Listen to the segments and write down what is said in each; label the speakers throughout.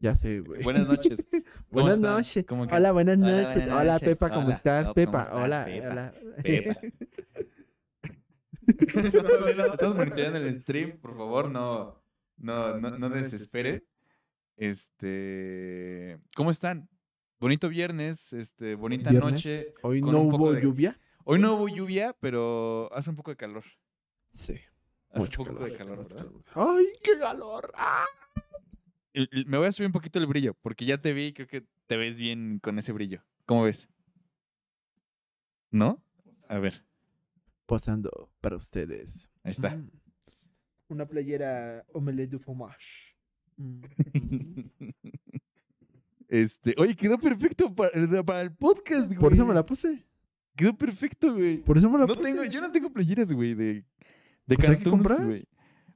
Speaker 1: Ya sé, güey.
Speaker 2: Buenas noches. ¿Cómo
Speaker 1: Buenas
Speaker 2: están?
Speaker 1: noches.
Speaker 2: ¿Cómo que-
Speaker 1: Hola, buenas
Speaker 2: Hola,
Speaker 1: noches. Hola,
Speaker 2: buenas noches.
Speaker 1: Pepa, ¿cómo
Speaker 2: Hola.
Speaker 1: estás?
Speaker 2: Oh, ¿cómo
Speaker 1: Pepa,
Speaker 2: estás,
Speaker 1: hola,
Speaker 2: Pepa?
Speaker 1: hola.
Speaker 2: Pepa. Estamos monitoreando el stream, por favor, no, no, no, no desespere. Este, ¿cómo están? Bonito viernes, este, bonita
Speaker 1: Viernes,
Speaker 2: noche.
Speaker 1: Hoy
Speaker 2: con
Speaker 1: no
Speaker 2: un poco
Speaker 1: hubo
Speaker 2: de-
Speaker 1: lluvia.
Speaker 2: Hoy no hubo lluvia, pero hace un poco de calor.
Speaker 1: Sí.
Speaker 2: Hace un poco de calor, ¿verdad?
Speaker 1: Ay, qué calor. ¡Ah!
Speaker 2: Y- y Me voy a subir un poquito el brillo, porque ya te vi, y creo que te ves bien con ese brillo. ¿Cómo ves? ¿No? A ver,
Speaker 1: Posando para ustedes.
Speaker 2: ahí está.
Speaker 1: Mm. Una playera omelette du fromage. Mm.
Speaker 2: Este, oye, quedó perfecto para, para el podcast, güey.
Speaker 1: Por eso me la puse.
Speaker 2: Quedó perfecto, güey.
Speaker 1: Por eso me la
Speaker 2: No
Speaker 1: puse.
Speaker 2: tengo, yo no tengo playeras, güey, de, de
Speaker 1: Pues hay que
Speaker 2: cartoons,
Speaker 1: comprar.
Speaker 2: güey.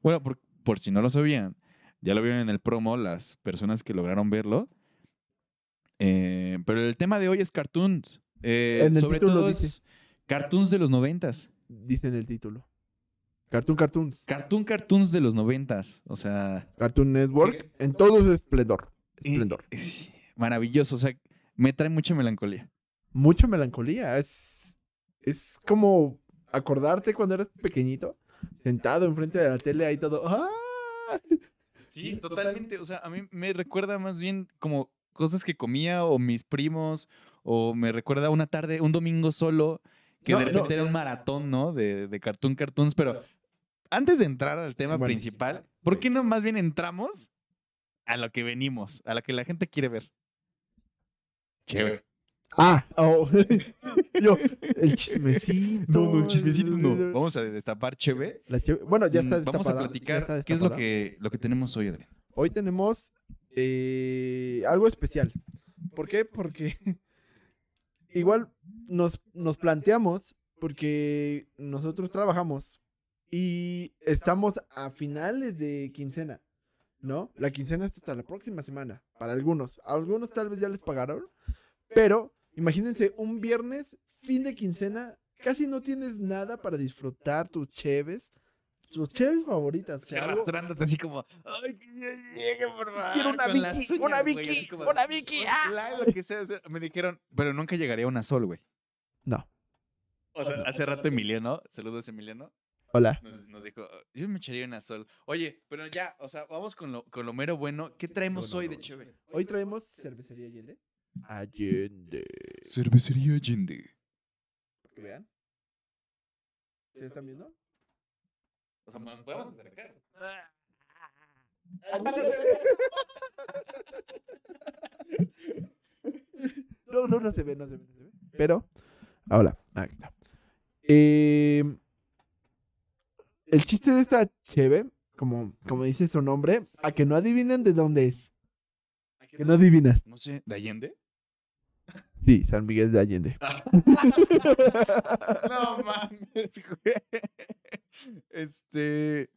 Speaker 2: Bueno, por, por si no lo sabían, ya lo vieron en el promo las personas que lograron verlo. Eh, pero el tema de hoy es cartoons. Eh,
Speaker 1: En el
Speaker 2: sobre
Speaker 1: título
Speaker 2: todo
Speaker 1: dice.
Speaker 2: es cartoons de los noventas.
Speaker 1: Dice en el título. Cartoon Cartoons.
Speaker 2: Cartoon cartoons de los noventas. O sea,
Speaker 1: Cartoon Network en todo su esplendor. Esplendor.
Speaker 2: es eh, maravilloso. O sea, me trae mucha melancolía.
Speaker 1: Mucha melancolía. Es, es como acordarte cuando eras pequeñito, sentado enfrente de la tele ahí todo. ¡Ah!
Speaker 2: Sí, totalmente. O sea, a mí me recuerda más bien como cosas que comía o mis primos, o me recuerda una tarde, un domingo solo, que
Speaker 1: No,
Speaker 2: de
Speaker 1: no.
Speaker 2: repente era un maratón, ¿no? De, de Cartoon Cartoons. Pero antes de entrar al tema
Speaker 1: Bueno,
Speaker 2: principal, ¿por qué no más bien entramos a lo que venimos, a lo que la gente quiere ver? Chévere.
Speaker 1: Ah, oh. yo, el chismecito.
Speaker 2: No, no, chismecito no. Vamos a destapar chévere.
Speaker 1: La che- Bueno, ya está.
Speaker 2: Mm, Vamos
Speaker 1: destapada,
Speaker 2: a
Speaker 1: ya está
Speaker 2: platicar qué es lo
Speaker 1: destapada.
Speaker 2: que, lo que tenemos hoy, Adrián.
Speaker 1: Hoy tenemos eh, algo especial. ¿Por qué? Porque igual nos, nos planteamos, porque nosotros trabajamos y estamos a finales de quincena, ¿no? La quincena está hasta la próxima semana, para algunos. A algunos tal vez ya les pagaron, pero imagínense un viernes, fin de quincena, casi no tienes nada para disfrutar tus cheves, tus cheves favoritas. o
Speaker 2: Sí,
Speaker 1: sea, algo-
Speaker 2: arrastrándote así como, ay, que ya llegue, por favor.
Speaker 1: Quiero una
Speaker 2: con las
Speaker 1: Vicky,
Speaker 2: uñas,
Speaker 1: una
Speaker 2: güey",
Speaker 1: Vicky,
Speaker 2: así como,
Speaker 1: una Vicky, ah".
Speaker 2: la- lo que sea, o sea, Me dijeron, pero nunca llegaría una sol, güey.
Speaker 1: No.
Speaker 2: O sea, hace rato Emiliano, saludos Emiliano,
Speaker 1: Hola.
Speaker 2: nos, nos dijo, yo me echaría una sol. Oye, pero ya, o sea, vamos con lo, con lo mero bueno. ¿Qué traemos
Speaker 1: Bueno,
Speaker 2: hoy
Speaker 1: no,
Speaker 2: de
Speaker 1: no.
Speaker 2: chévere?
Speaker 1: Hoy traemos cervecería Allende. Allende.
Speaker 2: Cervecería Allende.
Speaker 1: Para que vean. ¿Se la están viendo?
Speaker 2: O sea, nos podemos acercar.
Speaker 1: Ah, No, no, no se ve, no se ve, no se ve. Pero, ahora, ahí está. Eh, el chiste de esta cheve, como, como dice su nombre, a que no adivinen de dónde es. Que no adivinas.
Speaker 2: No sé, ¿de Allende?
Speaker 1: Sí, San Miguel de Allende.
Speaker 2: No mames, güey. Este.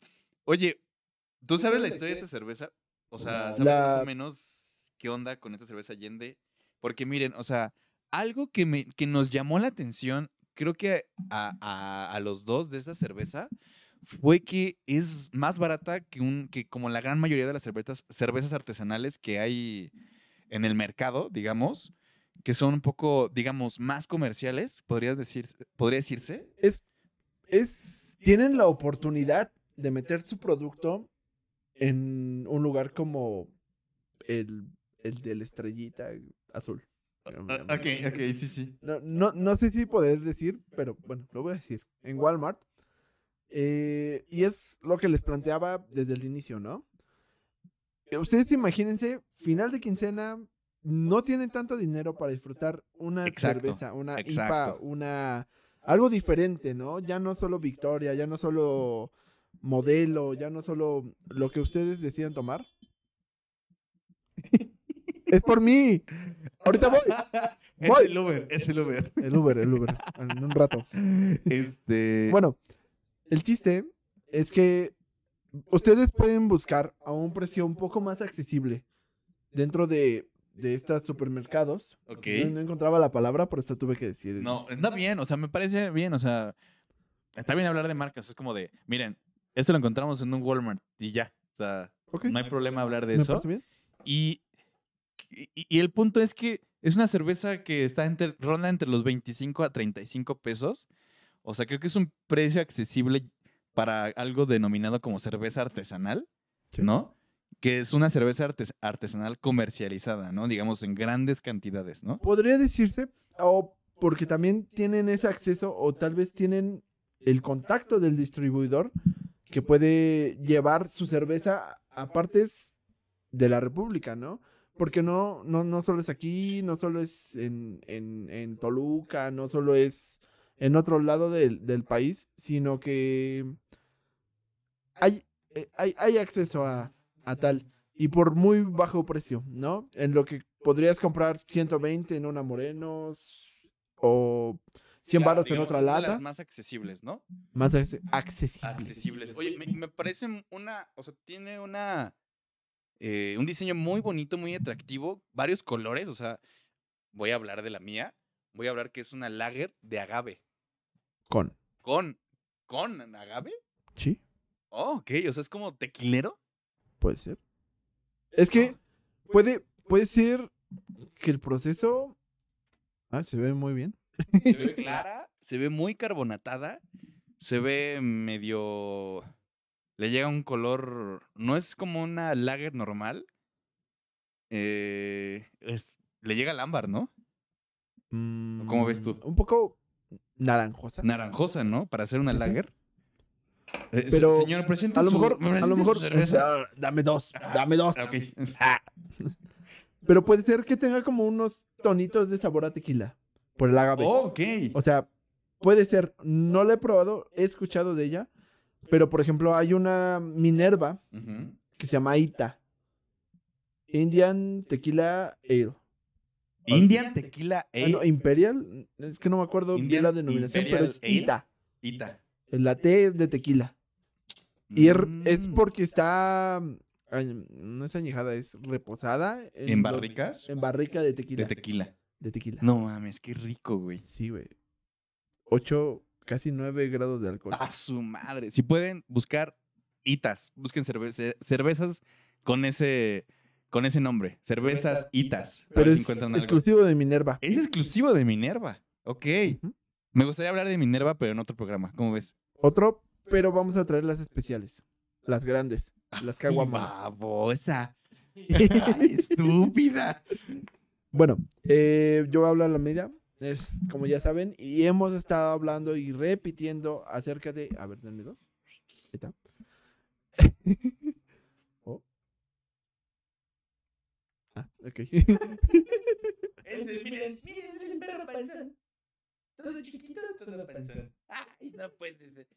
Speaker 2: Oye, ¿tú sabes la historia de esta cerveza? O sea, ¿sabes más
Speaker 1: La-
Speaker 2: o menos qué onda con esta cerveza Allende? Porque miren, o sea, algo que, me, que nos llamó la atención, creo que a, a- a los dos de esta cerveza, fue que es más barata que, un, que como la gran mayoría de las cervezas, cervezas artesanales que hay en el mercado, digamos, que son un poco, digamos, más comerciales, podrías decir, podría decirse.
Speaker 1: es, es, tienen la oportunidad de meter su producto en un lugar como el, el de la estrellita azul.
Speaker 2: Ah, ok, ok, sí, sí.
Speaker 1: No, no, no sé si poder decir, pero bueno, lo voy a decir. En Walmart. Eh, y es lo que les planteaba desde el inicio, ¿no? Eh, Ustedes imagínense, final de quincena, no tienen tanto dinero para disfrutar una
Speaker 2: Exacto,
Speaker 1: cerveza, una IPA,
Speaker 2: exacto.
Speaker 1: una... Algo diferente, ¿no? Ya no solo Victoria, ya no solo modelo, ya no solo lo que ustedes decidan tomar. es por mí. Ahorita voy.
Speaker 2: es
Speaker 1: Voy.
Speaker 2: el Uber, es el Uber.
Speaker 1: El Uber, el Uber. En un rato.
Speaker 2: Este.
Speaker 1: Bueno, el chiste es que ustedes pueden buscar a un precio un poco más accesible dentro de, de estos supermercados.
Speaker 2: ok.
Speaker 1: No, no encontraba la palabra, por eso tuve que decir.
Speaker 2: No, está bien, o sea, me parece bien, o sea, está bien hablar de marcas, es como de, miren, esto lo encontramos en un Walmart y ya, o sea,
Speaker 1: Ok,
Speaker 2: no hay problema hablar de
Speaker 1: me
Speaker 2: eso.
Speaker 1: parece bien.
Speaker 2: Y Y, y el punto es que es una cerveza que está entre, ronda entre los 25 a 35 pesos. O sea, creo que es un precio accesible para algo denominado como cerveza artesanal,
Speaker 1: Sí.
Speaker 2: ¿no? Que es una cerveza artes- artesanal comercializada, ¿no? Digamos, en grandes cantidades, ¿no?
Speaker 1: Podría decirse, o porque también tienen ese acceso, o tal vez tienen el contacto del distribuidor que puede llevar su cerveza a partes de la República, ¿no? Porque no, no, no solo es aquí, no solo es en, en- en Toluca, no solo es en otro lado del, del país, sino que hay, eh, hay, hay acceso a, a tal y por muy bajo precio, ¿no? En lo que podrías comprar 120 en una Morenos o 100
Speaker 2: Claro,
Speaker 1: baros en
Speaker 2: digamos,
Speaker 1: otra
Speaker 2: es una de las
Speaker 1: lata,
Speaker 2: más accesibles, ¿no?
Speaker 1: más acce- accesible.
Speaker 2: accesibles. Oye, me, me parece m- una, o sea, tiene una, eh, un diseño muy bonito, muy atractivo, varios colores, o sea, voy a hablar de la mía, voy a hablar que es una lager de agave,
Speaker 1: Con.
Speaker 2: con, con agave,
Speaker 1: Sí,
Speaker 2: oh, ok, o sea, es como tequilero.
Speaker 1: puede ser. Es que
Speaker 2: pues
Speaker 1: puede, puede ser que el proceso... Ah, se ve muy bien.
Speaker 2: Se ve clara, se ve muy carbonatada, se ve medio, le llega un color, no es como una lager normal, eh, es, le llega al ámbar, ¿no? ¿Cómo ves tú?
Speaker 1: Mm, Un poco naranjosa.
Speaker 2: naranjosa, ¿no? Para hacer una
Speaker 1: Sí, sí.
Speaker 2: lager. Eh, se-
Speaker 1: Pero,
Speaker 2: señor, presente
Speaker 1: A lo
Speaker 2: su-
Speaker 1: mejor, a
Speaker 2: presente
Speaker 1: lo
Speaker 2: su
Speaker 1: mejor,
Speaker 2: cerveza.
Speaker 1: Ah, dame dos, dame dos.
Speaker 2: Ah, ok.
Speaker 1: Pero puede ser que tenga como unos tonitos de sabor a tequila por el agave.
Speaker 2: Oh, ok.
Speaker 1: O sea, puede ser. No la he probado, he escuchado de ella. Pero, por ejemplo, hay una Minerva
Speaker 2: Ujú.
Speaker 1: que se llama Ita. Indian Tequila Ale.
Speaker 2: Indian Tequila e
Speaker 1: Ah, no,
Speaker 2: Ale.
Speaker 1: Imperial. Es que no me acuerdo bien
Speaker 2: Indian
Speaker 1: la denominación, pero es
Speaker 2: Imperial Ale.
Speaker 1: Ita.
Speaker 2: Ita.
Speaker 1: La T es de tequila. Y er- es
Speaker 2: Mm.
Speaker 1: porque está. mm, añ- No es añejada, es reposada.
Speaker 2: ¿En
Speaker 1: lo-
Speaker 2: barricas?
Speaker 1: En barrica de tequila.
Speaker 2: De tequila.
Speaker 1: De tequila.
Speaker 2: No mames, qué rico, güey.
Speaker 1: Sí, güey. 8, casi 9 grados de alcohol.
Speaker 2: A su madre. Si pueden buscar Itas, busquen cerveza- cervezas con ese con ese nombre. Cervezas Itas. A
Speaker 1: pero
Speaker 2: ver si
Speaker 1: es
Speaker 2: encuentran algo.
Speaker 1: exclusivo de Minerva.
Speaker 2: Es exclusivo de Minerva. Ok.
Speaker 1: Ujú.
Speaker 2: Me gustaría hablar de Minerva, pero en otro programa. ¿Cómo ves?
Speaker 1: Otro, pero vamos a traer las especiales. Las grandes. Las
Speaker 2: ¡Y
Speaker 1: caguamas.
Speaker 2: babosa! Ay, ¡Estúpida!
Speaker 1: Bueno, eh, yo hablo a la media. Es, como ya saben, y hemos estado hablando y repitiendo acerca de. A ver, denme dos. Ahí está. Oh. Ah, ok.
Speaker 3: Es el, miren, miren, es el perro panzón. Todo chiquito, todo panzón. Ay, no puede ser.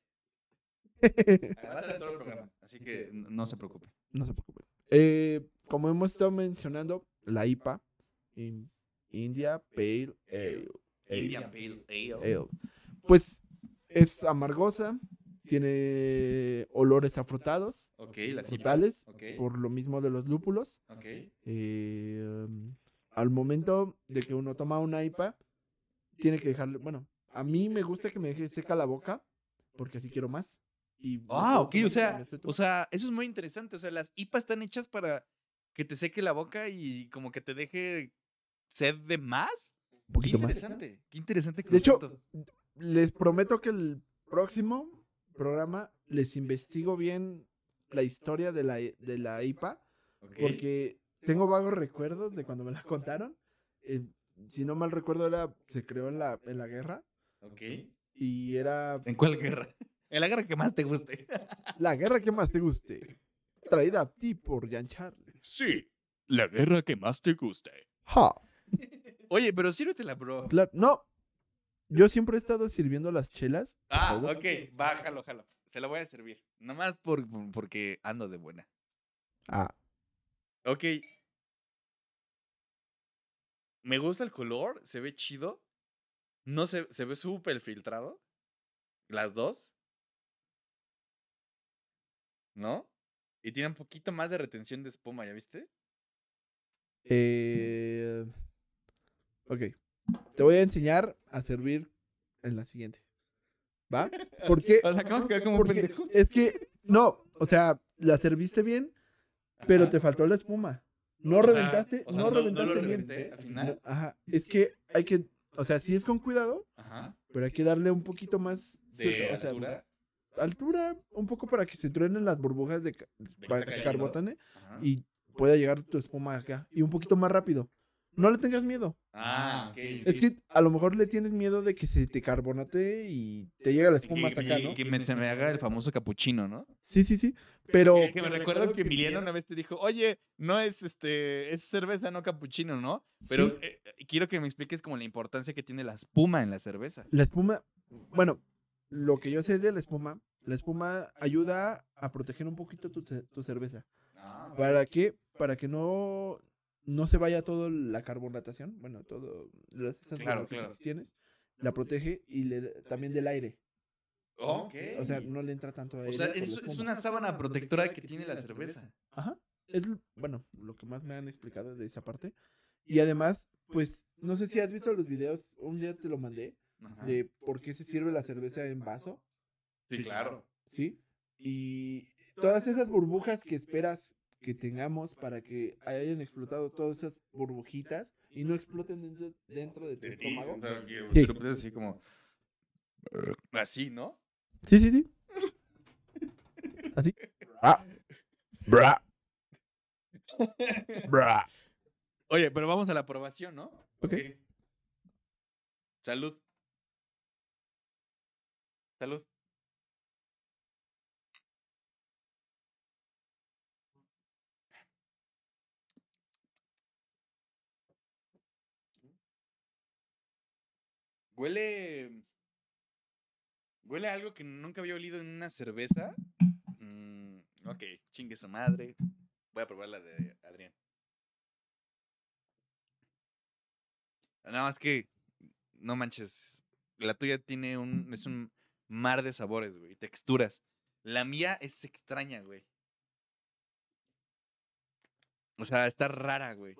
Speaker 2: Agarrate todo el programa, así que n- no se preocupe.
Speaker 1: No se preocupen. Eh, como hemos estado mencionando, la IPA, in- India Pale Ale, Ale,
Speaker 2: Indian Pale Ale.
Speaker 1: Ale, pues es amargosa, tiene olores afrotados,
Speaker 2: Ok, las
Speaker 1: frutales,
Speaker 2: ipas. Ok,
Speaker 1: por lo mismo de los lúpulos.
Speaker 2: ok.
Speaker 1: Eh, um, al momento de que uno toma una IPA, tiene que dejarle, bueno, a mí me gusta que me deje seca la boca, porque así quiero más. Y me
Speaker 2: Ah,
Speaker 1: puedo
Speaker 2: ok,
Speaker 1: tomar
Speaker 2: o
Speaker 1: lo que
Speaker 2: sea,
Speaker 1: me estoy
Speaker 2: o sea, eso es muy interesante. O sea, las IPAs están hechas para que te seque la boca y como que te deje sed de más.
Speaker 1: tomando. un poquito
Speaker 2: qué
Speaker 1: más.
Speaker 2: interesante, qué interesante
Speaker 1: De hecho,
Speaker 2: concepto.
Speaker 1: les prometo que el próximo programa les investigo bien la historia de la, de la IPA,
Speaker 2: Ok.
Speaker 1: porque tengo vagos recuerdos de cuando me la contaron. Eh, si no mal recuerdo, era, se creó en la, en la guerra
Speaker 2: ok.
Speaker 1: y era
Speaker 2: ¿En cuál guerra? En la guerra que más te guste.
Speaker 1: la guerra que más te guste, traída a ti por Jan Charles.
Speaker 2: Sí, la guerra que más te guste.
Speaker 1: Ja,
Speaker 2: Oye, pero sírvetela, bro.
Speaker 1: claro, no. Yo siempre he estado sirviendo las chelas. por
Speaker 2: Ah,
Speaker 1: favor.
Speaker 2: ok, bájalo, jalo. Se la voy a servir. Nomás por, por- porque ando de buena.
Speaker 1: Ah,
Speaker 2: Ok. Me gusta el color, se ve chido. No se, se ve súper filtrado. Las dos. ¿No? Y tiene un poquito más de retención de espuma, ¿ya viste?
Speaker 1: Eh, ok. Te voy a enseñar a servir en la siguiente. ¿Va? Porque,
Speaker 2: O sea, acabo de quedar como
Speaker 1: Eh, porque
Speaker 2: pendejo.
Speaker 1: es que, no, o sea, la serviste bien, pero
Speaker 2: Ajá.
Speaker 1: te faltó la espuma. No
Speaker 2: O sea,
Speaker 1: reventaste,
Speaker 2: o sea,
Speaker 1: no
Speaker 2: no- no lo
Speaker 1: reventaste bien.
Speaker 2: reventé al final.
Speaker 1: Ajá, es que hay que, o sea, sí es con cuidado,
Speaker 2: Ajá.
Speaker 1: pero hay que darle un poquito más
Speaker 2: De
Speaker 1: su- o sea,
Speaker 2: altura.
Speaker 1: altura, un poco para que se truenen las burbujas de, ca-
Speaker 2: está
Speaker 1: para que se
Speaker 2: cayendo.
Speaker 1: carbotane
Speaker 2: Ajá.
Speaker 1: y pueda llegar tu espuma acá y un poquito más rápido. No le tengas miedo.
Speaker 2: Ah, ok.
Speaker 1: Es que a lo mejor le tienes miedo de que se te carbonate y te llega la espuma hasta acá,
Speaker 2: Y
Speaker 1: ¿no?
Speaker 2: que me- se me haga el famoso capuchino, ¿no?
Speaker 1: Sí, sí, sí. Pero
Speaker 2: Que, que me recuerdo que Emiliano una vez te dijo, oye, no es este, es cerveza, no capuchino, ¿no? Pero
Speaker 1: Sí.
Speaker 2: eh, eh, quiero que me expliques como la importancia que tiene la espuma en la cerveza.
Speaker 1: la espuma, bueno, lo que yo sé de la espuma, la espuma ayuda a proteger un poquito tu, ce- tu cerveza.
Speaker 2: Ah,
Speaker 1: ¿Para qué? Para que no, no se vaya toda la carbonatación, bueno, todo las esas
Speaker 2: Claro,
Speaker 1: burbujitas
Speaker 2: claro.
Speaker 1: que tienes, la protege y le, da- también del aire.
Speaker 2: Ok.
Speaker 1: O sea, no le entra tanto aire.
Speaker 2: O sea,
Speaker 1: por la
Speaker 2: es, es
Speaker 1: espuma.
Speaker 2: una sábana protectora que tiene la cerveza.
Speaker 1: Ajá. Es, l- bueno, lo que más me han explicado de esa parte. Y además, pues, no sé si has visto los videos, un día te lo mandé,
Speaker 2: Ajá.
Speaker 1: de por qué se sirve la cerveza en vaso,
Speaker 2: Sí, claro.
Speaker 1: ¿sí? Y todas esas burbujas que esperas que tengamos para que hayan explotado todas esas burbujitas y no exploten dentro, dentro de tu estómago. Sí.
Speaker 2: Pero pues así como... eh, Así, ¿no?
Speaker 1: Sí, sí, sí. Así.
Speaker 4: Bra. Bra.
Speaker 2: Oye, pero vamos a la aprobación, ¿no?
Speaker 1: Ok.
Speaker 2: Salud. Salud. Huele. Huele a algo que nunca había olido en una cerveza. Mm, ok, chingue su madre. Voy a probar la de Adrián. Nada más que, no manches, la tuya tiene un, es un mar de sabores, güey, texturas. La mía es extraña, güey. O sea, está rara, güey.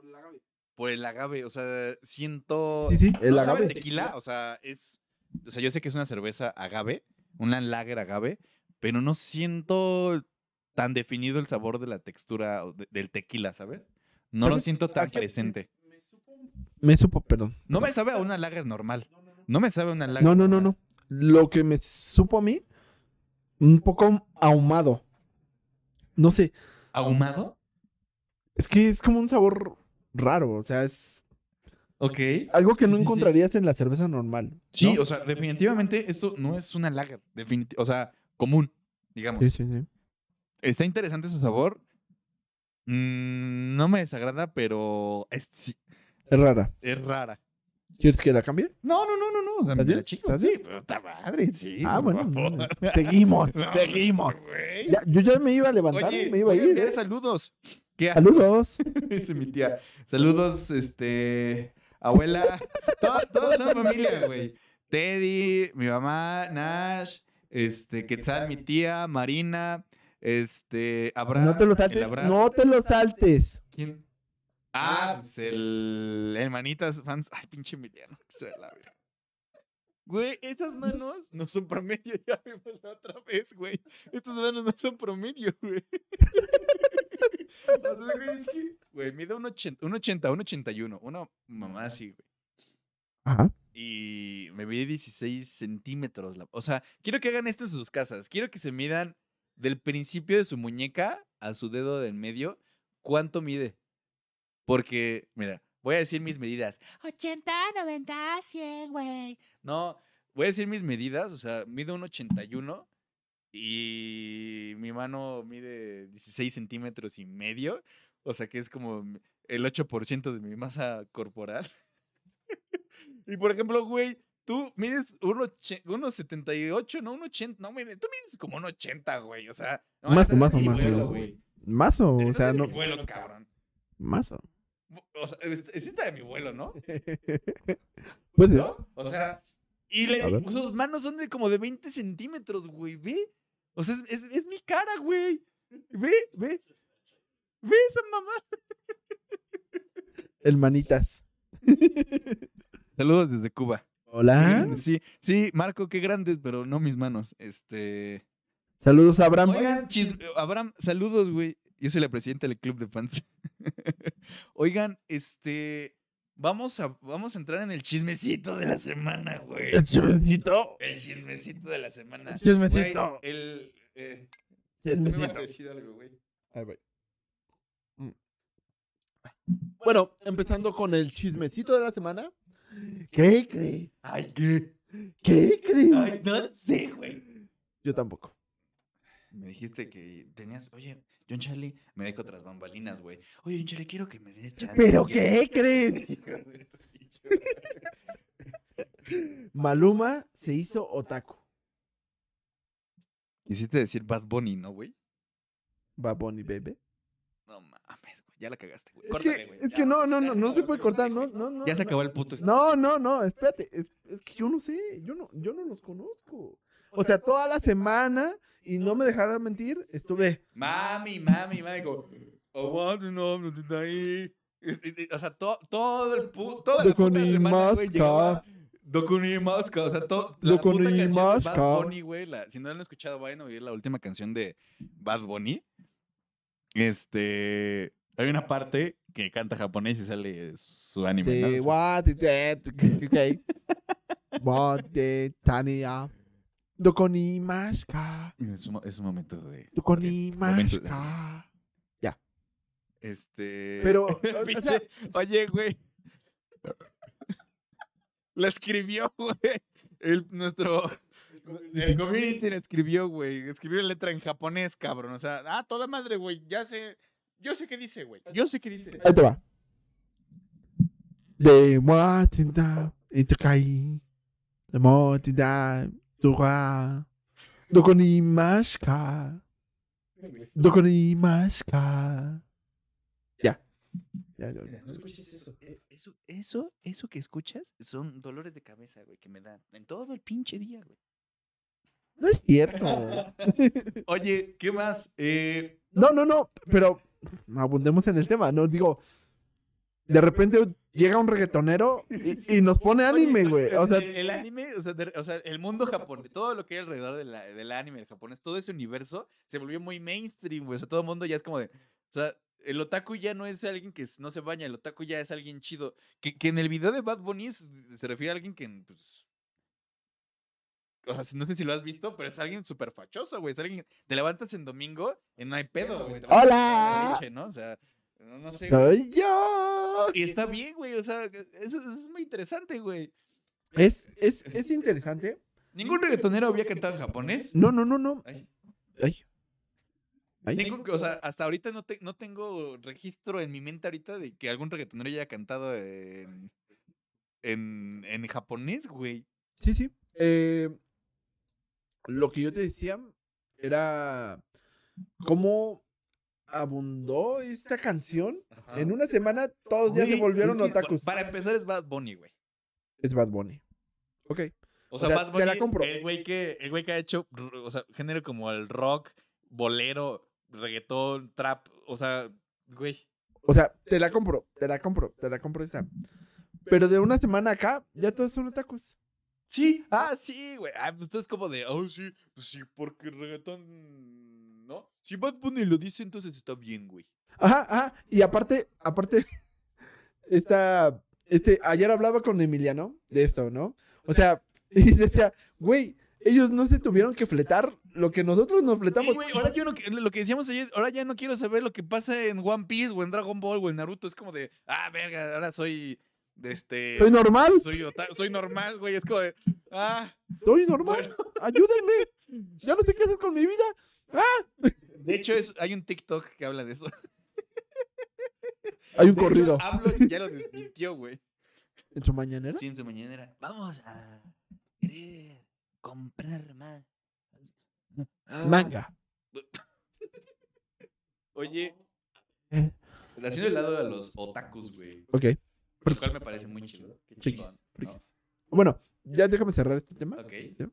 Speaker 2: Por el agave, o sea, siento...
Speaker 1: Sí, sí, el
Speaker 2: no sabe
Speaker 1: agave.
Speaker 2: a tequila, o sea, es... O sea, yo sé que es una cerveza agave, una lager agave, pero no siento tan definido el sabor de la textura o de- del tequila, ¿sabes? No lo
Speaker 1: ¿Sabes?
Speaker 2: siento tan
Speaker 1: Aquí me-
Speaker 2: presente.
Speaker 1: me supo un- Me supo, perdón.
Speaker 2: No me sabe a una lager normal. No me sabe a una lager.
Speaker 1: No, no, no,
Speaker 2: normal.
Speaker 1: no. Lo que me supo a mí, un poco ahumado. No sé,
Speaker 2: ¿Ahumado?
Speaker 1: es que es como un sabor raro, o sea, es
Speaker 2: Ok.
Speaker 1: algo que
Speaker 2: Sí,
Speaker 1: no
Speaker 2: sí, sí.
Speaker 1: encontrarías en la cerveza normal.
Speaker 2: Sí,
Speaker 1: ¿no?
Speaker 2: o sea, definitivamente esto no es una lager. definiti- o sea, común, digamos.
Speaker 1: sí, sí, sí.
Speaker 2: Está interesante su sabor. Mm, no me desagrada, pero es, sí,
Speaker 1: Es rara.
Speaker 2: es rara.
Speaker 1: ¿Quieres que la cambie?
Speaker 2: No, no, no, no, no. O sea,
Speaker 1: ¿Estás
Speaker 2: me
Speaker 1: bien?
Speaker 2: la chingo,
Speaker 1: ¿Estás
Speaker 2: sí, puta madre, sí.
Speaker 1: ah,
Speaker 2: por
Speaker 1: bueno.
Speaker 2: favor.
Speaker 1: no, no. Seguimos,
Speaker 2: No,
Speaker 1: seguimos.
Speaker 2: güey.
Speaker 1: Ya, yo ya me iba a levantar
Speaker 2: Oye,
Speaker 1: y me iba a
Speaker 2: voy a
Speaker 1: ir.
Speaker 2: enviar
Speaker 1: ¿eh?
Speaker 2: saludos. ¿Qué haces?
Speaker 1: Saludos.
Speaker 2: Dice mi tía. Saludos, este, abuela. Todo- Todos son familia, güey. Teddy, mi mamá, Nash, este, Quetzal, mi tía, Marina, este, Abraham.
Speaker 1: No te lo
Speaker 2: el
Speaker 1: saltes.
Speaker 2: Abraham.
Speaker 1: No te lo saltes.
Speaker 2: ¿Quién? Ah, pues el hermanitas fans. Ay, pinche Emiliano, que se la verga. Güey, esas manos no son promedio, ya vimos la otra vez, güey. Estas manos no son promedio, güey. O sea, güey, es que, güey, mide un 80, un 80, un 81, una mamá así, güey.
Speaker 1: Ajá.
Speaker 2: Y me mide 16 centímetros. la- O sea, quiero que hagan esto en sus casas. Quiero que se midan del principio de su muñeca a su dedo del medio. ¿Cuánto mide? Porque, mira, voy a decir mis medidas.
Speaker 5: 80, 90, 100, güey.
Speaker 2: No, voy a decir mis medidas. O sea, mido un 81 y mi mano mide 16 centímetros y medio. O sea, que es como m- el 8% de mi masa corporal. y por ejemplo, güey, tú mides un oche- unos 78, no un 80. No, mide- tú mides como un 80, güey. O sea, no,
Speaker 1: Más,
Speaker 2: estás
Speaker 1: más o
Speaker 2: del
Speaker 1: más o
Speaker 2: vuelo,
Speaker 1: menos.
Speaker 2: güey.
Speaker 1: Mazo, o
Speaker 2: Estás
Speaker 1: sea,
Speaker 2: de
Speaker 1: no.
Speaker 2: mi vuelo, cabrón.
Speaker 1: Mazo.
Speaker 2: O sea, es- es esta de mi vuelo, ¿no?
Speaker 1: Pues, ¿no?
Speaker 2: ¿no? O sea, y le-
Speaker 1: A ver.
Speaker 2: sus manos son de como de 20 centímetros, güey, ve. O sea, es, es, es mi cara, güey. Ve, ve. Ve esa mamá.
Speaker 1: Hermanitas.
Speaker 2: Saludos desde Cuba.
Speaker 1: Hola.
Speaker 2: Sí, sí, Marco, qué grandes, pero no mis manos. Este.
Speaker 1: Saludos, Abraham.
Speaker 2: Oigan, chis- Abraham, saludos, güey. Yo soy la presidenta del club de fans. Oigan, este. Vamos a, vamos a entrar en el chismecito de la semana, güey.
Speaker 6: El chismecito.
Speaker 2: El chismecito de la semana.
Speaker 6: El
Speaker 2: Güey,
Speaker 6: chismecito.
Speaker 2: el. eh, me vas a
Speaker 6: chismecito.
Speaker 2: decir algo, güey.
Speaker 1: Ahí voy. Mm. Bueno, empezando con el chismecito de la semana. ¿Qué crees?
Speaker 3: Ay, ¿qué?
Speaker 1: ¿Qué crees?
Speaker 3: Ay, no sé, güey.
Speaker 1: Yo tampoco.
Speaker 2: Me dijiste que tenías. Oye, John Charlie, me dejo otras bambalinas, güey. Oye, John Charlie, quiero que me des chance.
Speaker 6: ¿Pero
Speaker 2: Y-
Speaker 6: qué crees?
Speaker 2: Hijo de tu pinche
Speaker 1: Maluma se hizo otaku.
Speaker 2: Quisiste decir Bad Bunny, ¿no, güey?
Speaker 1: Va Bonnie, baby.
Speaker 2: No mames, güey. Ya la cagaste, güey.
Speaker 1: Es que,
Speaker 2: Córtale, güey.
Speaker 1: es que no, no, no, no se puede cortar, no, no, no.
Speaker 2: Ya se
Speaker 1: no.
Speaker 2: acabó el puto. est-
Speaker 1: No, no, no, espérate. Es, es que yo no sé, yo no, yo no los conozco. O sea, toda la semana, y no me dejarás mentir, estuve.
Speaker 2: Mami, mami, mami. Como, I want to know what to die. Es- es- es- O sea, to- todo el puto. Toda la puta semana, güey,
Speaker 1: Dokunimaska.
Speaker 2: llegaba Dokunimaska, o sea, todo. La puta canción de
Speaker 1: Dokunimaska.
Speaker 2: Bad Bunny, güey. la- Si no la han escuchado, vayan a oír la última canción de Bad Bunny. Este. Hay una parte que canta japonés y sale su anime. ¿no?
Speaker 1: Te
Speaker 2: Su-
Speaker 1: what it that, ok. What the tania. Dokonimashka.
Speaker 2: Es un, es un momento de.
Speaker 1: Dokonimashka.
Speaker 2: Este.
Speaker 1: Pero, o- o sea-
Speaker 2: pinche- Oye, güey. La escribió, güey. El, nuestro. El community la escribió, güey. Escribió la letra en japonés, cabrón. O sea, ah, toda madre, güey. Ya sé. Yo sé qué dice, güey. Yo sé qué dice.
Speaker 1: Ahí te va. De Motinda, Itakai. De Motinda, Dura. Dokonimashka. Dokonimashka. Ya. Ya, ya, ya.
Speaker 3: No escuches eso.
Speaker 2: e, Eso, eso, eso que escuchas son dolores de cabeza, güey, que me dan en todo el pinche día, güey.
Speaker 1: No es cierto.
Speaker 2: Oye, ¿qué más? Eh,
Speaker 1: No, no, no, pero abundemos en el tema, ¿no? Digo, de repente llega un reggaetonero y, y nos pone
Speaker 2: Oye,
Speaker 1: anime, güey. O sea,
Speaker 2: el, el anime, o sea, de- o sea, el mundo japonés, todo lo que hay alrededor de la- del anime, el japonés, todo ese universo se volvió muy mainstream, güey. O sea, todo el mundo ya es como de. O sea, el otaku ya no es alguien que s- no se baña, el otaku ya es alguien chido. Que, que en el video de Bad Bunny es- se refiere a alguien que. Pues, o sea, no sé si lo has visto, pero es alguien súper fachoso, güey. Es alguien. Te levantas en domingo, en no hay pedo, güey. te vas a la
Speaker 1: ¡Hola!
Speaker 2: leche, ¿no? O sea, no, no sé. güey.
Speaker 1: soy yo.
Speaker 2: Y está bien, güey. O sea, eso, eso es muy interesante, güey.
Speaker 1: Es, es, es interesante.
Speaker 2: Ningún reggaetonero había cantado en japonés.
Speaker 1: No, no, no, no.
Speaker 2: Ay.
Speaker 1: Ay. Ay.
Speaker 2: Ningún- o sea, hasta ahorita no, te- no tengo registro en mi mente ahorita de que algún reggaetonero haya cantado en, en, en japonés, güey.
Speaker 1: Sí, sí. Eh, lo que yo te decía era cómo abundó esta canción.
Speaker 2: Ah.
Speaker 1: En una semana todos ya se
Speaker 2: Güey,
Speaker 1: volvieron
Speaker 2: es que,
Speaker 1: otakus.
Speaker 2: Para empezar es Bad Bunny, güey.
Speaker 1: Es Bad Bunny. Ok.
Speaker 2: O
Speaker 1: O
Speaker 2: sea,
Speaker 1: sea,
Speaker 2: Bad
Speaker 1: te la
Speaker 2: Bunny,
Speaker 1: compro.
Speaker 2: El güey que, el güey que ha hecho, r- o sea, género como el rock, bolero, reggaetón, trap, o sea, güey.
Speaker 1: O sea, te la compro, te la compro, te la compro esta. Pero de una semana acá, ya todos son otakus.
Speaker 2: Sí, ah, sí, güey. Ah, pues esto es como de, oh, sí, pues sí, porque el reggaetón, ¿no? Si Bad Bunny lo dice, entonces está bien, güey.
Speaker 1: Ajá, ajá. Y aparte, aparte, esta, este, ayer hablaba con Emiliano de esto, ¿no? O sea, y decía, güey, ellos no se tuvieron que fletar lo que nosotros nos
Speaker 2: Sí,
Speaker 1: fletamos.
Speaker 2: güey, ahora yo no, qui- lo que decíamos ayer, ahora ya no quiero saber lo que pasa en One Piece o en Dragon Ball o en Naruto. Es como de, ah, verga, ahora soy, de este,
Speaker 1: Soy normal,
Speaker 2: soy, ota- soy normal, güey. Es como de, ah,
Speaker 1: soy normal. Ayúdenme. Ya no sé qué hacer con mi vida.
Speaker 2: de hecho es, hay un TikTok que habla de eso.
Speaker 1: Hay un
Speaker 2: De hecho,
Speaker 1: corrido
Speaker 2: Hablo y ya lo desmintió, güey.
Speaker 1: en su mañanera.
Speaker 2: Sí, en su mañanera.
Speaker 3: Vamos a querer comprar más.
Speaker 1: Manga.
Speaker 2: Oye,
Speaker 1: Eh.
Speaker 3: pues,
Speaker 2: haciendo el lado a los otakus, güey.
Speaker 1: Ok.
Speaker 2: Lo cual me parece muy chido. Qué chingón. ¿no?
Speaker 1: frikis. Bueno, ya déjame cerrar este tema.
Speaker 2: Ok.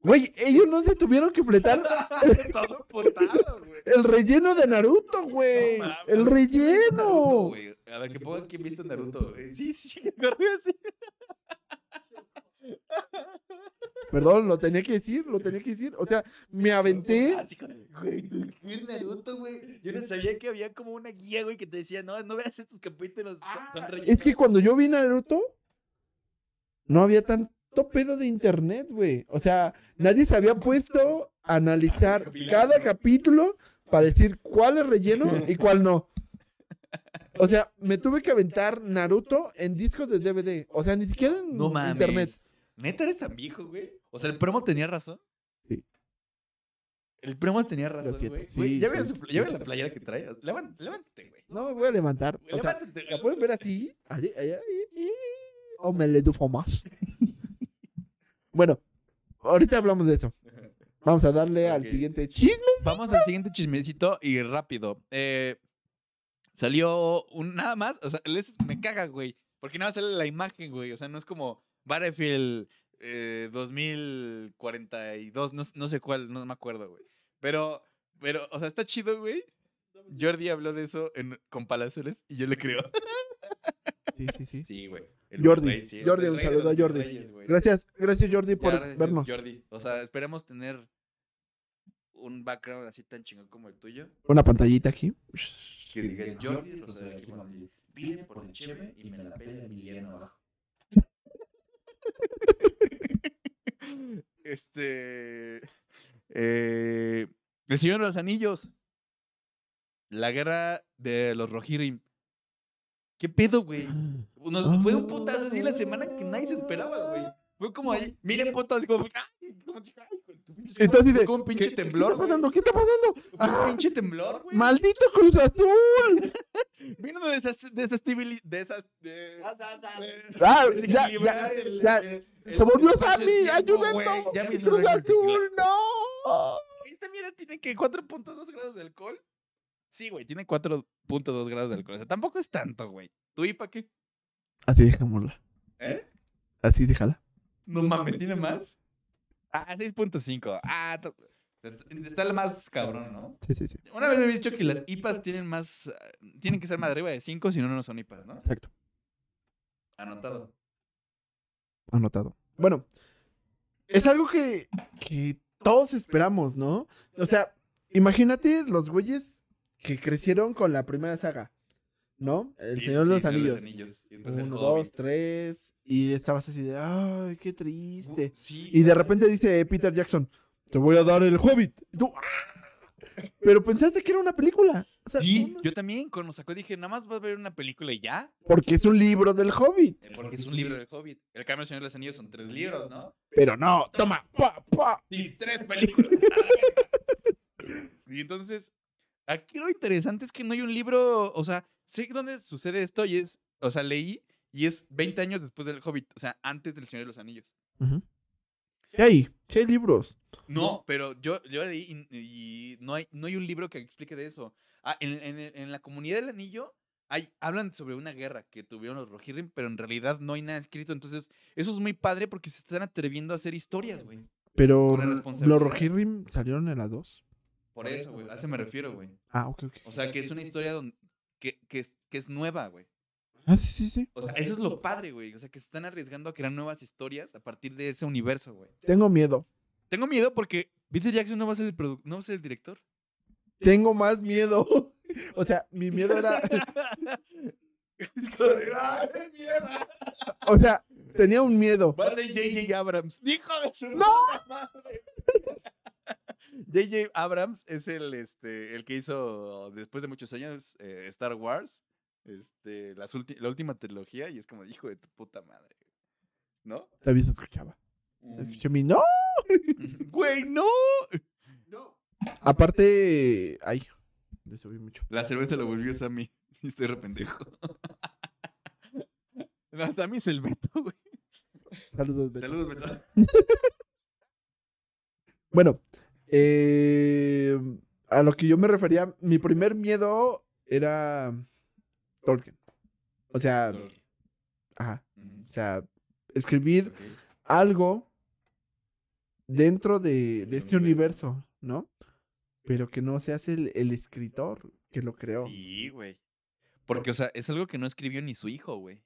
Speaker 1: Güey, ellos no se tuvieron que fletar
Speaker 2: Todo putado, güey.
Speaker 1: el relleno de Naruto, güey.
Speaker 2: No mames.
Speaker 1: el
Speaker 2: Naruto,
Speaker 1: relleno.
Speaker 2: güey. A ver, que ponga quién viste Naruto, güey. Sí, sí, sí, que corrió así.
Speaker 1: Perdón, lo tenía que decir, lo tenía que decir. O sea, me aventé.
Speaker 3: Así como, güey, güey, Naruto, güey. Yo no sabía que había como una guía, güey, que te decía, no, no veas estos capítulos. son-
Speaker 2: Ah,
Speaker 3: son relleno".
Speaker 1: Es que cuando yo vi Naruto, no había tanto pedo de internet, güey. O sea, nadie se había puesto a analizar cada capítulo para decir cuál es relleno y cuál no. O sea, me tuve que aventar Naruto en discos de DVD. O sea, ni siquiera en
Speaker 2: No mames.
Speaker 1: internet.
Speaker 2: ¿Neta eres tan viejo, güey? O sea, el promo tenía razón.
Speaker 1: Sí.
Speaker 2: El promo tenía razón,
Speaker 1: siento,
Speaker 2: güey.
Speaker 1: sí,
Speaker 2: Güey, ya
Speaker 1: sí,
Speaker 2: vieron
Speaker 1: sí,
Speaker 2: su-
Speaker 1: sí.
Speaker 2: ya vieron la playera que trae. Levan- Levántate, güey.
Speaker 1: No me voy a levantar. O sea,
Speaker 2: Levántate.
Speaker 1: ¿La pueden ver así? Allí, allá, y- y- O Oh, me le dufo más. bueno, ahorita hablamos de eso. Vamos a darle al
Speaker 2: Ok.
Speaker 1: siguiente chisme.
Speaker 2: Vamos al siguiente chismecito y rápido. Eh, salió un nada más. O sea, les, me caga, güey. Porque nada más sale la imagen, güey. O sea, no es como Battlefield eh, 2042. No, s- no sé cuál, no me acuerdo, güey. Pero, pero, o sea, está chido, güey. Jordi habló de eso en- con Palazuelos y yo le creo.
Speaker 1: Sí, sí,
Speaker 2: Sí, güey.
Speaker 1: Jordi,
Speaker 2: Monterrey, sí, o sea,
Speaker 1: Jordi,
Speaker 2: el
Speaker 1: un
Speaker 2: rey de
Speaker 1: saludo a
Speaker 2: los
Speaker 1: Jordi.
Speaker 2: Monterreyes, güey.
Speaker 1: Gracias, gracias Jordi
Speaker 2: Ya,
Speaker 1: por
Speaker 2: gracias,
Speaker 1: vernos.
Speaker 2: Jordi. O sea, esperemos tener un background así tan chingón como el tuyo.
Speaker 1: Una pantallita aquí.
Speaker 2: Que diga el Jordi
Speaker 3: Jordi
Speaker 2: Rosado
Speaker 3: Rosado
Speaker 2: de Quimón.
Speaker 3: Quimón. Vine por el cheve y me la pela Emiliano abajo.
Speaker 2: Este. Eh, el Señor de los Anillos. La guerra de los Rohirrim. ¿Qué pedo, güey? Uno- fue un putazo así la semana que nadie se esperaba, güey. Fue como ahí, miren puto, así como. ¡Ay! Como, ay, con tu pinche-
Speaker 1: Entonces, de-
Speaker 2: como un pinche
Speaker 1: ¿Qué-
Speaker 2: temblor.
Speaker 1: ¿Qué está
Speaker 2: güey.
Speaker 1: pasando? ¿Qué está pasando?
Speaker 2: Fue Un
Speaker 3: Ah,
Speaker 2: pinche temblor, güey.
Speaker 1: ¡Maldito Cruz Azul!
Speaker 2: Vino de esas. De esas. tibili- De esas de-
Speaker 1: Ah,
Speaker 2: de
Speaker 1: ya, ya,
Speaker 2: desequilibrar el-
Speaker 1: ya.
Speaker 2: el-
Speaker 1: ¡Se volvió
Speaker 2: el-
Speaker 1: Sammy!
Speaker 2: el tiempo, güey.
Speaker 1: ¡Ayúdenme!
Speaker 2: Ya me hizo
Speaker 1: ¡Cruz
Speaker 2: daño el tequila.
Speaker 1: Azul! ¡No!
Speaker 2: Esta mierda tiene que 4.2 grados de alcohol. Sí, güey, tiene 4.2 grados de alcohol. O sea, tampoco es tanto, güey. ¿Tú y para qué?
Speaker 1: Así dejémosla.
Speaker 2: ¿Eh?
Speaker 1: Así déjala.
Speaker 2: No mames, ¿tiene más? Ah, 6.5. Ah, to- está el más cabrón, ¿no?
Speaker 1: Sí, sí, sí.
Speaker 2: Una vez me había dicho que las IPAs tienen más. ah, Tienen que ser más arriba de 5, si no, no son IPAs, ¿no?
Speaker 1: Exacto.
Speaker 2: Anotado.
Speaker 1: Anotado. Bueno, es algo que, que todos esperamos, ¿no? O sea, imagínate los güeyes que crecieron con la primera saga, ¿no? El
Speaker 2: Sí,
Speaker 1: Señor de
Speaker 2: sí,
Speaker 1: los
Speaker 2: Señor
Speaker 1: Anillos.
Speaker 2: Y después el
Speaker 1: Uno,
Speaker 2: Hobbit.
Speaker 1: dos, tres. Y estabas así de, ay, qué
Speaker 2: Uh,
Speaker 1: triste.
Speaker 2: Sí.
Speaker 1: Y de repente dice Peter Jackson, te voy a dar el Hobbit. Y tú, "Ah". Pero pensaste que era una película. O sea,
Speaker 2: Sí,
Speaker 1: no, no.
Speaker 2: yo también cuando sacó dije, nada más vas a ver una película y ya.
Speaker 1: Porque es un libro del Hobbit.
Speaker 2: Eh, Porque es un libro del Hobbit. El cambio del Señor de los Anillos son tres libros, ¿no?
Speaker 1: Pero no, toma, pa, pa.
Speaker 2: Sí, tres películas. y entonces, aquí lo interesante es que no hay un libro, o sea, sé dónde sucede esto y es, o sea, leí y es 20 años después del Hobbit, o sea, antes del Señor de los Anillos.
Speaker 1: Ujú. Sí hay, sí hay libros.
Speaker 2: No, pero yo, yo leí y, y no, hay, no hay un libro que explique de eso. Ah, en, en el- en la comunidad del anillo hay, hablan sobre una guerra que tuvieron los Rohirrim, pero en realidad no hay nada escrito. Entonces, eso es muy padre porque se están atreviendo a hacer historias, güey.
Speaker 1: Pero
Speaker 2: Con la
Speaker 1: los
Speaker 2: responsabilidad.
Speaker 1: Rohirrim salieron en la 2.
Speaker 2: Por eso, güey. A eso me refiero, güey.
Speaker 1: Ah, ok, ok.
Speaker 2: O sea, que es una historia don- que, que es, que es nueva, güey.
Speaker 1: Ah, sí, sí, sí.
Speaker 2: O sea, eso es lo padre, güey. O sea, que se están arriesgando a crear nuevas historias a partir de ese universo, güey.
Speaker 1: Tengo miedo.
Speaker 2: Tengo miedo porque Vincent Jackson no va a ser el, produ- no va a ser el director.
Speaker 1: Tengo más miedo. O sea, mi miedo era.
Speaker 2: Es como de, ¡ay, mierda!
Speaker 1: O sea, tenía un miedo.
Speaker 2: Va a ser J.J. Abrams. ¡Hijo de su
Speaker 1: ¡No!
Speaker 2: puta madre! J.J. Abrams es el, este, el que hizo, después de muchos años, eh, Star Wars. Este, las ulti- la última trilogía. Y es como, hijo de tu puta madre. ¿No?
Speaker 1: También se escuchaba. Escuché mi no.
Speaker 2: Güey, no.
Speaker 1: Aparte. Ay, le subí mucho.
Speaker 2: La cerveza lo volvió Sammy. este Estoy repentejo. No, Sammy es el Beto, güey.
Speaker 1: Saludos, Beto.
Speaker 2: Saludos, Beto.
Speaker 1: Bueno, eh, a lo que yo me refería, mi primer miedo era Tolkien. O sea, ajá.
Speaker 2: Ujú,
Speaker 1: O sea, escribir
Speaker 2: ok.
Speaker 1: algo dentro de,
Speaker 2: Del
Speaker 1: de este
Speaker 2: universo.
Speaker 1: universo, ¿no? Pero que no se hace el, el escritor que lo creó.
Speaker 2: Sí, güey. Porque, o sea, es algo que no escribió ni su hijo, güey.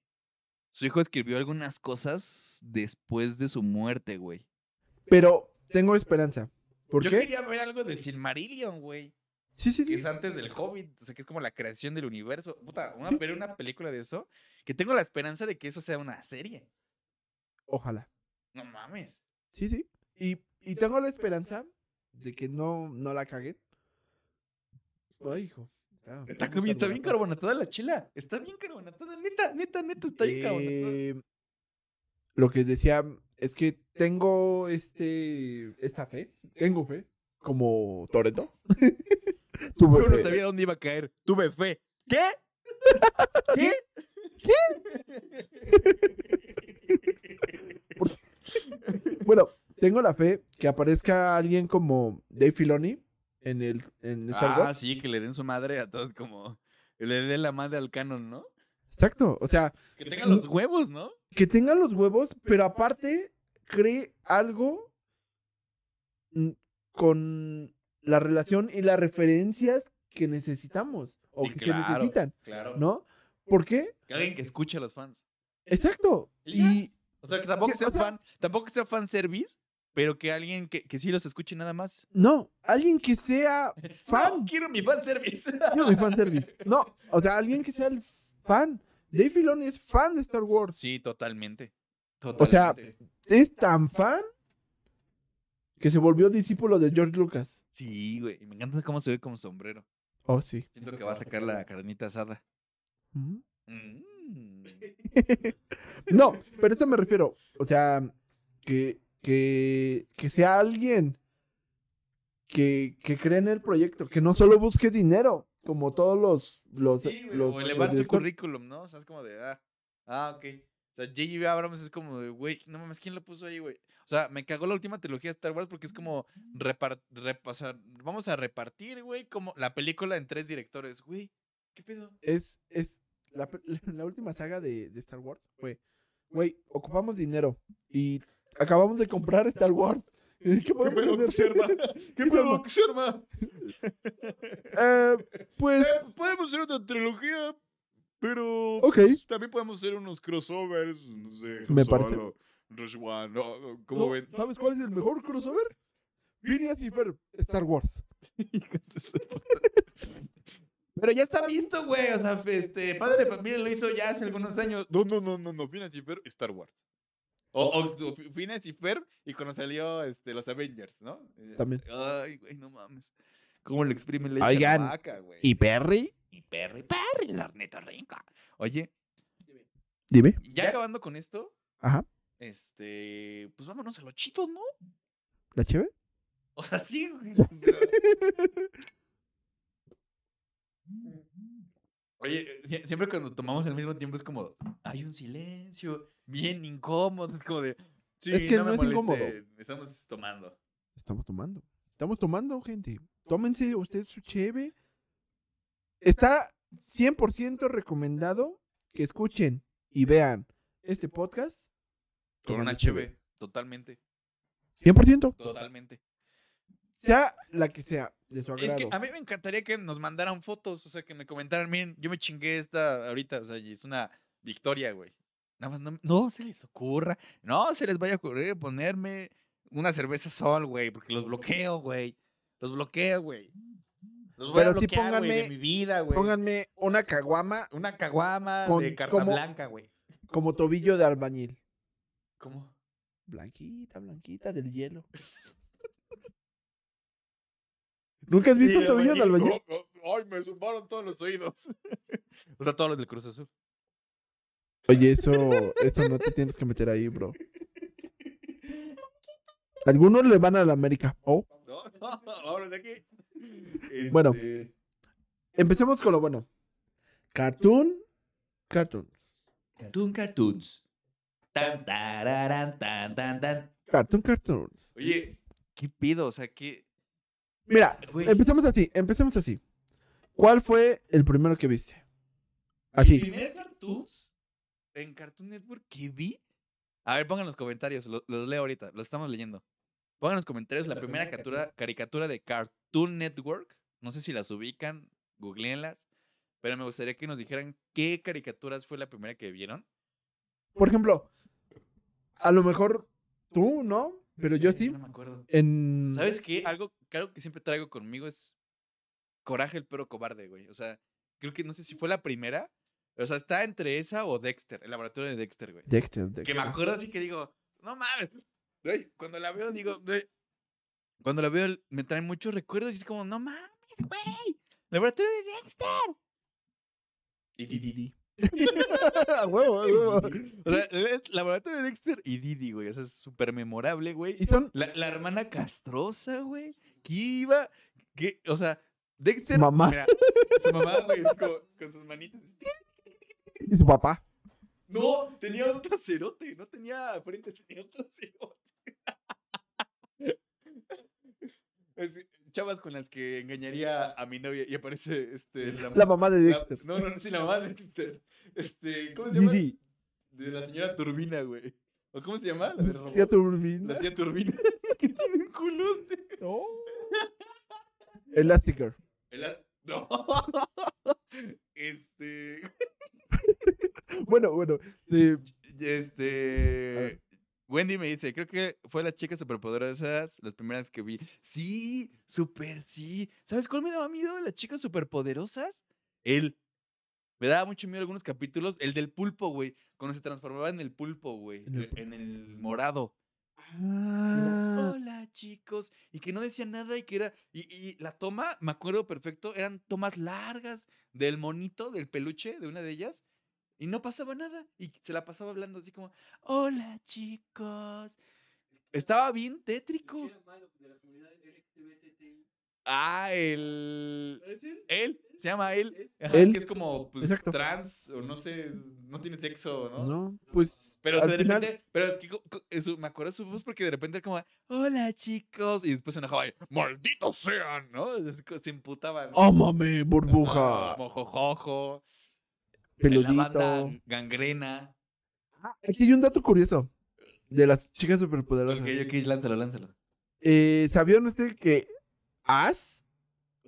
Speaker 2: Su hijo escribió algunas cosas después de su muerte, güey.
Speaker 1: Pero tengo esperanza. ¿Por
Speaker 2: Yo
Speaker 1: qué?
Speaker 2: quería ver algo de Silmarillion, güey.
Speaker 1: Sí, sí,
Speaker 2: Que
Speaker 1: sí.
Speaker 2: es antes del Hobbit. O sea, que es como la creación del universo. Puta, una, ver una película de eso. Que tengo la esperanza de que eso sea una serie.
Speaker 1: Ojalá.
Speaker 2: No mames.
Speaker 1: Sí, sí. Y, y tengo la esperanza de que no, no la caguen. Ay, hijo. Está,
Speaker 2: Está, bien- está bien
Speaker 1: carbonatada.
Speaker 2: carbonatada la chila. Está bien carbonatada. Neta, neta, neta, está bien carbonatada.
Speaker 1: Eh, Lo que decía mm, es que tengo este esta fe. Tengo fe. Como Toreto.
Speaker 2: Yo no
Speaker 1: Tuve fe.
Speaker 2: sabía dónde iba a caer. Tuve fe. ¿Qué? ¿Qué?
Speaker 1: Bueno, tengo la fe que aparezca alguien como Dave Filoni en el en Star
Speaker 2: Ah,
Speaker 1: Wars.
Speaker 2: sí, que le den su madre a todos como... Le den la madre al canon, ¿no?
Speaker 1: Exacto. O sea,
Speaker 2: Que tengan los huevos, ¿no?
Speaker 1: que tenga los huevos, pero aparte cree algo mm, con la relación y las referencias que necesitamos o
Speaker 2: Sí,
Speaker 1: que se
Speaker 2: claro.
Speaker 1: necesitan,
Speaker 2: Claro.
Speaker 1: ¿no? ¿Por qué?
Speaker 2: Que alguien que escuche a los fans.
Speaker 1: Exacto.
Speaker 2: Y ya.
Speaker 1: Y
Speaker 2: O sea, que tampoco
Speaker 1: Que,
Speaker 2: sea
Speaker 1: o sea-
Speaker 2: fan, tampoco sea fan service, pero que alguien que, que sí los escuche nada más.
Speaker 1: no, alguien que sea
Speaker 2: No,
Speaker 1: fan.
Speaker 2: quiero mi fan service.
Speaker 1: No, mi fan service. No, o sea, alguien que sea el fan. Dave Filoni es fan de Star Wars.
Speaker 2: sí, totalmente.
Speaker 1: O sea,
Speaker 2: Totalmente.
Speaker 1: Es tan fan que se volvió discípulo de George Lucas.
Speaker 2: sí, güey. y Me encanta cómo se ve como sombrero.
Speaker 1: Oh, sí.
Speaker 2: Siento que va a sacar la carnita asada.
Speaker 1: Ujú.
Speaker 2: Mm.
Speaker 1: No, pero esto me refiero. O sea, que, que, que sea alguien que, que cree en el proyecto, que no solo busque dinero, como todos los. los,
Speaker 2: Sí, güey,
Speaker 1: los-
Speaker 2: o
Speaker 1: los
Speaker 2: elevar su
Speaker 1: directores.
Speaker 2: currículum, ¿no? O sea, es como de, ah, ah, ok. O sea, J.J. Abrams es como de, güey, no mames, ¿quién lo puso ahí, güey? O sea, me cagó la última trilogía de Star Wars porque es como, repar- rep- o sea, vamos a repartir, güey, como la película en tres directores, güey. ¿Qué pedo?
Speaker 1: Es, es la, pe- la última saga de, de Star Wars fue, güey, ocupamos dinero y acabamos de comprar Star Wars. ¿Qué, podemos hacer?
Speaker 2: ¿Qué
Speaker 1: ¿Qué se arma?
Speaker 2: pedo, Xerma?
Speaker 1: Eh, pues,
Speaker 2: podemos hacer una trilogía, pero
Speaker 1: Ok.
Speaker 2: pues, también podemos hacer unos crossovers, no sé, Han
Speaker 1: Me parece.
Speaker 2: Solo, Rush One, no, ¿cómo
Speaker 1: no,
Speaker 2: ven?
Speaker 1: ¿sabes cuál es el mejor crossover? Phineas y Ferb, Star Wars.
Speaker 2: Pero ya está visto, güey. O sea, este, Padre de Familia lo hizo ya hace algunos años. Oh. No, no, no, no, no. Finance y Ferb, Star Wars. O, o, o Fi- Phineas y Ferb y cuando salió este, los Avengers, ¿no? Eh,
Speaker 1: También.
Speaker 2: Ay, güey, no mames. ¿Cómo lo exprimen leche
Speaker 4: Oigan,
Speaker 2: a la vaca, güey?
Speaker 4: ¿Y Perry?
Speaker 2: Y Perry, Perry, la neta rica. Oye,
Speaker 1: Dime.
Speaker 2: ya acabando con esto,
Speaker 1: Ajá.
Speaker 2: este, pues vámonos a los chitos, ¿no?
Speaker 1: ¿La chévere?
Speaker 2: O sea, sí, güey. pero- Oye, eh, sie- siempre cuando tomamos al mismo tiempo es como, hay un silencio, bien incómodo, es como de, sí,
Speaker 1: Es que
Speaker 2: no, me
Speaker 1: no es incómodo.
Speaker 2: moleste, estamos tomando.
Speaker 1: Estamos tomando. Estamos tomando, gente. Tómense usted su cheve. Está 100% recomendado que escuchen y vean este podcast.
Speaker 2: Con una
Speaker 1: Tomando
Speaker 2: cheve, totalmente,
Speaker 1: 100%.
Speaker 2: totalmente.
Speaker 1: Sea la que sea, de su
Speaker 2: Es
Speaker 1: agrado.
Speaker 2: que a mí me encantaría que nos mandaran fotos, o sea, que me comentaran, miren, yo me chingué esta ahorita, o sea, y es una victoria, güey. Nada más no, no se les ocurra, no se les vaya a ocurrir ponerme una cerveza sol, güey, porque los bloqueo, güey. Los bloqueo, güey. Los voy a
Speaker 1: Pero sí
Speaker 2: bloquear, güey, de
Speaker 1: pónganme-
Speaker 2: mi vida, güey.
Speaker 1: Pónganme una caguama
Speaker 2: Una caguama
Speaker 1: Con-
Speaker 2: de carta
Speaker 1: como-
Speaker 2: blanca, güey.
Speaker 1: como tobillo de albañil.
Speaker 2: ¿Cómo?
Speaker 1: Blanquita, blanquita del hielo. ¿Nunca has visto un tobillo de albañil?
Speaker 2: Oh, Ay, me zumbaron todos los oídos. o sea, todos los del Cruz Azul.
Speaker 1: Oye, eso, eso no te tienes que meter ahí, bro. Algunos le van a la América. Oh.
Speaker 2: No, no, vámonos de aquí.
Speaker 1: Bueno.
Speaker 2: Este,
Speaker 1: Empecemos con lo bueno. Cartoon. Cartoon.
Speaker 3: Cartoon Cartoons. Tan, tararán, tan, tan, tan.
Speaker 1: Cartoon Cartoons.
Speaker 2: Oye, ¿qué pido? O sea, ¿qué?
Speaker 1: Mira,
Speaker 2: Güey.
Speaker 1: empecemos así, empecemos así. ¿Cuál fue el primero que viste?
Speaker 2: ¿Mi
Speaker 1: Así.
Speaker 2: primer Cartoons en Cartoon Network que vi? A ver, pongan los comentarios, lo- los leo ahorita, los estamos leyendo. Pongan los comentarios la primera caricatura, caricatura de Cartoon Network. No sé si las ubican, googleenlas. Pero me gustaría que nos dijeran qué caricaturas fue la primera que vieron.
Speaker 1: Por ejemplo, a lo mejor tú, ¿no? Pero yo
Speaker 2: Eh,
Speaker 1: sí,
Speaker 2: No me acuerdo.
Speaker 1: en...
Speaker 2: ¿Sabes qué? Algo, claro, que siempre traigo conmigo es Coraje el perro cobarde, güey. O sea, creo que no sé si fue la primera. O sea, está entre esa o Dexter, el laboratorio de Dexter, güey.
Speaker 1: Dexter,
Speaker 2: Que
Speaker 1: Dexter.
Speaker 2: me acuerdo así que digo, no mames. güey, Cuando la veo, digo, güey, cuando la veo, me traen muchos recuerdos y es como, no mames, güey. Laboratorio de Dexter. Y Didi.
Speaker 1: A huevo, a huevo.
Speaker 2: O sea, es laboratorio de Dexter y Didi, güey. O sea, es súper memorable, güey.
Speaker 1: Y son
Speaker 2: La, la hermana castrosa, güey. Que iba. Que, o sea, Dexter.
Speaker 1: mamá.
Speaker 2: mira, su mamá, güey, así como con sus manitas. así,
Speaker 1: y su papá.
Speaker 2: No, tenía un traserote. No tenía frente, tenía un traserote. Así, Chavas con las que engañaría a mi novia. Y aparece este.
Speaker 1: La mamá de
Speaker 2: la-
Speaker 1: Dexter.
Speaker 2: no, no, no, sí, la mamá de Dexter. Este, ¿cómo se llama?
Speaker 1: Didi,
Speaker 2: De la señora Turbina, güey. ¿O cómo se llama? La, del robot.
Speaker 1: tía Turbina.
Speaker 2: la tía Turbina. que tiene un culote.
Speaker 1: Oh. Elastigirl.
Speaker 2: El a- No. este.
Speaker 1: Bueno, bueno. sí,
Speaker 2: Este. Wendy me dice, creo que fue las chicas superpoderosas las primeras que vi. Sí, super sí. ¿Sabes cuál me daba miedo de las chicas superpoderosas? Él. Me daba mucho miedo algunos capítulos. El del pulpo, güey. Cuando se transformaba en el pulpo, güey.
Speaker 1: En el
Speaker 2: eh, En el morado. Era,
Speaker 1: Ah,
Speaker 2: Hola chicos. Y que no decía nada y que era... Y, y la toma, me acuerdo perfecto, eran tomas largas del monito, del peluche, de una de ellas. Y no pasaba nada. Y se la pasaba hablando así como, hola chicos. Estaba bien tétrico. Ah, el... Él, se llama él. ajá,
Speaker 1: Él.
Speaker 2: Que es como, pues,
Speaker 1: Exacto.
Speaker 2: trans, o no sé, no tiene sexo, ¿no?
Speaker 1: no, pues.
Speaker 2: Pero
Speaker 1: al
Speaker 2: de
Speaker 1: final-
Speaker 2: repente, pero es que co- co- eh, su- me acuerdo de su voz porque de repente era como, hola chicos, y después se enojaba, y, malditos sean, ¿no? Es co- Se imputaban.
Speaker 1: Oh, ¡Ámame, burbuja!
Speaker 2: Mojojojo.
Speaker 1: Peludito.
Speaker 2: La banda gangrena.
Speaker 1: Ah, Aquí hay un dato curioso de las chicas
Speaker 2: Ok,
Speaker 1: superpoderosas.
Speaker 2: ok, lánzalo, lánzalo.
Speaker 1: Eh, ¿Sabían ustedes que As,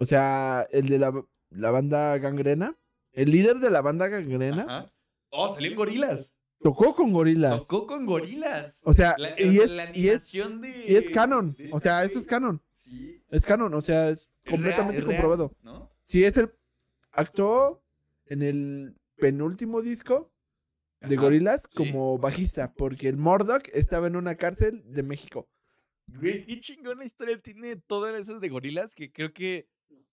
Speaker 1: o sea, el de la, la banda gangrena, el líder de la banda gangrena,
Speaker 2: Ajá. Oh, salió en gorilas.
Speaker 1: tocó con gorilas?
Speaker 2: Tocó con gorilas.
Speaker 1: O sea,
Speaker 2: La,
Speaker 1: Ah, y, es,
Speaker 2: la
Speaker 1: y, es,
Speaker 2: animación de.
Speaker 1: y es canon.
Speaker 2: de
Speaker 1: O
Speaker 2: esta
Speaker 1: sea,
Speaker 2: güey.
Speaker 1: eso es canon.
Speaker 2: Sí.
Speaker 1: Es canon, o sea, es
Speaker 2: Es
Speaker 1: completamente
Speaker 2: real, es real,
Speaker 1: comprobado.
Speaker 2: ¿No?
Speaker 1: Sí, es el. Actuó en el penúltimo disco de
Speaker 2: Ajá,
Speaker 1: Gorilas
Speaker 2: sí.
Speaker 1: como bajista, porque el Murdoch estaba en una cárcel de México.
Speaker 2: Güey, qué chingona historia tiene todas esas de gorilas que creo que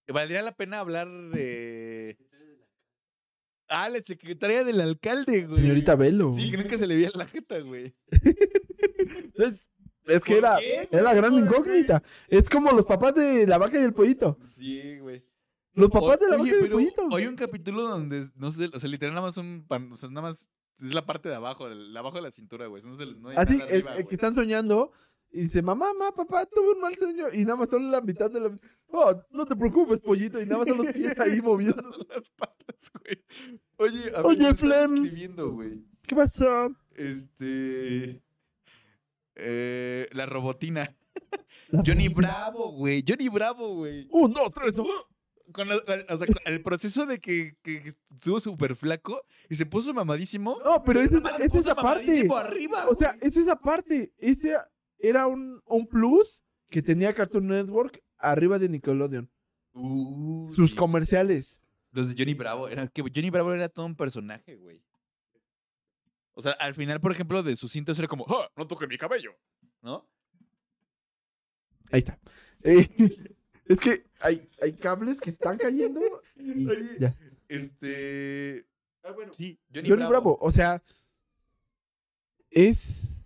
Speaker 2: valdría la pena hablar de. Ah, la secretaria del alcalde, güey.
Speaker 1: Señorita Velo.
Speaker 2: Sí, que nunca se le veía la jeta, güey.
Speaker 1: Es, es que
Speaker 2: ¿Por
Speaker 1: era,
Speaker 2: qué, güey?
Speaker 1: era gran
Speaker 2: Joder, güey.
Speaker 1: incógnita. Es como los papás de la vaca y el pollito.
Speaker 2: Sí, güey.
Speaker 1: Los papás
Speaker 2: O-
Speaker 1: de la
Speaker 2: oye,
Speaker 1: vaca y el
Speaker 2: pero
Speaker 1: pollito.
Speaker 2: Hay un capítulo donde, es- no sé, o sea, literal nada más un pan, o sea, nada más es la parte de abajo, el, abajo de la cintura, güey. No, es del- no hay
Speaker 1: Así,
Speaker 2: nada
Speaker 1: el,
Speaker 2: arriba,
Speaker 1: el que
Speaker 2: güey.
Speaker 1: están soñando y dice, mamá, mamá, papá, tuve un mal sueño. Y nada más solo la mitad de la... Oh, no te preocupes, pollito. Y nada más son los pies ahí moviendo.
Speaker 2: Son las patas, güey. Oye, a
Speaker 1: Oye,
Speaker 2: me están
Speaker 1: Flem.
Speaker 2: escribiendo, güey.
Speaker 1: ¿Qué pasó?
Speaker 2: Este. eh, la robotina.
Speaker 1: La
Speaker 2: Johnny
Speaker 1: robotina.
Speaker 2: Bravo, güey. Johnny Bravo, güey.
Speaker 1: Un, dos, tres. oh.
Speaker 2: Con la- con- o sea, con el proceso de que, que estuvo súper flaco y se puso mamadísimo.
Speaker 1: No, pero esa
Speaker 2: Además,
Speaker 1: es,
Speaker 2: se
Speaker 1: esa es la
Speaker 2: puso
Speaker 1: parte.
Speaker 2: mamadísimo arriba,
Speaker 1: O sea, esa es la parte. Este era un, un plus que tenía Cartoon Network arriba de Nickelodeon.
Speaker 2: güey. Uh,
Speaker 1: Sus
Speaker 2: sí.
Speaker 1: comerciales.
Speaker 2: Los de Johnny Bravo. Era que Johnny Bravo era todo un personaje, güey. O sea, al final, por ejemplo, de sus cintas era como, ¡Ah! No toque mi cabello. ¿No?
Speaker 1: Ahí está. Eh, es que hay, hay cables que están cayendo. y
Speaker 2: Oye,
Speaker 1: ya.
Speaker 2: Este. Ah, bueno. Sí, Johnny,
Speaker 1: Johnny
Speaker 2: Bravo.
Speaker 1: Bravo, o sea, es.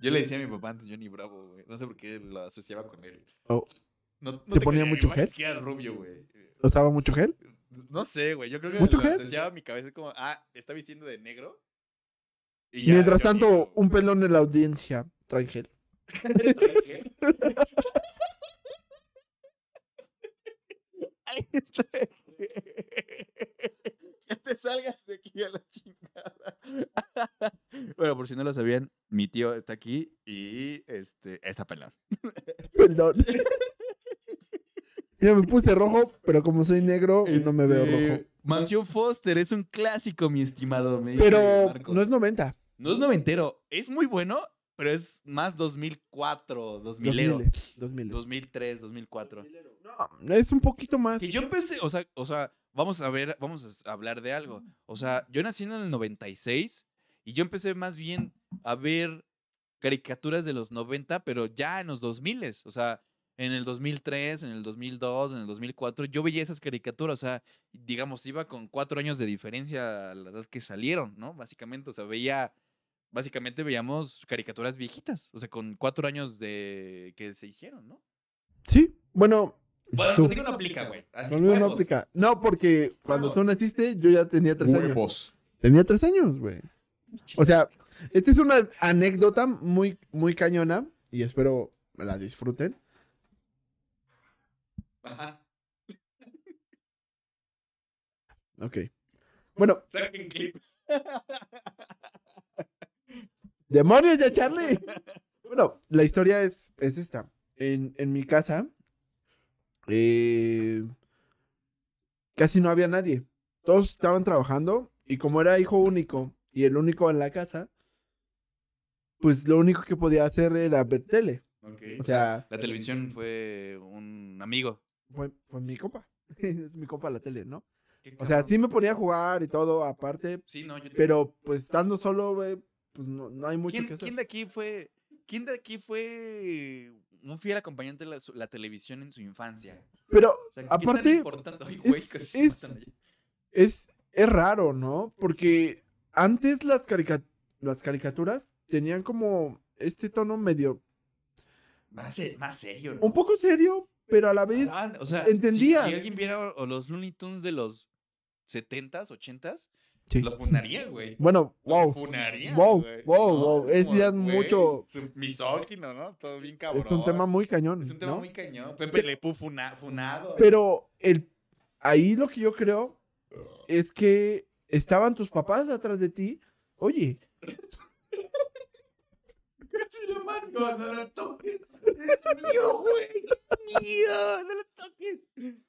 Speaker 2: Yo le decía a mi papá antes Johnny Bravo, güey. No sé por qué lo asociaba con él.
Speaker 1: Oh.
Speaker 2: No- no
Speaker 1: ¿Se
Speaker 2: te
Speaker 1: ponía
Speaker 2: creía,
Speaker 1: mucho
Speaker 2: igual es
Speaker 1: gel?
Speaker 2: que era rubio, güey.
Speaker 1: ¿Usaba mucho gel?
Speaker 2: No sé, güey. Yo creo que
Speaker 1: ¿Mucho
Speaker 2: lo
Speaker 1: gel?
Speaker 2: asociaba a mi cabeza como, ah, está vistiendo de negro. Y ya,
Speaker 1: Mientras
Speaker 2: Johnny
Speaker 1: tanto,
Speaker 2: Bravo.
Speaker 1: un pelón en la audiencia trae gel.
Speaker 2: ¿Trae gel? Ay, trae gel. Que te salgas de aquí a la chingada. bueno, por si no lo sabían, mi tío está aquí y este está pelado.
Speaker 1: Perdón. Mira, me puse rojo, pero como soy negro, no me veo
Speaker 2: Este,
Speaker 1: rojo.
Speaker 2: Mansión Foster es un clásico, mi estimado. me dice
Speaker 1: Pero
Speaker 2: Marco.
Speaker 1: no es 90.
Speaker 2: no es noventero. Es muy bueno pero es más 2004, 2000,
Speaker 1: 2000. 2000.
Speaker 2: 2003, 2004.
Speaker 1: No, es un poquito más.
Speaker 2: Que yo empecé, o sea, o sea, vamos a ver, vamos a s- hablar de algo. O sea, yo nací en el 96 y yo empecé más bien a ver caricaturas de los 90, pero ya en los 2000, o sea, en el 2003, en el 2002, en el 2004, yo veía esas caricaturas, o sea, digamos, iba con cuatro años de diferencia a la edad que salieron, ¿no? Básicamente, o sea, veía, básicamente veíamos caricaturas viejitas, o sea, con cuatro años de que se hicieron, ¿no?
Speaker 1: Sí, bueno,
Speaker 2: Bueno,
Speaker 1: Tú.
Speaker 2: conmigo no aplica, güey. Así,
Speaker 1: conmigo no
Speaker 2: huevos.
Speaker 1: aplica. No, porque cuando tú naciste, yo ya tenía tres años.
Speaker 4: Huevos.
Speaker 1: Tenía tres años, güey. O sea, esta es una anécdota muy, muy cañona y espero me la disfruten.
Speaker 2: Ajá.
Speaker 1: Ok. Bueno,
Speaker 2: Saquen clip.
Speaker 1: ¡Demonios ya, Charlie! Bueno, la historia es, es esta. En, en mi casa eh, casi no había nadie. Todos estaban trabajando y como era hijo único y el único en la casa, pues lo único que podía hacer era ver tele. O sea,
Speaker 2: la televisión fue un amigo.
Speaker 1: fue, fue mi compa. es mi compa la tele, ¿no? O sea, sí me ponía a jugar y todo aparte,
Speaker 2: Sí, no, yo
Speaker 1: pero pues estando solo, güey, pues no, no hay mucho
Speaker 2: ¿Quién,
Speaker 1: que hacer.
Speaker 2: quién de aquí fue quién de aquí fue un fiel acompañante de la, su- la televisión en su infancia?
Speaker 1: Pero
Speaker 2: O sea, ¿qué tan
Speaker 1: aparte...
Speaker 2: importante- Ay, güey,
Speaker 1: es-
Speaker 2: casi se
Speaker 1: es-
Speaker 2: matan allí.
Speaker 1: es, es raro, ¿no? Porque antes las, carica- las caricaturas tenían como este tono medio,
Speaker 2: más, se- más serio.
Speaker 1: un
Speaker 2: ¿no?
Speaker 1: poco serio, pero a la vez...
Speaker 2: Ah, o sea,
Speaker 1: entendías.
Speaker 2: Si, si alguien viera o- o los Looney Tunes de los 70s, 80s,
Speaker 1: Sí.
Speaker 2: lo funaría, güey.
Speaker 1: Bueno,
Speaker 2: Lo
Speaker 1: wow.
Speaker 2: funarían,
Speaker 1: Wow,
Speaker 2: güey,
Speaker 1: wow,
Speaker 2: ¿no?
Speaker 1: wow, es
Speaker 2: como,
Speaker 1: ya
Speaker 2: güey,
Speaker 1: mucho-
Speaker 2: su- Misógino, ¿no? Todo bien cabrón.
Speaker 1: Es un tema muy cañón.
Speaker 2: Es un tema
Speaker 1: ¿no?
Speaker 2: muy cañón. Pepe Le Pew funa- funado.
Speaker 1: Pero el, ahí lo que yo creo es que estaban tus papás atrás de ti. Oye,
Speaker 2: Casi lo mato. No, no lo toques. Es mío, güey. Es mío. No lo toques.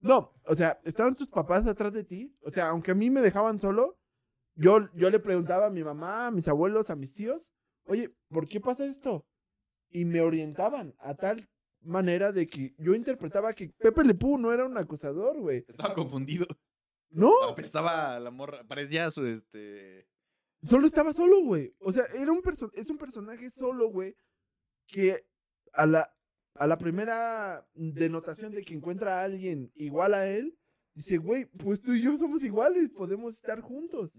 Speaker 1: no, o sea, estaban tus papás atrás de ti. O sea, aunque a mí me dejaban solo, yo, yo le preguntaba a mi mamá, a mis abuelos, a mis tíos, oye, ¿por qué pasa esto? Y me orientaban a tal manera de que yo interpretaba que Pepe Le Pew no era un acusador, güey.
Speaker 2: Estaba confundido.
Speaker 1: No,
Speaker 2: Apestaba la morra. Parecía su este.
Speaker 1: solo estaba solo, güey. O sea, era un perso- es un personaje solo, güey, que a la, a la primera denotación de que encuentra a alguien igual a él, dice, güey, pues tú y yo somos iguales, podemos estar juntos.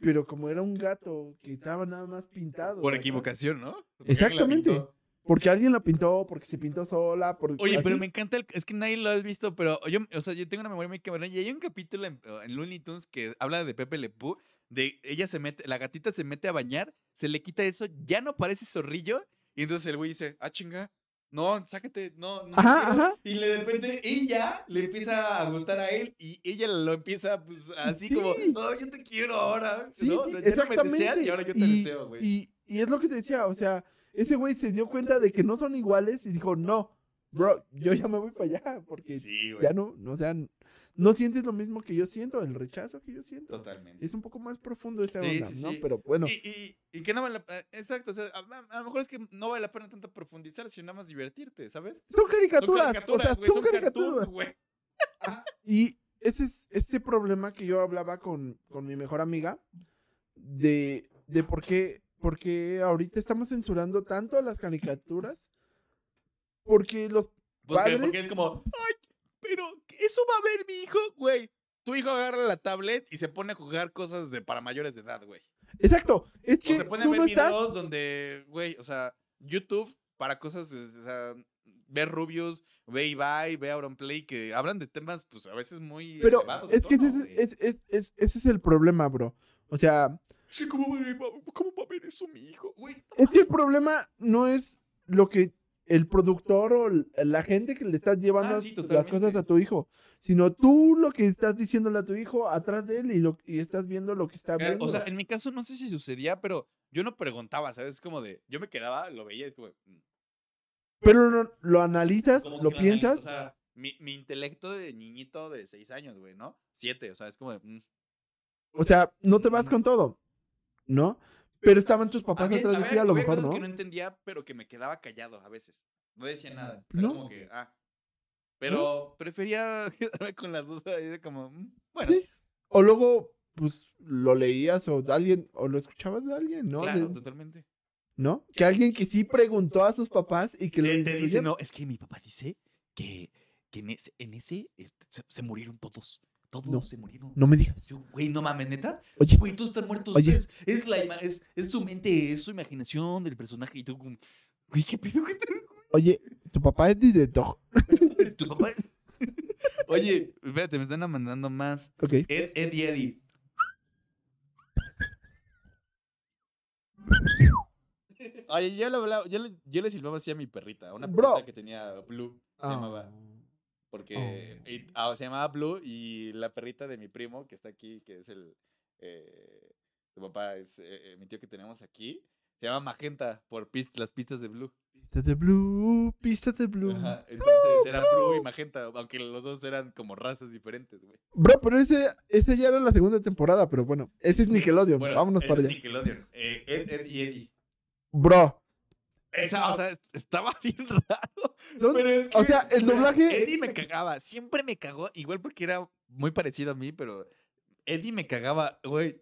Speaker 1: Pero como era un gato que estaba nada más pintado.
Speaker 2: Por
Speaker 1: acá,
Speaker 2: equivocación, ¿no?
Speaker 1: Exactamente.
Speaker 2: Porque alguien la pintó.
Speaker 1: Porque alguien la pintó, porque se pintó sola. Por,
Speaker 2: Oye, pero
Speaker 1: así.
Speaker 2: me encanta. el- Es que nadie lo has visto, pero yo, o sea, yo tengo una memoria muy cabrona. Y hay un capítulo en, en Looney Tunes que habla de Pepe Le Pew. De ella se mete, la gatita se mete a bañar, se le quita eso, ya no parece zorrillo. Y entonces el güey dice, ah, chinga, no, sácate, no, no.
Speaker 1: Ajá,
Speaker 2: quiero".
Speaker 1: ajá.
Speaker 2: Y le- de repente ella le empieza a gustar a él y ella lo empieza, pues, así como,
Speaker 1: Sí.
Speaker 2: no, yo te quiero ahora.
Speaker 1: Sí,
Speaker 2: ¿no? O sea, ya no me deseas y ahora yo te
Speaker 1: Y-
Speaker 2: deseo, güey.
Speaker 1: Y, y es lo que te decía, o sea, ese güey se dio cuenta de que no son iguales y dijo, no, bro, yo ya me voy para allá, porque
Speaker 2: Sí, güey.
Speaker 1: ya no, no, o sea, no sientes lo mismo que yo siento, el rechazo que yo siento.
Speaker 2: Totalmente.
Speaker 1: Es un poco más profundo ese
Speaker 2: Sí,
Speaker 1: onda,
Speaker 2: sí,
Speaker 1: ¿no?
Speaker 2: sí.
Speaker 1: Pero bueno,
Speaker 2: Y, y- y que no vale la pena. Exacto. o sea, a, a- a lo mejor es que no vale la pena tanto profundizar, sino nada más divertirte, ¿sabes?
Speaker 1: son caricaturas, o sea,
Speaker 2: güey,
Speaker 1: son
Speaker 2: cartoons,
Speaker 1: caricaturas.
Speaker 2: güey.
Speaker 1: Y ese es este problema que yo hablaba con, con mi mejor amiga de, de por, qué, por qué ahorita estamos censurando tanto a las caricaturas. Porque los...
Speaker 2: Porque,
Speaker 1: Padres.
Speaker 2: porque es como, ay, pero eso va a ver mi hijo, güey. Tu hijo agarra la tablet y se pone a jugar cosas de, para mayores de edad, güey.
Speaker 1: Exacto, es
Speaker 2: O
Speaker 1: que
Speaker 2: se pone a
Speaker 1: tú
Speaker 2: ver
Speaker 1: no estás...
Speaker 2: videos donde, güey, o sea, YouTube para cosas, es- o sea, ve Rubius, ve Ibai, ve Auronplay, que hablan de temas, pues, a veces muy
Speaker 1: Pero
Speaker 2: elevados de
Speaker 1: es que ese
Speaker 2: tono, güey.
Speaker 1: es, es- es- es- ese es el problema, bro. O sea,
Speaker 2: Es que ¿Cómo, va- ¿Cómo va a ver eso mi hijo, güey? No
Speaker 1: es que el
Speaker 2: mames.
Speaker 1: problema no es lo que el productor o l- la gente que le estás llevando
Speaker 2: Ah, sí,
Speaker 1: las cosas
Speaker 2: totalmente.
Speaker 1: a tu hijo, sino tú lo que estás diciéndole a tu hijo atrás de él y, lo, y estás viendo lo que está
Speaker 2: Claro,
Speaker 1: viendo.
Speaker 2: O sea, en mi caso no sé si sucedía, pero yo no preguntaba, ¿sabes? Como de, yo me quedaba, lo veía, es como, mm,
Speaker 1: Pero lo, lo analizas,
Speaker 2: como
Speaker 1: lo
Speaker 2: que analizo,
Speaker 1: piensas.
Speaker 2: O sea, mi, mi intelecto de niñito de seis años, güey, ¿no? Siete, o sea, es como de, mm,
Speaker 1: O sea, no te vas con todo, ¿no? Pero estaban tus papás
Speaker 2: Había-
Speaker 1: atrás de ti,
Speaker 2: había-
Speaker 1: a lo
Speaker 2: había
Speaker 1: mejor,
Speaker 2: cosas
Speaker 1: ¿no?
Speaker 2: que no entendía, pero que me quedaba callado a veces. No decía nada.
Speaker 1: No.
Speaker 2: Era como que, ah. Pero prefería quedarme con la duda y de como, mm, bueno,
Speaker 1: Sí, O luego, pues, lo leías o de alguien, o lo escuchabas de alguien, ¿no?
Speaker 2: claro,
Speaker 1: De-
Speaker 2: totalmente.
Speaker 1: ¿No? Que alguien que sí preguntó a sus papás y que lo
Speaker 2: Te, te dice,
Speaker 1: instruyeron.
Speaker 2: no, es que mi papá dice que, que en ese, en ese, este, se, se murieron todos. Todos
Speaker 1: No.
Speaker 2: se murieron.
Speaker 1: No me digas.
Speaker 2: Yo, güey, no mames, neta.
Speaker 1: Oye,
Speaker 2: Güey, todos están muertos.
Speaker 1: Oye.
Speaker 2: Es, es la ima- es, es su mente, es su imaginación del personaje. Y tú, como, güey, ¿qué pedo que
Speaker 1: oye, tu papá es director.
Speaker 2: Tu papá. Oye, espérate, me están mandando más.
Speaker 1: Ok.
Speaker 2: Ed, Ed y Eddie. Oye, yo, le hablaba- yo, le, yo le silbaba así a mi perrita, a una
Speaker 1: Bro. Ah.
Speaker 2: perrita que tenía Blue. Se llamaba. Porque
Speaker 1: Oh.
Speaker 2: y- ah, se llamaba Blue y la perrita de mi primo, que está aquí, que es el. eh, su papá es eh, eh, mi tío que tenemos aquí. Se llama Magenta por pis- las pistas de Blue.
Speaker 1: Pista de blue, pista de blue.
Speaker 2: Ajá, entonces era Blue y Magenta, aunque los dos eran como razas diferentes, güey.
Speaker 1: Bro, pero ese, ese ya era la segunda temporada, pero bueno. Ese es Nickelodeon.
Speaker 2: Bueno,
Speaker 1: Vámonos
Speaker 2: ese
Speaker 1: para
Speaker 2: es
Speaker 1: allá.
Speaker 2: Nickelodeon. Eh, Ed, Ed y Eddie.
Speaker 1: Bro.
Speaker 2: Esa, o sea, es- estaba bien raro.
Speaker 1: son-
Speaker 2: Pero es que.
Speaker 1: o sea, el
Speaker 2: pero
Speaker 1: doblaje-
Speaker 2: Eddie me cagaba. Siempre me cagó. Igual porque era muy parecido a mí, pero. Eddie me cagaba, güey.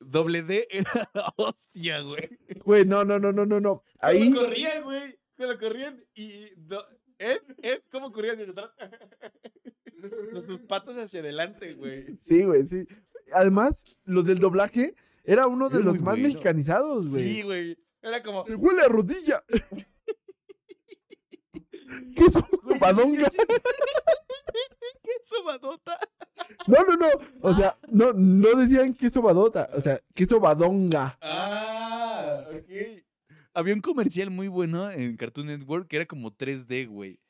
Speaker 2: Doble D era la hostia, güey.
Speaker 1: Güey, no, no, no, no, no, no. Ahí.
Speaker 2: ¿Cómo corrían, güey? ¿Cómo corrían? Y. do- Ed, Ed, ¿cómo corrían hacia atrás? Con Sus patas hacia adelante, güey.
Speaker 1: Sí, güey, sí. Además, lo del doblaje era uno de
Speaker 2: Era
Speaker 1: los
Speaker 2: muy
Speaker 1: más
Speaker 2: bueno.
Speaker 1: mexicanizados, güey.
Speaker 2: Sí, güey. Era como.
Speaker 1: Me huele a rodilla. ¿Qué es
Speaker 2: güey,
Speaker 1: un badonga?
Speaker 2: ¡Qué sobadota!
Speaker 1: No, no, no. O sea, no, no decían queso badota. O sea, queso badonga.
Speaker 2: Ah, ok. Había un comercial muy bueno en Cartoon Network que era como 3D, güey.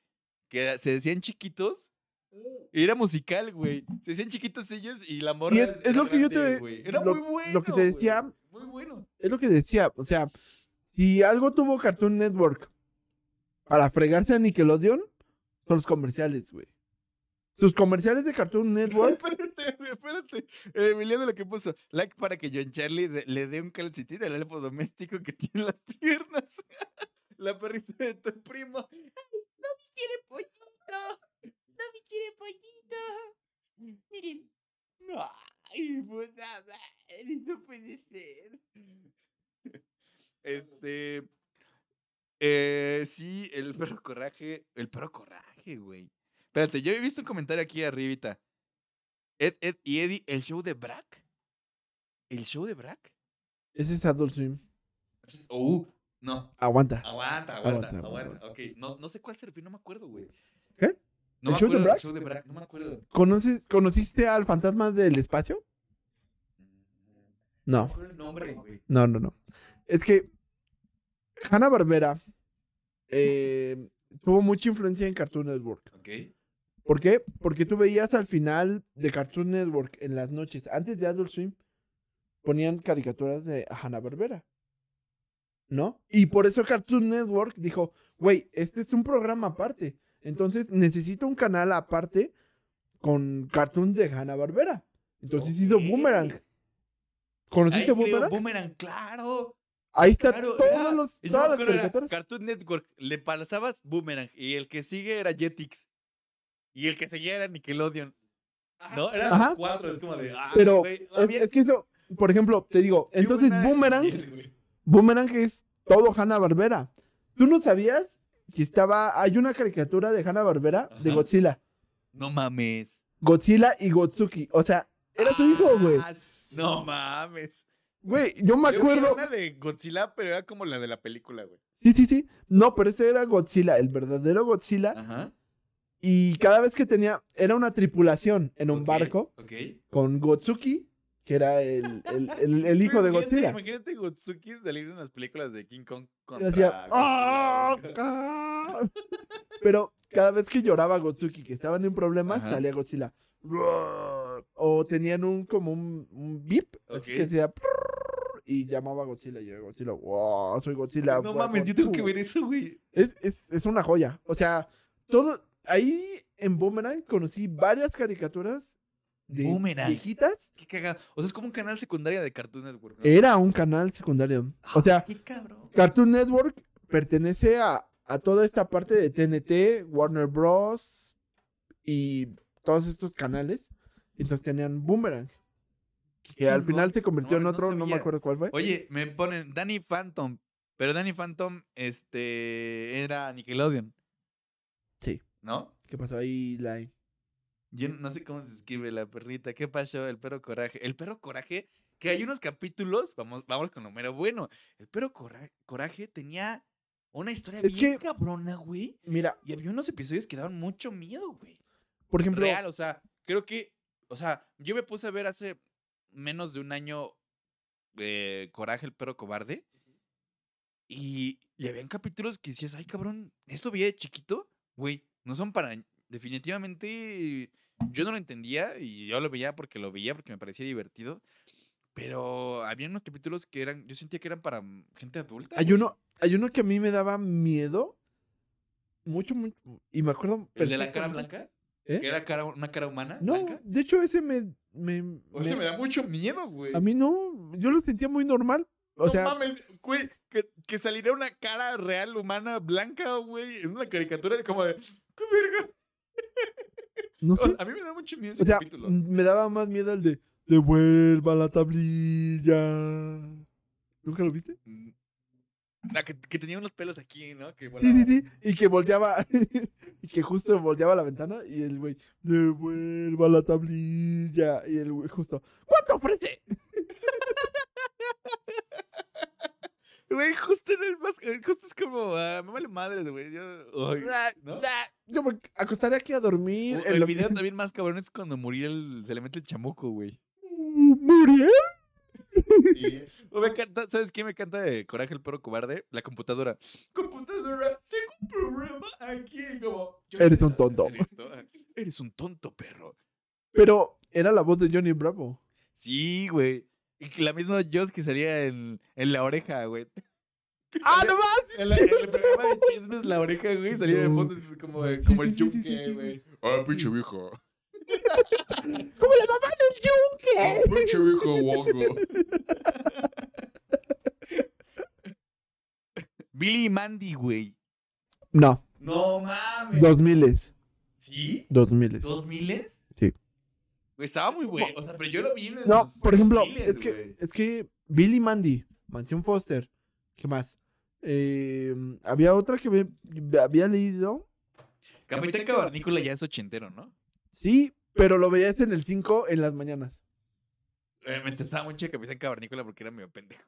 Speaker 2: Que era- se decían chiquitos.
Speaker 1: Mm.
Speaker 2: y Era musical, güey. Se decían chiquitos ellos y la morra.
Speaker 1: es- es
Speaker 2: era
Speaker 1: lo que yo te-
Speaker 2: grande, güey. Era
Speaker 1: lo-
Speaker 2: muy bueno.
Speaker 1: lo que te
Speaker 2: güey,
Speaker 1: decía-
Speaker 2: Muy bueno.
Speaker 1: Es lo que decía. O sea, si algo tuvo Cartoon Network para fregarse a Nickelodeon, son los comerciales, güey. Sus comerciales de Cartoon Network.
Speaker 2: Espérate, güey, espérate. Eh, Emiliano lo que puso. Like para que John Charlie de- le dé un calcetín al elfo doméstico que tiene en las piernas. la perrita de tu primo.
Speaker 5: quiere pollito. No me quiere pollito. Miren.
Speaker 2: No, ay, puta madre, no puede ser. Este. eh, sí, el perro coraje. El perro coraje, güey. Espérate, yo he visto un comentario aquí arribita. Ed, Ed y Eddie, el show de Brack. ¿El show de Brack?
Speaker 1: Ese es Adult Swim.
Speaker 2: Oh, no.
Speaker 1: Aguanta.
Speaker 2: Aguanta,
Speaker 1: Aguanta,
Speaker 2: aguanta,
Speaker 1: aguanta,
Speaker 2: aguanta.
Speaker 1: aguanta.
Speaker 2: Ok, no, no sé cuál se refiere, no me acuerdo, güey.
Speaker 1: ¿Qué?
Speaker 2: No
Speaker 1: ¿El
Speaker 2: me
Speaker 1: show de
Speaker 2: acuerdo del
Speaker 1: Brack?
Speaker 2: show de Brack, no me acuerdo.
Speaker 1: ¿Conoces, ¿Conociste al fantasma del espacio?
Speaker 2: No me
Speaker 1: No,
Speaker 2: acuerdo el nombre, güey.
Speaker 1: no, no, no. Es que Hanna Barbera eh, tuvo mucha influencia en Cartoon Network.
Speaker 2: Ok.
Speaker 1: ¿Por qué? Porque tú veías al final de Cartoon Network en las noches, antes de Adult Swim, ponían caricaturas de Hanna Barbera. ¿No? Y por eso Cartoon Network dijo, güey, este es un programa aparte. Entonces necesito un canal aparte con cartoons de Hanna Barbera. Entonces hizo Boomerang.
Speaker 2: Ahí
Speaker 1: ¿Conociste
Speaker 2: creo,
Speaker 1: Boomerang?
Speaker 2: Boomerang, claro.
Speaker 1: Ahí está
Speaker 2: claro
Speaker 1: todos
Speaker 2: era-
Speaker 1: los,
Speaker 2: yo me
Speaker 1: todas las
Speaker 2: acuerdo, era
Speaker 1: caricaturas.
Speaker 2: Cartoon Network, le pasabas Boomerang y el que sigue era Jetix. Y el que seguía era Nickelodeon. No, eran los
Speaker 1: Ajá.
Speaker 2: cuatro, es como de. ah,
Speaker 1: Pero
Speaker 2: güey,
Speaker 1: es,
Speaker 2: había
Speaker 1: es que eso, por ejemplo, te digo, entonces
Speaker 2: y
Speaker 1: Boomerang,
Speaker 2: Jets, güey.
Speaker 1: Boomerang es todo Hanna Barbera. ¿Tú no sabías que estaba, hay una caricatura de Hanna Barbera de
Speaker 2: Ajá.
Speaker 1: Godzilla?
Speaker 2: No mames.
Speaker 1: Godzilla y Gotsuki. O sea, era tu hijo, güey.
Speaker 2: Ah, s- No mames.
Speaker 1: Güey, yo me
Speaker 2: Yo vi
Speaker 1: acuerdo.
Speaker 2: Una de Godzilla, pero era como la de la película, güey.
Speaker 1: Sí, sí, sí. No, pero ese era Godzilla, el verdadero Godzilla.
Speaker 2: Ajá.
Speaker 1: Y cada vez que tenía, era una tripulación en un
Speaker 2: ok,
Speaker 1: barco
Speaker 2: Ok.
Speaker 1: con Gotsuki, que era el, el- el- el hijo de
Speaker 2: Imagínate-
Speaker 1: Godzilla.
Speaker 2: Imagínate Gotsuki salir en las películas de King Kong
Speaker 1: Y
Speaker 2: contra
Speaker 1: hacía,
Speaker 2: Godzilla, güey.
Speaker 1: "Ah, ah". Pero cada vez que lloraba Gotsuki, que estaban en problemas,
Speaker 2: Ajá.
Speaker 1: salía Godzilla. "Roar". O tenían un como un, un beep, así que
Speaker 2: Ok.
Speaker 1: hacía "Prrr", y llamaba a Godzilla. Y yo, Godzilla, wow, soy Godzilla.
Speaker 2: No
Speaker 1: wow,
Speaker 2: mames, yo tengo que
Speaker 1: Goku".
Speaker 2: ver eso, güey.
Speaker 1: Es, es, es una joya. O sea, todo. Ahí en Boomerang conocí varias caricaturas de
Speaker 2: Boomerang.
Speaker 1: viejitas,
Speaker 2: Qué cagado. O sea, es como un canal secundario de Cartoon Network. ¿no?
Speaker 1: era un canal secundario. Eh, O sea,
Speaker 3: Qué cabrón.
Speaker 1: Cartoon Network pertenece a, a toda esta parte de TNT, Warner Bros. y todos estos canales. Entonces tenían Boomerang,
Speaker 2: Qué
Speaker 1: que al
Speaker 2: chingón.
Speaker 1: final se convirtió en
Speaker 2: No, no
Speaker 1: otro, no, me
Speaker 2: sabía.
Speaker 1: acuerdo cuál fue.
Speaker 2: Oye, me ponen Danny Phantom. Pero Danny Phantom, este, era Nickelodeon.
Speaker 1: Sí.
Speaker 2: ¿No?
Speaker 1: ¿Qué pasó ahí, Lai?
Speaker 2: Yo no sé cómo se escribe la perrita. ¿Qué pasó? El perro coraje. El perro coraje, que hay unos capítulos, vamos, vamos con número bueno. El perro corra- coraje tenía una historia
Speaker 1: Es
Speaker 2: bien
Speaker 1: que-
Speaker 2: cabrona, güey.
Speaker 1: Mira,
Speaker 2: Y había unos episodios que daban mucho miedo, güey.
Speaker 1: por ejemplo,
Speaker 2: Real, o sea, creo que, o sea, yo me puse a ver hace menos de un año eh, Coraje el perro cobarde. Y, y habían capítulos que decías, ay cabrón, esto vi de chiquito, güey, no son para... ni-". Definitivamente yo no lo entendía y yo lo veía porque lo veía, porque me parecía divertido. Pero había unos capítulos que eran, yo sentía que eran para mm, gente adulta.
Speaker 1: hay
Speaker 2: güey.
Speaker 1: uno, hay uno que a mí me daba miedo. Mucho, mucho. Y me acuerdo.
Speaker 2: ¿El de la cara
Speaker 1: perfectamente-
Speaker 2: blanca?
Speaker 1: ¿Eh?
Speaker 2: ¿Que era cara- una cara humana?
Speaker 1: No,
Speaker 2: blanca?
Speaker 1: de hecho, ese me. me-
Speaker 2: O sea,
Speaker 1: me-
Speaker 2: me da mucho miedo, güey.
Speaker 1: a mí no. Yo lo sentía muy normal. O sea,
Speaker 2: no mames, güey, que, que saliera una cara real humana blanca, güey, en una caricatura de como de, "¿Qué verga?".
Speaker 1: no sé.
Speaker 2: O- A mí me da mucho miedo ese
Speaker 1: O sea, mm.
Speaker 2: capítulo.
Speaker 1: m- me daba más miedo el de devuelva la tablilla. ¿Nunca lo viste?
Speaker 2: Mm. Ah, que, que tenía unos pelos aquí, ¿no? Que
Speaker 1: Sí, sí,
Speaker 2: volaban.
Speaker 1: sí. Y que volteaba, y que justo volteaba la ventana y el güey, devuelva la tablilla. Y el güey justo, ¿cuánto ofrece?
Speaker 2: Güey, justo en el más, eh, justo es como, ah, me vale madre, güey. Yo, ay, ¿no?
Speaker 1: Ah, Yo me acostaré aquí a dormir.
Speaker 2: O-
Speaker 1: en
Speaker 2: el
Speaker 1: lo
Speaker 2: video
Speaker 1: que-
Speaker 2: también más cabrón es cuando Muriel se le mete el chamuco, güey.
Speaker 1: ¿Muriel?
Speaker 2: O me encanta, ¿sabes qué me encanta de Coraje el perro cobarde? La computadora. Computadora, tengo un problema aquí. Como, yo no
Speaker 1: Eres
Speaker 2: sé
Speaker 1: un
Speaker 2: hacer
Speaker 1: tonto.
Speaker 2: esto. Eres un tonto, perro.
Speaker 1: Pero era la voz de Johnny Bravo.
Speaker 2: Sí, güey. Y que la misma Joss que salía en, en la oreja, güey.
Speaker 1: ¡Ah,
Speaker 2: Salía
Speaker 1: no más!
Speaker 2: En, la- en el programa de chismes, la oreja, güey, salía de
Speaker 1: No.
Speaker 2: fondo es como,
Speaker 1: Sí,
Speaker 2: como
Speaker 1: sí,
Speaker 2: el
Speaker 1: sí, sí, sí,
Speaker 2: yunque,
Speaker 1: sí.
Speaker 2: güey.
Speaker 4: Ah, pinche viejo.
Speaker 1: ¡Como la mamá
Speaker 4: Ah,
Speaker 1: del yunque!
Speaker 4: pinche viejo guango.
Speaker 2: Billy y Mandy, güey.
Speaker 1: No,
Speaker 2: No mames.
Speaker 1: dos miles,
Speaker 2: ¿Sí?
Speaker 1: dos miles.
Speaker 2: ¿Dos miles?
Speaker 1: Sí.
Speaker 2: Güey, estaba muy bueno. O sea, pero yo lo vi en
Speaker 1: No,
Speaker 2: los
Speaker 1: por ejemplo,
Speaker 2: 2000s,
Speaker 1: es que,
Speaker 2: güey.
Speaker 1: es que Billy Mandy, Mansión Foster, ¿qué más? Eh, había otra que me- me había leído,
Speaker 2: Capitán Cavernícola ya es ochentero, ¿no?
Speaker 1: sí, pero lo veías en el 5 en las mañanas.
Speaker 2: Eh, me estresaba mucho Capitán Cavernícola porque era medio pendejo.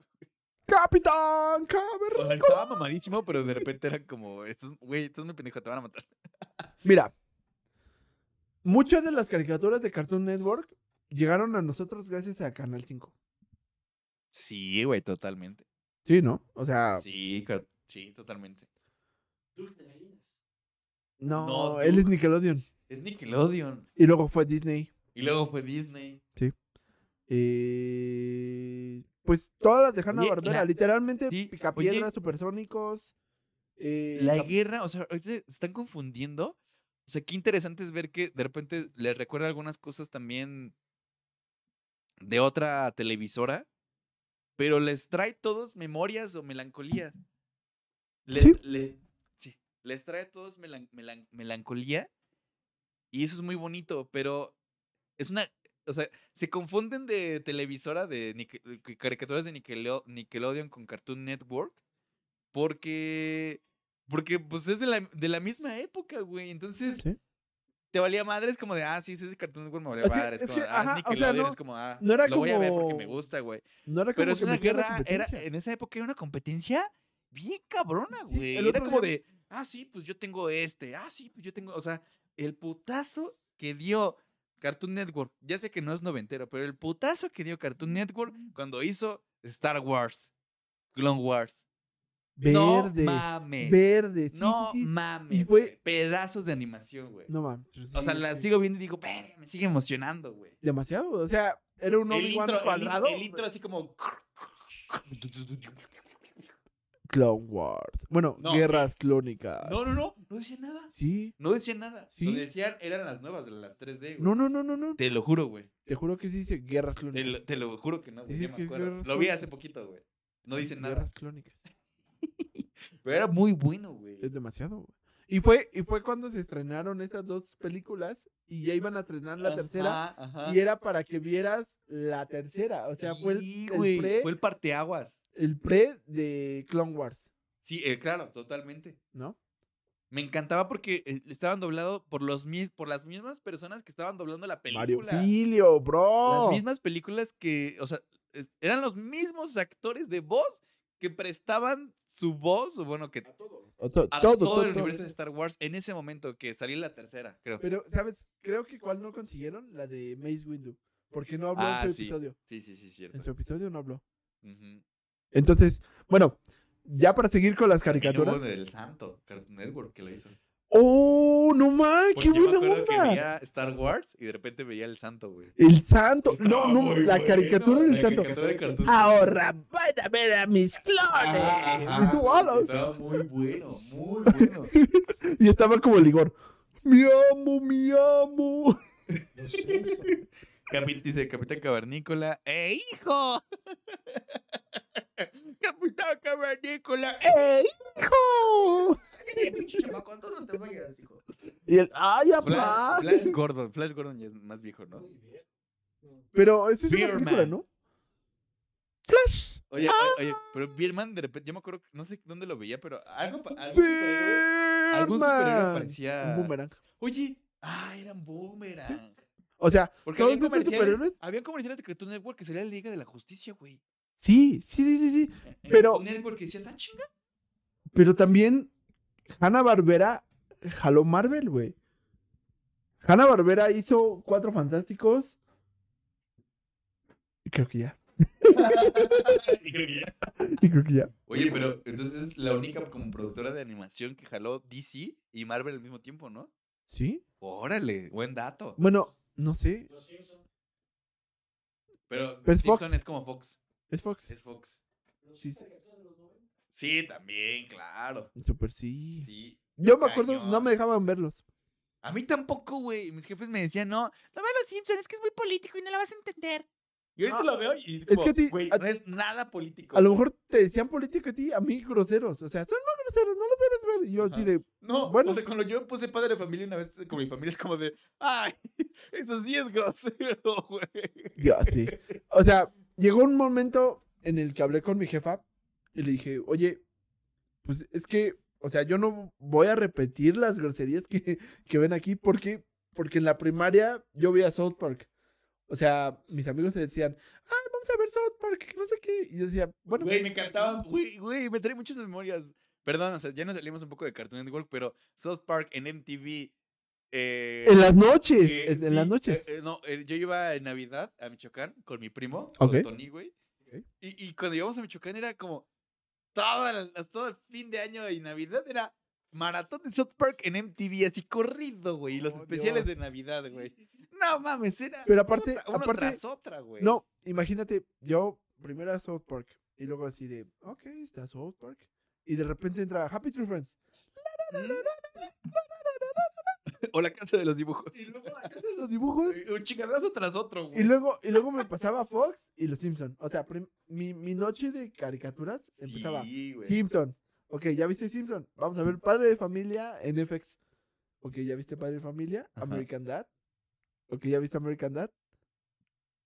Speaker 1: Capitán
Speaker 2: O
Speaker 1: Caber.
Speaker 2: sea, estaba mamadísimo, pero de repente era como, "Estás- güey, estás muy pendejo, te van a matar.
Speaker 1: Mira, muchas de las caricaturas de Cartoon Network llegaron a nosotros gracias a Canal 5.
Speaker 2: Sí, güey, totalmente.
Speaker 1: Sí, ¿no? O sea,
Speaker 2: Sí, car- sí, totalmente.
Speaker 1: no,
Speaker 2: No,
Speaker 1: él es
Speaker 2: Duke.
Speaker 1: Nickelodeon.
Speaker 2: Es Nickelodeon.
Speaker 1: Y luego fue Disney.
Speaker 2: Y luego fue Disney.
Speaker 1: Eh, pues todas las de Hanna Barbera,
Speaker 2: la-
Speaker 1: literalmente
Speaker 2: sí,
Speaker 1: picapiedras,
Speaker 2: oye.
Speaker 1: supersónicos. eh,
Speaker 2: La
Speaker 1: cap-
Speaker 2: guerra, o sea, ahorita se están confundiendo. O sea, qué interesante es ver que de repente les recuerda algunas cosas también de otra televisora, pero les trae todos memorias o melancolía. Les,
Speaker 1: Sí.
Speaker 2: les, sí, les trae a todos melan- melan- melancolía y eso es muy bonito, pero es una, o sea, se confunden de televisora, de Nicke- de caricaturas de Nickeleo- Nickelodeon con Cartoon Network, porque, porque pues es de la, de la misma época, güey. Entonces,
Speaker 1: Sí.
Speaker 2: te valía madre, es como de, ah, sí, sí, ese Cartoon Network me valía
Speaker 1: Es que-
Speaker 2: madre. Es,
Speaker 1: es
Speaker 2: como,
Speaker 1: que,
Speaker 2: ah, es
Speaker 1: ajá, o sea,
Speaker 2: Nickelodeon,
Speaker 1: no-
Speaker 2: es como, ah,
Speaker 1: no era
Speaker 2: lo voy a ver porque me
Speaker 1: como-
Speaker 2: gusta, güey.
Speaker 1: no era como
Speaker 2: Pero es
Speaker 1: que
Speaker 2: una
Speaker 1: metiera
Speaker 2: guerra, era,
Speaker 1: competencia.
Speaker 2: en esa época era una competencia bien cabrona,
Speaker 1: Sí,
Speaker 2: güey.
Speaker 1: el
Speaker 2: era
Speaker 1: otro
Speaker 2: como
Speaker 1: día-
Speaker 2: de, ah, sí, pues yo tengo este, ah, sí, pues yo tengo, o sea, el putazo que dio Cartoon Network, ya sé que no es noventero, pero el putazo que dio Cartoon Network cuando hizo Star Wars, Clone Wars.
Speaker 1: Verde,
Speaker 2: no mames.
Speaker 1: verde, sí,
Speaker 2: no
Speaker 1: sí, sí.
Speaker 2: mames.
Speaker 1: fue-
Speaker 2: güey, Pedazos de animación, güey.
Speaker 1: No mames.
Speaker 2: o sea,
Speaker 1: sí,
Speaker 2: la
Speaker 1: sí.
Speaker 2: sigo viendo y digo, verga, me sigue emocionando, güey.
Speaker 1: Demasiado, o sea, era un
Speaker 2: El
Speaker 1: Obi-Wan
Speaker 2: intro, el in-
Speaker 1: cuadrado.
Speaker 2: el intro así como.
Speaker 1: Clone Wars. Bueno,
Speaker 2: No.
Speaker 1: Guerras Clónicas.
Speaker 2: No, no, no, no decía nada.
Speaker 1: Sí.
Speaker 2: No decía nada.
Speaker 1: Sí.
Speaker 2: Lo decían, eran las nuevas, las 3D, güey.
Speaker 1: No, no, no, no, no.
Speaker 2: Te lo juro, güey.
Speaker 1: Te juro que sí dice Guerras
Speaker 2: Te
Speaker 1: Clónicas.
Speaker 2: lo, te lo juro que no, güey.
Speaker 1: Sí,
Speaker 2: Yo me
Speaker 1: que es
Speaker 2: acuerdo.
Speaker 1: guerras
Speaker 2: Lo vi
Speaker 1: con-
Speaker 2: hace poquito, güey. No dicen nada.
Speaker 1: Guerras Clónicas.
Speaker 2: Pero era muy bueno, güey.
Speaker 1: Es demasiado, güey. Y
Speaker 2: Pues
Speaker 1: fue, y fue cuando se estrenaron estas dos películas y ya iban a estrenar la tercera.
Speaker 2: Ajá, ajá.
Speaker 1: Y era para que vieras la tercera. O sea, fue el,
Speaker 2: Sí,
Speaker 1: el
Speaker 2: güey,
Speaker 1: pre,
Speaker 2: Fue el parteaguas.
Speaker 1: el pre de Clone Wars,
Speaker 2: Sí, eh, claro, totalmente.
Speaker 1: ¿no?
Speaker 2: Me encantaba porque eh, estaban doblado por, los, mis- por las mismas personas que estaban doblando la película.
Speaker 1: Mario Filio, bro.
Speaker 2: Las mismas películas que, o sea, es- eran los mismos actores de voz que prestaban su voz, o bueno, que
Speaker 4: A todo.
Speaker 1: O to-
Speaker 2: a
Speaker 1: todo,
Speaker 2: todo,
Speaker 1: todo,
Speaker 2: el
Speaker 1: todo.
Speaker 2: universo de Star Wars en ese momento que salía la tercera, creo.
Speaker 1: Pero, ¿sabes? Creo que cuál no consiguieron, la de Mace Windu. Porque no habló
Speaker 2: Ah,
Speaker 1: en su
Speaker 2: sí.
Speaker 1: episodio.
Speaker 2: Sí, sí, sí, cierto.
Speaker 1: En su episodio no habló.
Speaker 2: Ujú.
Speaker 1: Entonces, bueno, ya para seguir con las
Speaker 2: Y
Speaker 1: caricaturas.
Speaker 2: luego del santo, Cartoon Network que lo hizo.
Speaker 1: ¡Oh, no más!
Speaker 2: Porque
Speaker 1: ¡Qué
Speaker 2: yo me
Speaker 1: buena
Speaker 2: acuerdo que
Speaker 1: onda!
Speaker 2: veía Star Wars y de repente veía el santo, güey.
Speaker 1: El santo.
Speaker 4: Estaba
Speaker 1: no, no,
Speaker 4: muy
Speaker 1: la
Speaker 4: bueno,
Speaker 1: caricatura del
Speaker 2: La
Speaker 1: santo.
Speaker 2: caricatura de Cartoon
Speaker 1: Ahora van a ver a mis clones.
Speaker 4: Ajá, ajá.
Speaker 1: Y tú, "Hola".
Speaker 2: Estaba muy bueno, muy bueno.
Speaker 1: Y estaba como el Igor. Me amo, me amo.
Speaker 2: Capi- dice Capitán Cavernícola, ¡eh, hijo! Capitán Cavernícola, ¡eh!
Speaker 1: ¡Ey, hijo!
Speaker 3: Cállate, pinche chamaco, ¿a dónde te vayas, hijo?
Speaker 1: Y el, ¡ay, apá!
Speaker 2: Flash, Flash Gordon, Flash Gordon ya es más viejo, ¿no?
Speaker 1: Pero esa es una
Speaker 2: Beerman.
Speaker 1: película, ¿no? Flash.
Speaker 2: Oye, oye, oye, pero Birman de repente, yo me acuerdo, que- no sé dónde lo veía, pero algo, pa- algún superhéroe- algún superhéroe
Speaker 1: Beerman.
Speaker 2: parecía...
Speaker 1: Un boomerang.
Speaker 2: Oye, ah, eran boomerang.
Speaker 1: O sea,
Speaker 2: Porque
Speaker 1: ¿Todos
Speaker 2: habían
Speaker 1: viste
Speaker 2: comerciales,
Speaker 1: superhéroes?
Speaker 2: habían comerciales de Cartoon Network que sería la Liga de la Justicia, güey.
Speaker 1: sí, sí, sí, sí, sí.
Speaker 2: En
Speaker 1: Pero-
Speaker 2: Cartoon Network decía, ¿está chinga?
Speaker 1: Pero también Hanna Barbera jaló Marvel, güey. Hanna Barbera hizo Cuatro Fantásticos. Y creo que ya. Y creo que ya.
Speaker 2: Oye, pero entonces es la única como productora de animación que jaló DC y Marvel al mismo tiempo, ¿no?
Speaker 1: ¿Sí?
Speaker 2: Órale, buen dato.
Speaker 1: Bueno, no sé.
Speaker 2: Pero,
Speaker 1: Pero es Fox.
Speaker 2: Simpson es como Fox.
Speaker 1: Es Fox.
Speaker 2: Es Fox.
Speaker 1: Sí, sí.
Speaker 2: Sí, también, claro.
Speaker 1: Super sí.
Speaker 2: Sí.
Speaker 1: Yo me acuerdo, no
Speaker 2: Cañón.
Speaker 1: me dejaban verlos.
Speaker 2: A mí tampoco, güey. Mis jefes me decían, no, no ve los Simpsons, es que es muy político y no la vas a entender. Y ahorita
Speaker 1: Ah,
Speaker 2: lo veo y es como,
Speaker 1: que a ti-
Speaker 2: güey,
Speaker 1: a-
Speaker 2: no es nada político.
Speaker 1: A lo mejor te decían político a ti, a mí groseros. O sea, son muy groseros, no los debes ver. Y yo así
Speaker 2: Ajá.
Speaker 1: de,
Speaker 2: No,
Speaker 1: Bueno.
Speaker 2: bueno. o sea, cuando yo puse padre de familia una vez con mi familia, es como de, ay, esos sí es grosero, güey.
Speaker 1: Ya, sí. O sea, llegó un momento en el que hablé con mi jefa y le dije, oye, pues es que, o sea, yo no voy a repetir las groserías que, que ven aquí porque, porque en la primaria yo veía South Park. O sea, mis amigos se decían, ay, vamos a ver South Park, que no sé qué. Y yo decía, bueno,
Speaker 2: Güey, me encantaba, güey, güey, me trae muchas memorias. Perdón, o sea, ya nos salimos un poco de Cartoon Network, pero South Park en MTV. eh,
Speaker 1: en las noches,
Speaker 2: eh,
Speaker 1: en, en
Speaker 2: sí,
Speaker 1: las noches.
Speaker 2: eh, eh, no, eh, yo iba en Navidad a Michoacán con mi primo, con
Speaker 1: Ok.
Speaker 2: Tony, güey.
Speaker 1: Ok.
Speaker 2: Y, y cuando íbamos a Michoacán era como todo el, todo el fin de año y Navidad era maratón de South Park en MTV, así corrido, güey. Y los
Speaker 1: Oh,
Speaker 2: especiales
Speaker 1: Dios.
Speaker 2: de Navidad, güey. No mames, era.
Speaker 1: Pero aparte-
Speaker 2: una, una
Speaker 1: aparte-
Speaker 2: tras otra, güey.
Speaker 1: No, imagínate, yo primero a South Park y luego así de, ok, está South Park. Y de repente entra Happy Tree Friends.
Speaker 2: Mm. O la casa de los dibujos.
Speaker 1: Y luego la casa de los dibujos.
Speaker 2: Un chingadazo tras otro, güey.
Speaker 1: Y luego, y luego me pasaba Fox y los Simpsons. O sea, prim- mi, mi noche de caricaturas empezaba
Speaker 2: Sí, güey.
Speaker 1: Simpson. Ok, ya viste Simpson. Vamos a ver Padre de Familia en FX. Ok, ya viste Padre de Familia,
Speaker 2: Ajá.
Speaker 1: American Dad. Ok, ya viste American Dad.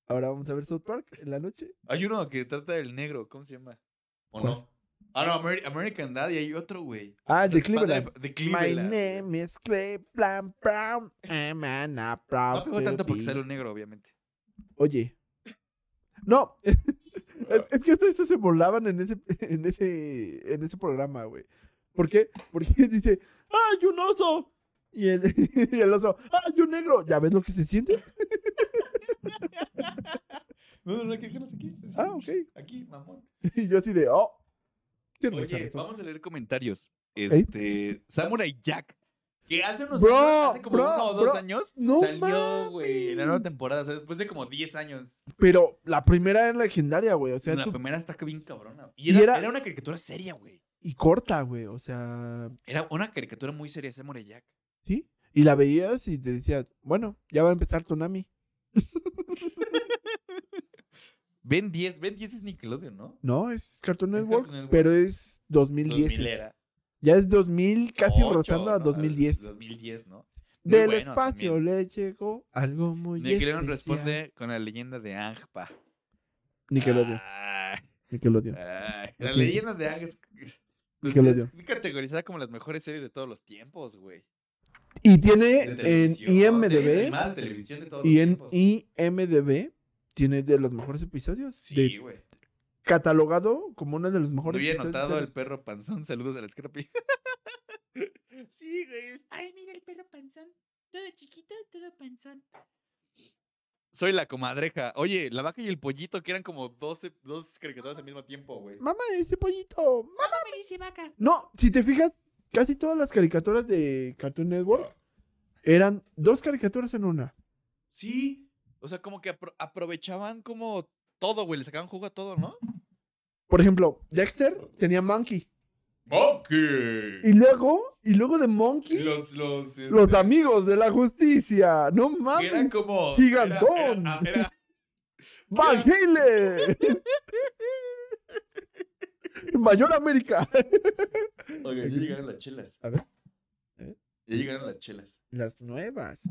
Speaker 1: Ahora vamos a ver South Park en la noche.
Speaker 2: Hay uno que trata del negro, ¿cómo se llama? ¿O
Speaker 1: ¿Cuál?
Speaker 2: no? Ah, no, Ameri- American Dad y hay otro, güey.
Speaker 1: Ah, el de
Speaker 2: Es padre
Speaker 1: Cleveland.
Speaker 2: de
Speaker 1: My
Speaker 2: Cleveland.
Speaker 1: name is Cleveland Brown. I'm an a proud
Speaker 2: No pegó tanto
Speaker 1: to
Speaker 2: porque
Speaker 1: be.
Speaker 2: sale un negro, obviamente.
Speaker 1: Oye. No, Es, es que hasta estos se burlaban en ese, en ese, en ese programa, güey. ¿Por qué? Porque dice, ¡ay, un oso! Y el, y el oso, ¡ay, un negro! ¿Ya ves lo que se siente?
Speaker 2: No, no, no, hay que dejarlos aquí. así,
Speaker 1: Ah, ok.
Speaker 2: Aquí, mamón.
Speaker 1: Y yo así de, ¡oh! Tiene mucha
Speaker 2: Oye,
Speaker 1: razón".
Speaker 2: vamos a leer comentarios. Este, Samurai Jack. Que hace unos
Speaker 1: Bro,
Speaker 2: años, hace como
Speaker 1: bro,
Speaker 2: uno o dos
Speaker 1: bro,
Speaker 2: años,
Speaker 1: no
Speaker 2: salió, güey, en la nueva
Speaker 1: mames.
Speaker 2: temporada. O sea, después de como 10 años.
Speaker 1: Pero la primera era legendaria, güey. O sea,
Speaker 2: oh. la
Speaker 1: tú-
Speaker 2: primera está bien cabrona.
Speaker 1: y
Speaker 2: Y era,
Speaker 1: era-
Speaker 2: era una caricatura seria, güey.
Speaker 1: y corta, güey. O sea,
Speaker 2: Era una caricatura muy seria, ese Moreyac.
Speaker 1: ¿sí? Y la veías y te decías, bueno, ya va a empezar Tsunami.
Speaker 2: Ben 10, Ben 10 es Nickelodeon, ¿no?
Speaker 1: No, es Cartoon
Speaker 2: Es
Speaker 1: Network,
Speaker 2: Cartoon Network.
Speaker 1: pero es 2010.
Speaker 2: 2000 era.
Speaker 1: Ya es 2000, casi
Speaker 2: Ocho,
Speaker 1: rozando a
Speaker 2: ¿no?
Speaker 1: 2010.
Speaker 2: 2010, ¿no? Muy
Speaker 1: Del
Speaker 2: bueno
Speaker 1: espacio
Speaker 2: también.
Speaker 1: le llegó algo muy
Speaker 2: Nickelodeon
Speaker 1: especial.
Speaker 2: responde con la leyenda de Angpa.
Speaker 1: Nickelodeon,
Speaker 2: Ah,
Speaker 1: Nickelodeon.
Speaker 2: ah, la
Speaker 1: Sí.
Speaker 2: leyenda de Ang es, pues,
Speaker 1: Nickelodeon.
Speaker 2: es categorizada como las mejores series de todos los tiempos, güey.
Speaker 1: Y tiene
Speaker 2: De
Speaker 1: en
Speaker 2: televisión, series
Speaker 1: IMDB
Speaker 2: animadas de televisión de todos
Speaker 1: y
Speaker 2: los
Speaker 1: en
Speaker 2: tiempos.
Speaker 1: IMDB tiene de los mejores episodios.
Speaker 2: Sí,
Speaker 1: de-
Speaker 2: güey. No
Speaker 1: catalogado como uno de los mejores
Speaker 2: había
Speaker 1: episodios.
Speaker 2: notado
Speaker 1: de
Speaker 2: el
Speaker 1: los-
Speaker 2: perro panzón. Saludos al Scrappy.
Speaker 5: Sí, güey. es, Ay, mira el perro panzón. Todo chiquito, todo panzón.
Speaker 2: Soy la comadreja. Oye, la vaca y el pollito, que eran como 12, dos caricaturas al mismo tiempo, güey.
Speaker 1: Mamá, ese pollito. ma-
Speaker 5: Mamá me dice vaca.
Speaker 1: No, si te fijas, casi todas las caricaturas de Cartoon Network eran dos caricaturas en una.
Speaker 2: Sí. O sea, como que apro- aprovechaban como todo, güey. Le sacaban jugo a todo, ¿no?
Speaker 1: Por ejemplo, Dexter tenía Monkey. Y
Speaker 4: ¡Monkey!
Speaker 1: luego, y luego de Monkey, los,
Speaker 4: Los, los, este,
Speaker 1: amigos de la justicia. No
Speaker 2: Que eran
Speaker 1: mames.
Speaker 2: como. era- era-
Speaker 1: Gigantón.
Speaker 2: ah, era-
Speaker 1: Van Halen. Mayor América.
Speaker 2: Oiga, ya llegaron las chelas.
Speaker 1: A ver.
Speaker 2: Ya llegaron las chelas.
Speaker 1: Las nuevas.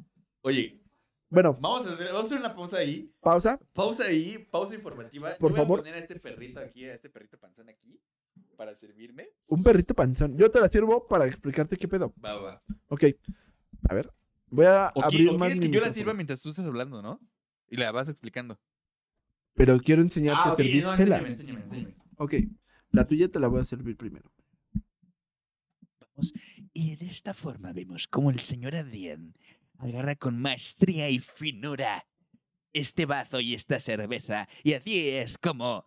Speaker 2: Oye,
Speaker 1: Bueno,
Speaker 2: vamos a hacer, vamos a hacer una pausa ahí.
Speaker 1: pausa.
Speaker 2: Pausa ahí, pausa informativa. Yo
Speaker 1: Por
Speaker 2: voy a
Speaker 1: favor.
Speaker 2: poner a este perrito aquí, a este perrito panzón aquí, para servirme.
Speaker 1: Un perrito panzón. Yo te la sirvo para explicarte qué pedo.
Speaker 2: Va, va.
Speaker 1: Ok. A ver. Voy a
Speaker 2: O, qui-
Speaker 1: abrir
Speaker 2: o
Speaker 1: más
Speaker 2: quieres
Speaker 1: mi
Speaker 2: que yo la
Speaker 1: micrófono.
Speaker 2: sirva mientras tú estás hablando, ¿no? Y la vas explicando.
Speaker 1: Pero quiero enseñarte a
Speaker 2: Ah, ok,
Speaker 1: servir
Speaker 2: no,
Speaker 1: chela.
Speaker 2: enséñame, enséñame, enséñame.
Speaker 1: Ok. La tuya te la voy a servir primero.
Speaker 5: Y de esta forma vemos cómo el señor Adrián agarra con maestría y finura este vaso y esta cerveza.
Speaker 2: Y así es como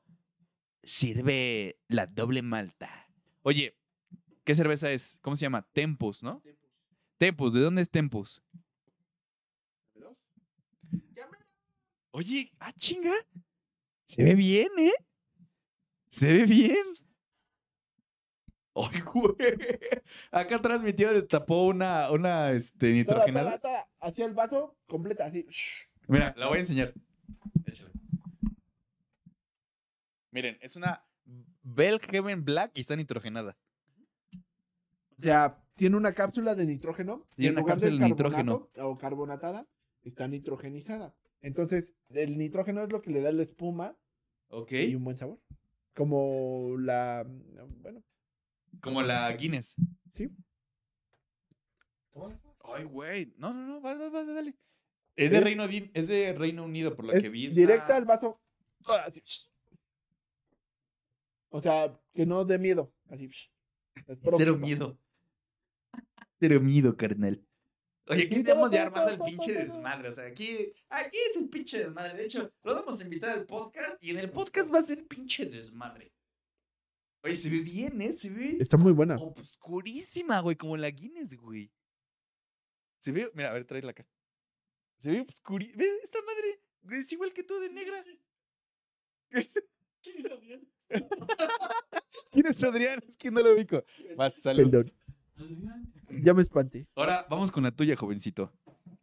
Speaker 2: sirve la doble malta. Oye, ¿qué cerveza es? ¿Cómo se llama? Tempus, ¿no? Tempus, ¿de dónde es Tempus? Oye, ah, chinga. Se ve bien, ¿eh? Se ve bien. Ay, güey. Acá atrás mi tío destapó una, una este, nitrogenada.
Speaker 1: hacia el vaso completa, así. shh.
Speaker 2: Mira, la voy a enseñar. Échale. Miren, es una Belgian Black y está nitrogenada.
Speaker 1: O sea, tiene una cápsula de nitrógeno. y
Speaker 2: Tiene
Speaker 1: en
Speaker 2: una
Speaker 1: lugar del
Speaker 2: cápsula de nitrógeno.
Speaker 1: carbonato O carbonatada, está nitrogenizada. Entonces, el nitrógeno es lo que le da la espuma
Speaker 2: ¿Ok?
Speaker 1: y un buen sabor. Como la. mm, Bueno,
Speaker 2: Como la Guinness.
Speaker 1: sí.
Speaker 2: Ay, güey. No, no, no. Vas, vas, vas, dale. Es de,
Speaker 1: Es-
Speaker 2: Reino, Di- es de Reino Unido, por lo
Speaker 1: Es
Speaker 2: que vi. es
Speaker 1: directa
Speaker 2: una-
Speaker 1: al vaso. Ah, así, shh. O sea, que no dé miedo. Así. shh. Es próxima.
Speaker 2: Cero miedo. Cero miedo, carnal. Oye, aquí estamos ya armando el pinche desmadre. O sea, aquí, aquí es el pinche desmadre. De hecho, lo vamos a invitar al podcast y en el podcast va a ser pinche desmadre. Oye, se ve bien, ¿eh? Se ve
Speaker 1: Está muy buena.
Speaker 2: obscurísima, güey, como la Guinness, güey. Se ve, mira, a ver, tráela acá. Se ve obscurísima. ¿Ves? Esta madre güey, es igual que tú de negra.
Speaker 3: ¿Quién es Adrián?
Speaker 2: ¿Quién es Adrián? Es que no lo ubico. Vas, salud.
Speaker 1: Perdón. Ya me espanté.
Speaker 2: Ahora vamos con la tuya, jovencito.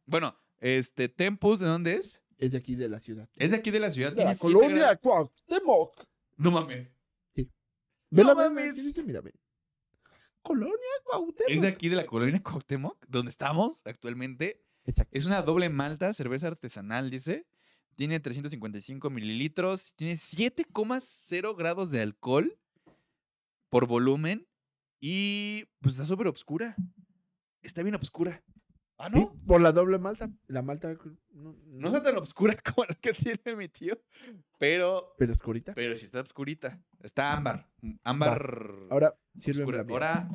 Speaker 2: Bueno, este, Tempus, ¿de dónde es?
Speaker 1: Es de aquí de la ciudad.
Speaker 2: Es de aquí de la ciudad.
Speaker 1: De la
Speaker 2: tiene siete
Speaker 1: colonia
Speaker 2: grados.
Speaker 1: Cuauhtémoc.
Speaker 2: No mames.
Speaker 1: Vela,
Speaker 2: ¡No
Speaker 1: vela,
Speaker 2: mames!
Speaker 1: ¿qué dice? Mira, ve. Colonia Cuauhtémoc.
Speaker 2: Es de aquí de la colonia Cuauhtémoc, donde estamos actualmente.
Speaker 1: Exacto.
Speaker 2: Es una doble malta, cerveza artesanal, dice. Tiene 355 mililitros. Tiene 7,0 grados de alcohol por volumen. Y pues está súper obscura. Está bien obscura. Ah,
Speaker 1: Sí,
Speaker 2: ¿no?
Speaker 1: Por la doble malta. La malta. No,
Speaker 2: No está tan obscura como la que tiene mi tío. Pero,
Speaker 1: Pero oscurita.
Speaker 2: pero sí está obscurita. Está ámbar. Ámbar.
Speaker 1: Ahora, sirve
Speaker 2: oscura. Ahora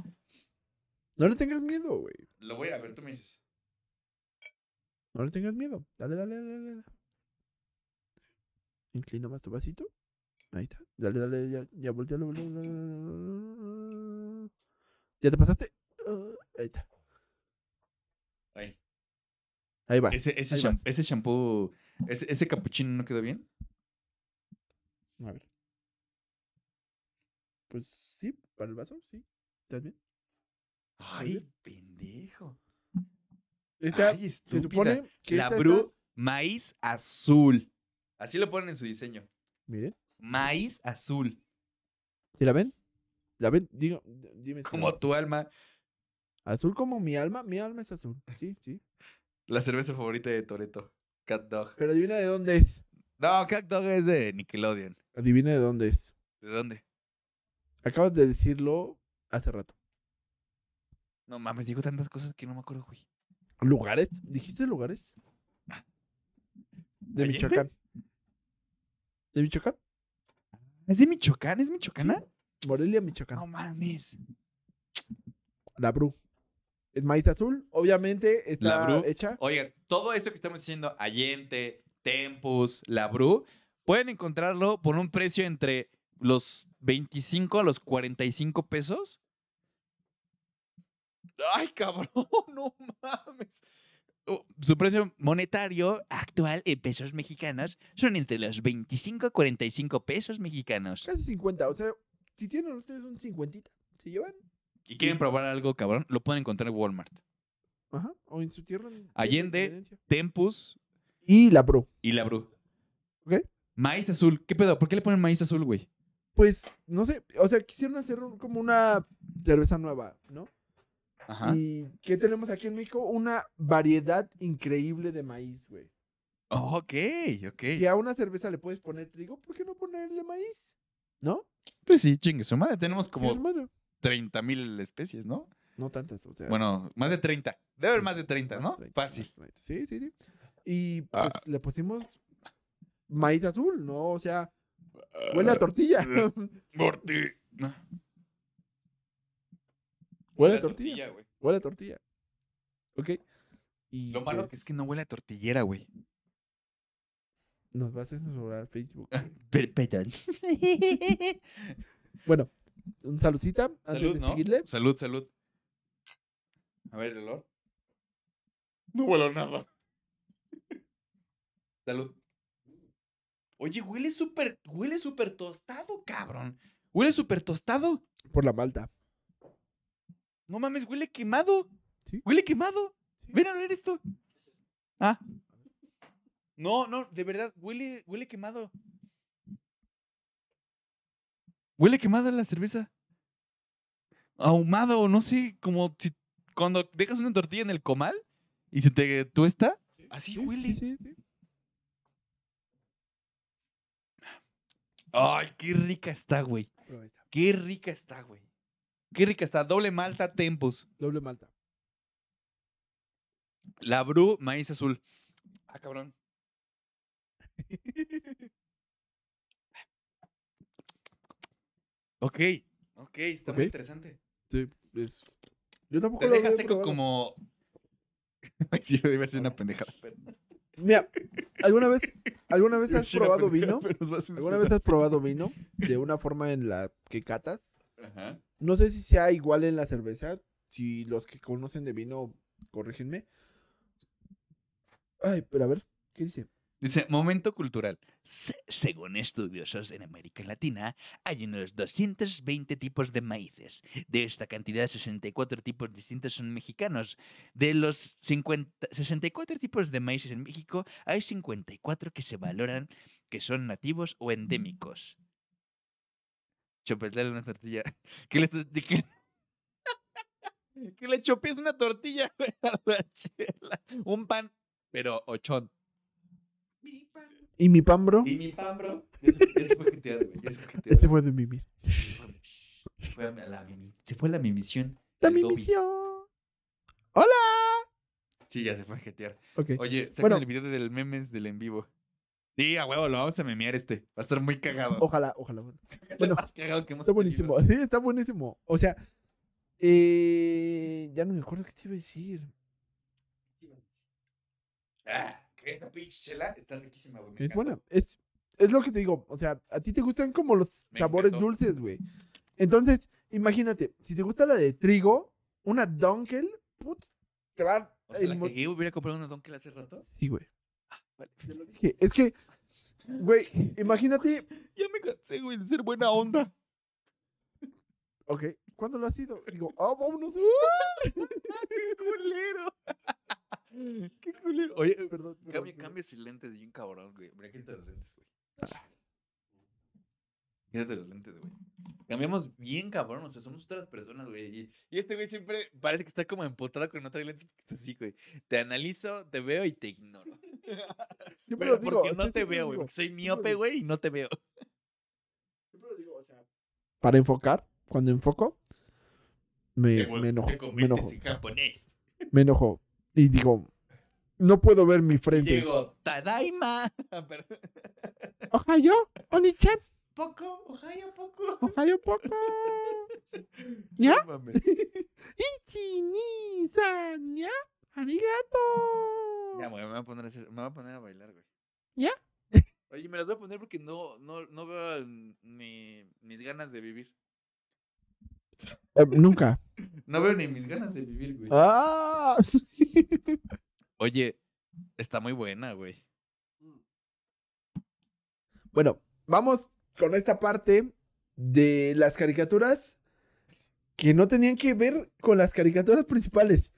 Speaker 1: No le tengas miedo, güey.
Speaker 2: lo voy a ver, tú me dices.
Speaker 1: No le tengas miedo. Dale, dale, dale, dale. dale. Inclina más tu vasito. Ahí está. Dale, dale, ya, ya voltealo. voltealo, voltealo. ¿Ya te pasaste? Ah, ahí está.
Speaker 2: Ay.
Speaker 1: Ahí vas.
Speaker 2: Ese, ese,
Speaker 1: ahí
Speaker 2: sham-
Speaker 1: vas.
Speaker 2: ese shampoo, ese, ese capuchino no quedó bien.
Speaker 1: A ver. Pues sí, para el vaso, sí. ¿Estás bien?
Speaker 2: Ay, pendejo.
Speaker 1: Está-
Speaker 2: Ay,
Speaker 1: se
Speaker 2: estúpida.
Speaker 1: supone que
Speaker 2: La
Speaker 1: esta
Speaker 2: Bru
Speaker 1: está-
Speaker 2: maíz azul. Así lo ponen en su diseño.
Speaker 1: Miren,
Speaker 2: Maíz azul.
Speaker 1: ¿sí la ven? ¿La ven? Digo, dime. si la
Speaker 2: Como
Speaker 1: ven.
Speaker 2: tu alma.
Speaker 1: Azul como mi alma. Mi alma es azul. Sí, sí.
Speaker 2: La cerveza favorita de Toreto. Cat Dog.
Speaker 1: Pero adivina de dónde es.
Speaker 2: No, Cat Dog es de Nickelodeon.
Speaker 1: Adivina de dónde es.
Speaker 2: ¿De dónde?
Speaker 1: Acabas de decirlo hace rato.
Speaker 2: No mames, digo tantas cosas que no me acuerdo, güey.
Speaker 1: ¿Lugares? ¿Dijiste lugares? De
Speaker 2: ¿Allende?
Speaker 1: Michoacán. ¿De Michoacán?
Speaker 2: ¿Es de Michoacán? ¿Es michoacana?
Speaker 1: Morelia, Michoacán.
Speaker 2: No mames.
Speaker 1: La Bru. Es maíz azul. Obviamente está
Speaker 2: La Bru.
Speaker 1: hecha.
Speaker 2: Oigan, todo esto que estamos diciendo, Allente, Tempus, Labru, pueden encontrarlo por un precio entre los 25 a los 45 pesos. Ay, cabrón, no mames. Oh, Su precio monetario
Speaker 5: Actual en pesos mexicanos son entre los 25 a 45 pesos mexicanos.
Speaker 1: Casi 50. O sea, si tienen ustedes un 50, se llevan.
Speaker 2: y quieren probar algo, cabrón, lo pueden encontrar en Walmart.
Speaker 1: Ajá. O en su tierra. en tienda de
Speaker 2: Allende.
Speaker 1: conveniencia.
Speaker 2: Tempus
Speaker 1: Y la Bru.
Speaker 2: y Labru.
Speaker 1: Ok.
Speaker 2: Maíz azul. ¿Qué pedo? ¿Por qué le ponen maíz azul, güey?
Speaker 1: Pues, no sé. O sea, quisieron hacer un- como una cerveza nueva, ¿no?
Speaker 2: Ajá.
Speaker 1: ¿Y qué tenemos aquí en México? Una variedad increíble de maíz, güey.
Speaker 2: Oh, Ok, ok.
Speaker 1: Y a una cerveza le puedes poner trigo, ¿por qué no ponerle maíz? ¿No?
Speaker 2: Pues sí, chingue su madre. Tenemos
Speaker 1: Mi
Speaker 2: como
Speaker 1: hermano.
Speaker 2: 30 mil especies, ¿no?
Speaker 1: No tantas, o sea.
Speaker 2: Bueno, más de 30. Debe haber más de 30,
Speaker 1: más
Speaker 2: ¿no?
Speaker 1: 30, más
Speaker 2: Fácil.
Speaker 1: 30. Sí, sí, sí. Y pues
Speaker 2: Ah.
Speaker 1: le pusimos maíz azul, ¿no? O sea, huele
Speaker 2: Ah,
Speaker 1: a tortilla.
Speaker 2: Morty. No.
Speaker 1: huele
Speaker 2: La
Speaker 1: a tortilla.
Speaker 2: güey.
Speaker 1: Huele a tortilla. Ok. Y
Speaker 2: Lo malo que
Speaker 1: pues,
Speaker 2: es que no huele a tortillera, güey.
Speaker 1: Nos vas a censurar Facebook.
Speaker 5: Per- Perdón.
Speaker 1: bueno, un saludcita antes
Speaker 2: Salud,
Speaker 1: de
Speaker 2: ¿no?
Speaker 1: seguirle.
Speaker 2: Salud, salud. A ver, el olor. No huelo nada. salud. Oye, huele súper, huele súper tostado, cabrón. Huele súper tostado.
Speaker 1: Por la malta.
Speaker 2: No mames, huele quemado.
Speaker 1: Sí.
Speaker 2: Huele quemado.
Speaker 1: Sí.
Speaker 2: Ven a ver esto. Ah. No, no, de verdad, huele, huele quemado. Huele quemada la cerveza. Ahumado, no sé, como si cuando dejas una tortilla en el comal y se te tuesta. Así
Speaker 1: Sí,
Speaker 2: huele.
Speaker 1: sí, sí, sí.
Speaker 2: Ay, qué rica está, güey.
Speaker 1: Pero ahí está,
Speaker 2: Qué rica está, güey. Qué rica está. Doble malta tempus.
Speaker 1: Doble malta.
Speaker 2: La Bru, maíz azul. Ah, cabrón. ok, ok, está muy
Speaker 1: Ok.
Speaker 2: interesante.
Speaker 1: Sí, es. Yo tampoco
Speaker 2: Te
Speaker 1: lo
Speaker 2: deja
Speaker 1: había
Speaker 2: seco
Speaker 1: probado.
Speaker 2: como. sí, yo iba a ser una pendejada. pero-
Speaker 1: Mira, ¿alguna vez, ¿alguna vez
Speaker 2: iba a
Speaker 1: has
Speaker 2: ser una
Speaker 1: probado
Speaker 2: pendejada,
Speaker 1: vino?
Speaker 2: pero nos va a
Speaker 1: ¿Alguna
Speaker 2: censurar.
Speaker 1: vez has probado vino de una forma en la que catas?
Speaker 2: Ajá.
Speaker 1: No sé si sea igual en la cerveza. Si los que conocen de vino, corrígenme. Ay, pero a ver, ¿qué dice?
Speaker 2: Dice, momento cultural.
Speaker 5: Se- Según estudiosos en América Latina, hay unos 220 tipos de maíces. De esta cantidad, 64 tipos distintos son mexicanos. De los 50 64 tipos de maíces en México, hay 54 que se valoran que son nativos o endémicos.
Speaker 2: Chopetearle una tortilla. ¿Qué le, estás- de qué- que le chopees una tortilla güey, a la chela. Un pan, pero ochón.
Speaker 3: Mi pan.
Speaker 1: ¿Y mi pan, bro?
Speaker 3: Y mi pan, bro.
Speaker 2: Eso fue jetear, güey. Eso fue
Speaker 1: Este fue de mimir.
Speaker 2: Fue a la mimi- se fue a la mimisión.
Speaker 1: La
Speaker 2: del
Speaker 1: mi
Speaker 2: Dobby.
Speaker 1: misión.
Speaker 2: Sí, ya se fue a jetear.
Speaker 1: Ok.
Speaker 2: Oye, sacan
Speaker 1: Bueno.
Speaker 2: el video del memes del en vivo. Sí, a huevo, lo vamos a memear este. Va a estar muy cagado.
Speaker 1: Ojalá, ojalá. Bueno.
Speaker 2: Es el
Speaker 1: bueno,
Speaker 2: más cagado que hemos
Speaker 1: Está buenísimo.
Speaker 2: tenido.
Speaker 1: Sí, está buenísimo. O sea, eh, ya no me acuerdo qué te iba a decir.
Speaker 2: Ah, esa pinche chela está riquísima, güey. me
Speaker 1: Es
Speaker 2: encanta.
Speaker 1: buena. Es, es lo que te digo. O sea, a ti te gustan como los
Speaker 2: Me
Speaker 1: sabores
Speaker 2: encantó.
Speaker 1: dulces, güey. Entonces, imagínate, si te gusta la de trigo, una Dunkel, put, te va a...
Speaker 2: O sea, la
Speaker 1: emo-
Speaker 2: que hubiera comprado una Dunkel hace rato.
Speaker 1: Sí, güey.
Speaker 2: vale.
Speaker 1: Dije, Es que, güey, imagínate,
Speaker 2: Ya me cansé, güey, de ser buena onda.
Speaker 1: Ok, ¿cuándo lo ha sido? Digo, ah, vámonos. ¡uh!
Speaker 2: ¡Qué culero! ¡Qué culero! Oye,
Speaker 1: Perdón. perdón,
Speaker 2: cambia,
Speaker 1: perdón.
Speaker 2: cambia ese lente de un cabrón, güey. Mira, quítate los lentes, güey. Quítate los lentes, güey. Cambiamos bien cabrón, o sea, somos otras personas, güey. Y, y este güey siempre parece que está como empotado con otra lentes porque está así, güey. Te analizo, te veo y te ignoro.
Speaker 1: Siempre
Speaker 2: Pero
Speaker 1: lo digo,
Speaker 2: porque
Speaker 1: sí,
Speaker 2: no te
Speaker 1: siempre lo
Speaker 2: veo, güey.
Speaker 1: digo,
Speaker 2: Porque soy
Speaker 1: siempre lo
Speaker 2: miope,
Speaker 1: digo,
Speaker 2: güey, y no te veo.
Speaker 1: siempre lo digo, o sea, Para enfocar, cuando enfoco, me, me enojo. Me enojo.
Speaker 2: Te conviertes en japonés.
Speaker 1: Me enojo. Y digo, no puedo ver mi frente.
Speaker 2: Digo, Tadaima. Pero-
Speaker 1: Ohio, Onichan,
Speaker 2: Poco, Ohio, poco.
Speaker 1: Ohio poco. ¿Ya?
Speaker 2: No mames.
Speaker 1: Ichini-san, ¿ya? Arigato.
Speaker 2: Ya, güey, me voy a poner a, hacer- me voy a, poner a bailar, güey.
Speaker 1: ¿Ya?
Speaker 2: Oye, me las voy a poner porque no, no, no veo n- ni mis ganas de vivir.
Speaker 1: Eh, nunca.
Speaker 2: No veo ni mis ganas de vivir, güey.
Speaker 1: Ah.
Speaker 2: Oye, está muy buena, güey.
Speaker 1: Bueno, vamos con esta parte de las caricaturas que no tenían que ver con las caricaturas principales.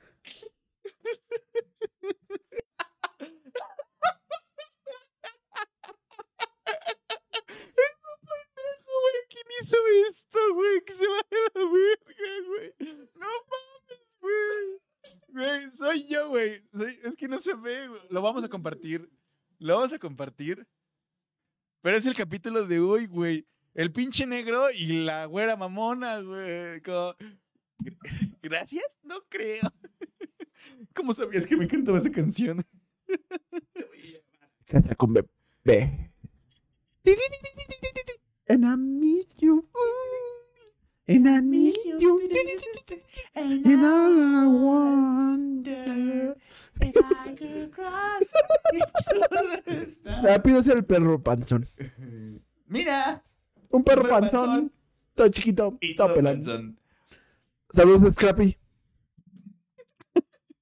Speaker 2: güey, ¿quién hizo esto, güey? Que se va a la verga, güey. No mames, güey. Güey, soy yo, güey. Soy- Es que no se ve, güey. Lo vamos a compartir. Lo vamos a compartir. Pero es el capítulo de hoy, güey. El pinche negro y la güera mamona, güey. Como- Gracias, no creo. ¿Cómo sabías que me encantaba esa canción?
Speaker 1: Casa con bebé. And I miss you. And I miss you. And all I want. Rápido es Ah, el perro panzón.
Speaker 2: Mira.
Speaker 1: Un perro
Speaker 2: Perro
Speaker 1: panzón.
Speaker 2: panzón.
Speaker 1: Todo chiquito.
Speaker 2: Y
Speaker 1: Todo
Speaker 2: todo
Speaker 1: pelón.
Speaker 2: panzón.
Speaker 1: Saludos, Scrappy.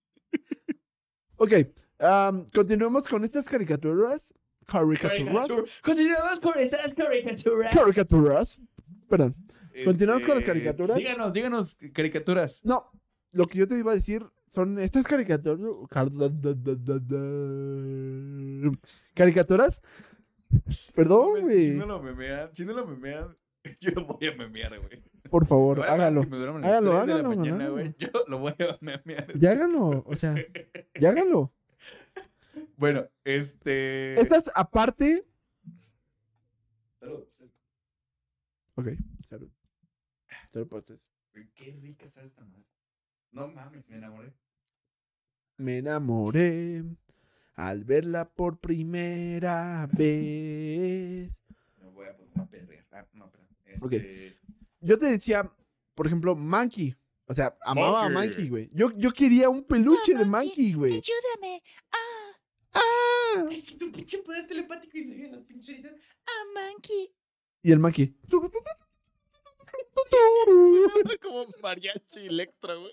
Speaker 1: ok. am, continuamos con estas caricaturas. Caricaturas.
Speaker 2: Continuamos con esas caricaturas.
Speaker 1: Caricaturas. Perdón. Continuamos con las
Speaker 2: Este,
Speaker 1: caricaturas.
Speaker 2: Díganos, díganos caricaturas.
Speaker 1: No, lo que yo te iba a decir son estas caricaturas. car- Caricaturas. Perdón,
Speaker 2: si
Speaker 1: güey.
Speaker 2: no lo memean, si no lo memean, yo lo voy a memear, güey.
Speaker 1: Por favor,
Speaker 2: Ahora que
Speaker 1: hágalo.
Speaker 2: me duerman a las
Speaker 1: Hágalo,
Speaker 2: 3 de la
Speaker 1: hágalo,
Speaker 2: mañana,
Speaker 1: hágalo.
Speaker 2: güey, Yo lo voy a memear.
Speaker 1: Ya háganlo, o sea, ya háganlo.
Speaker 2: Bueno, este.
Speaker 1: Estas aparte. Ok, salud. Salud por ustedes.
Speaker 2: Qué rica está esta madre. No mames, me enamoré.
Speaker 1: Me enamoré al verla por primera vez.
Speaker 2: Me voy a poner a perrear. Ah, no, perdón. Este,
Speaker 1: Ok. yo te decía, por ejemplo, Monkey. O sea, amaba a Monkey, güey. Yo, yo quería un peluche de Monkey, güey.
Speaker 6: Ayúdame. Ah,
Speaker 1: ¡Ah!
Speaker 3: Es un pinche poder telepático y se vienen las pinches heridas.
Speaker 6: ah, monkey.
Speaker 1: Y el Monkey.
Speaker 2: Como mariachi electro, güey.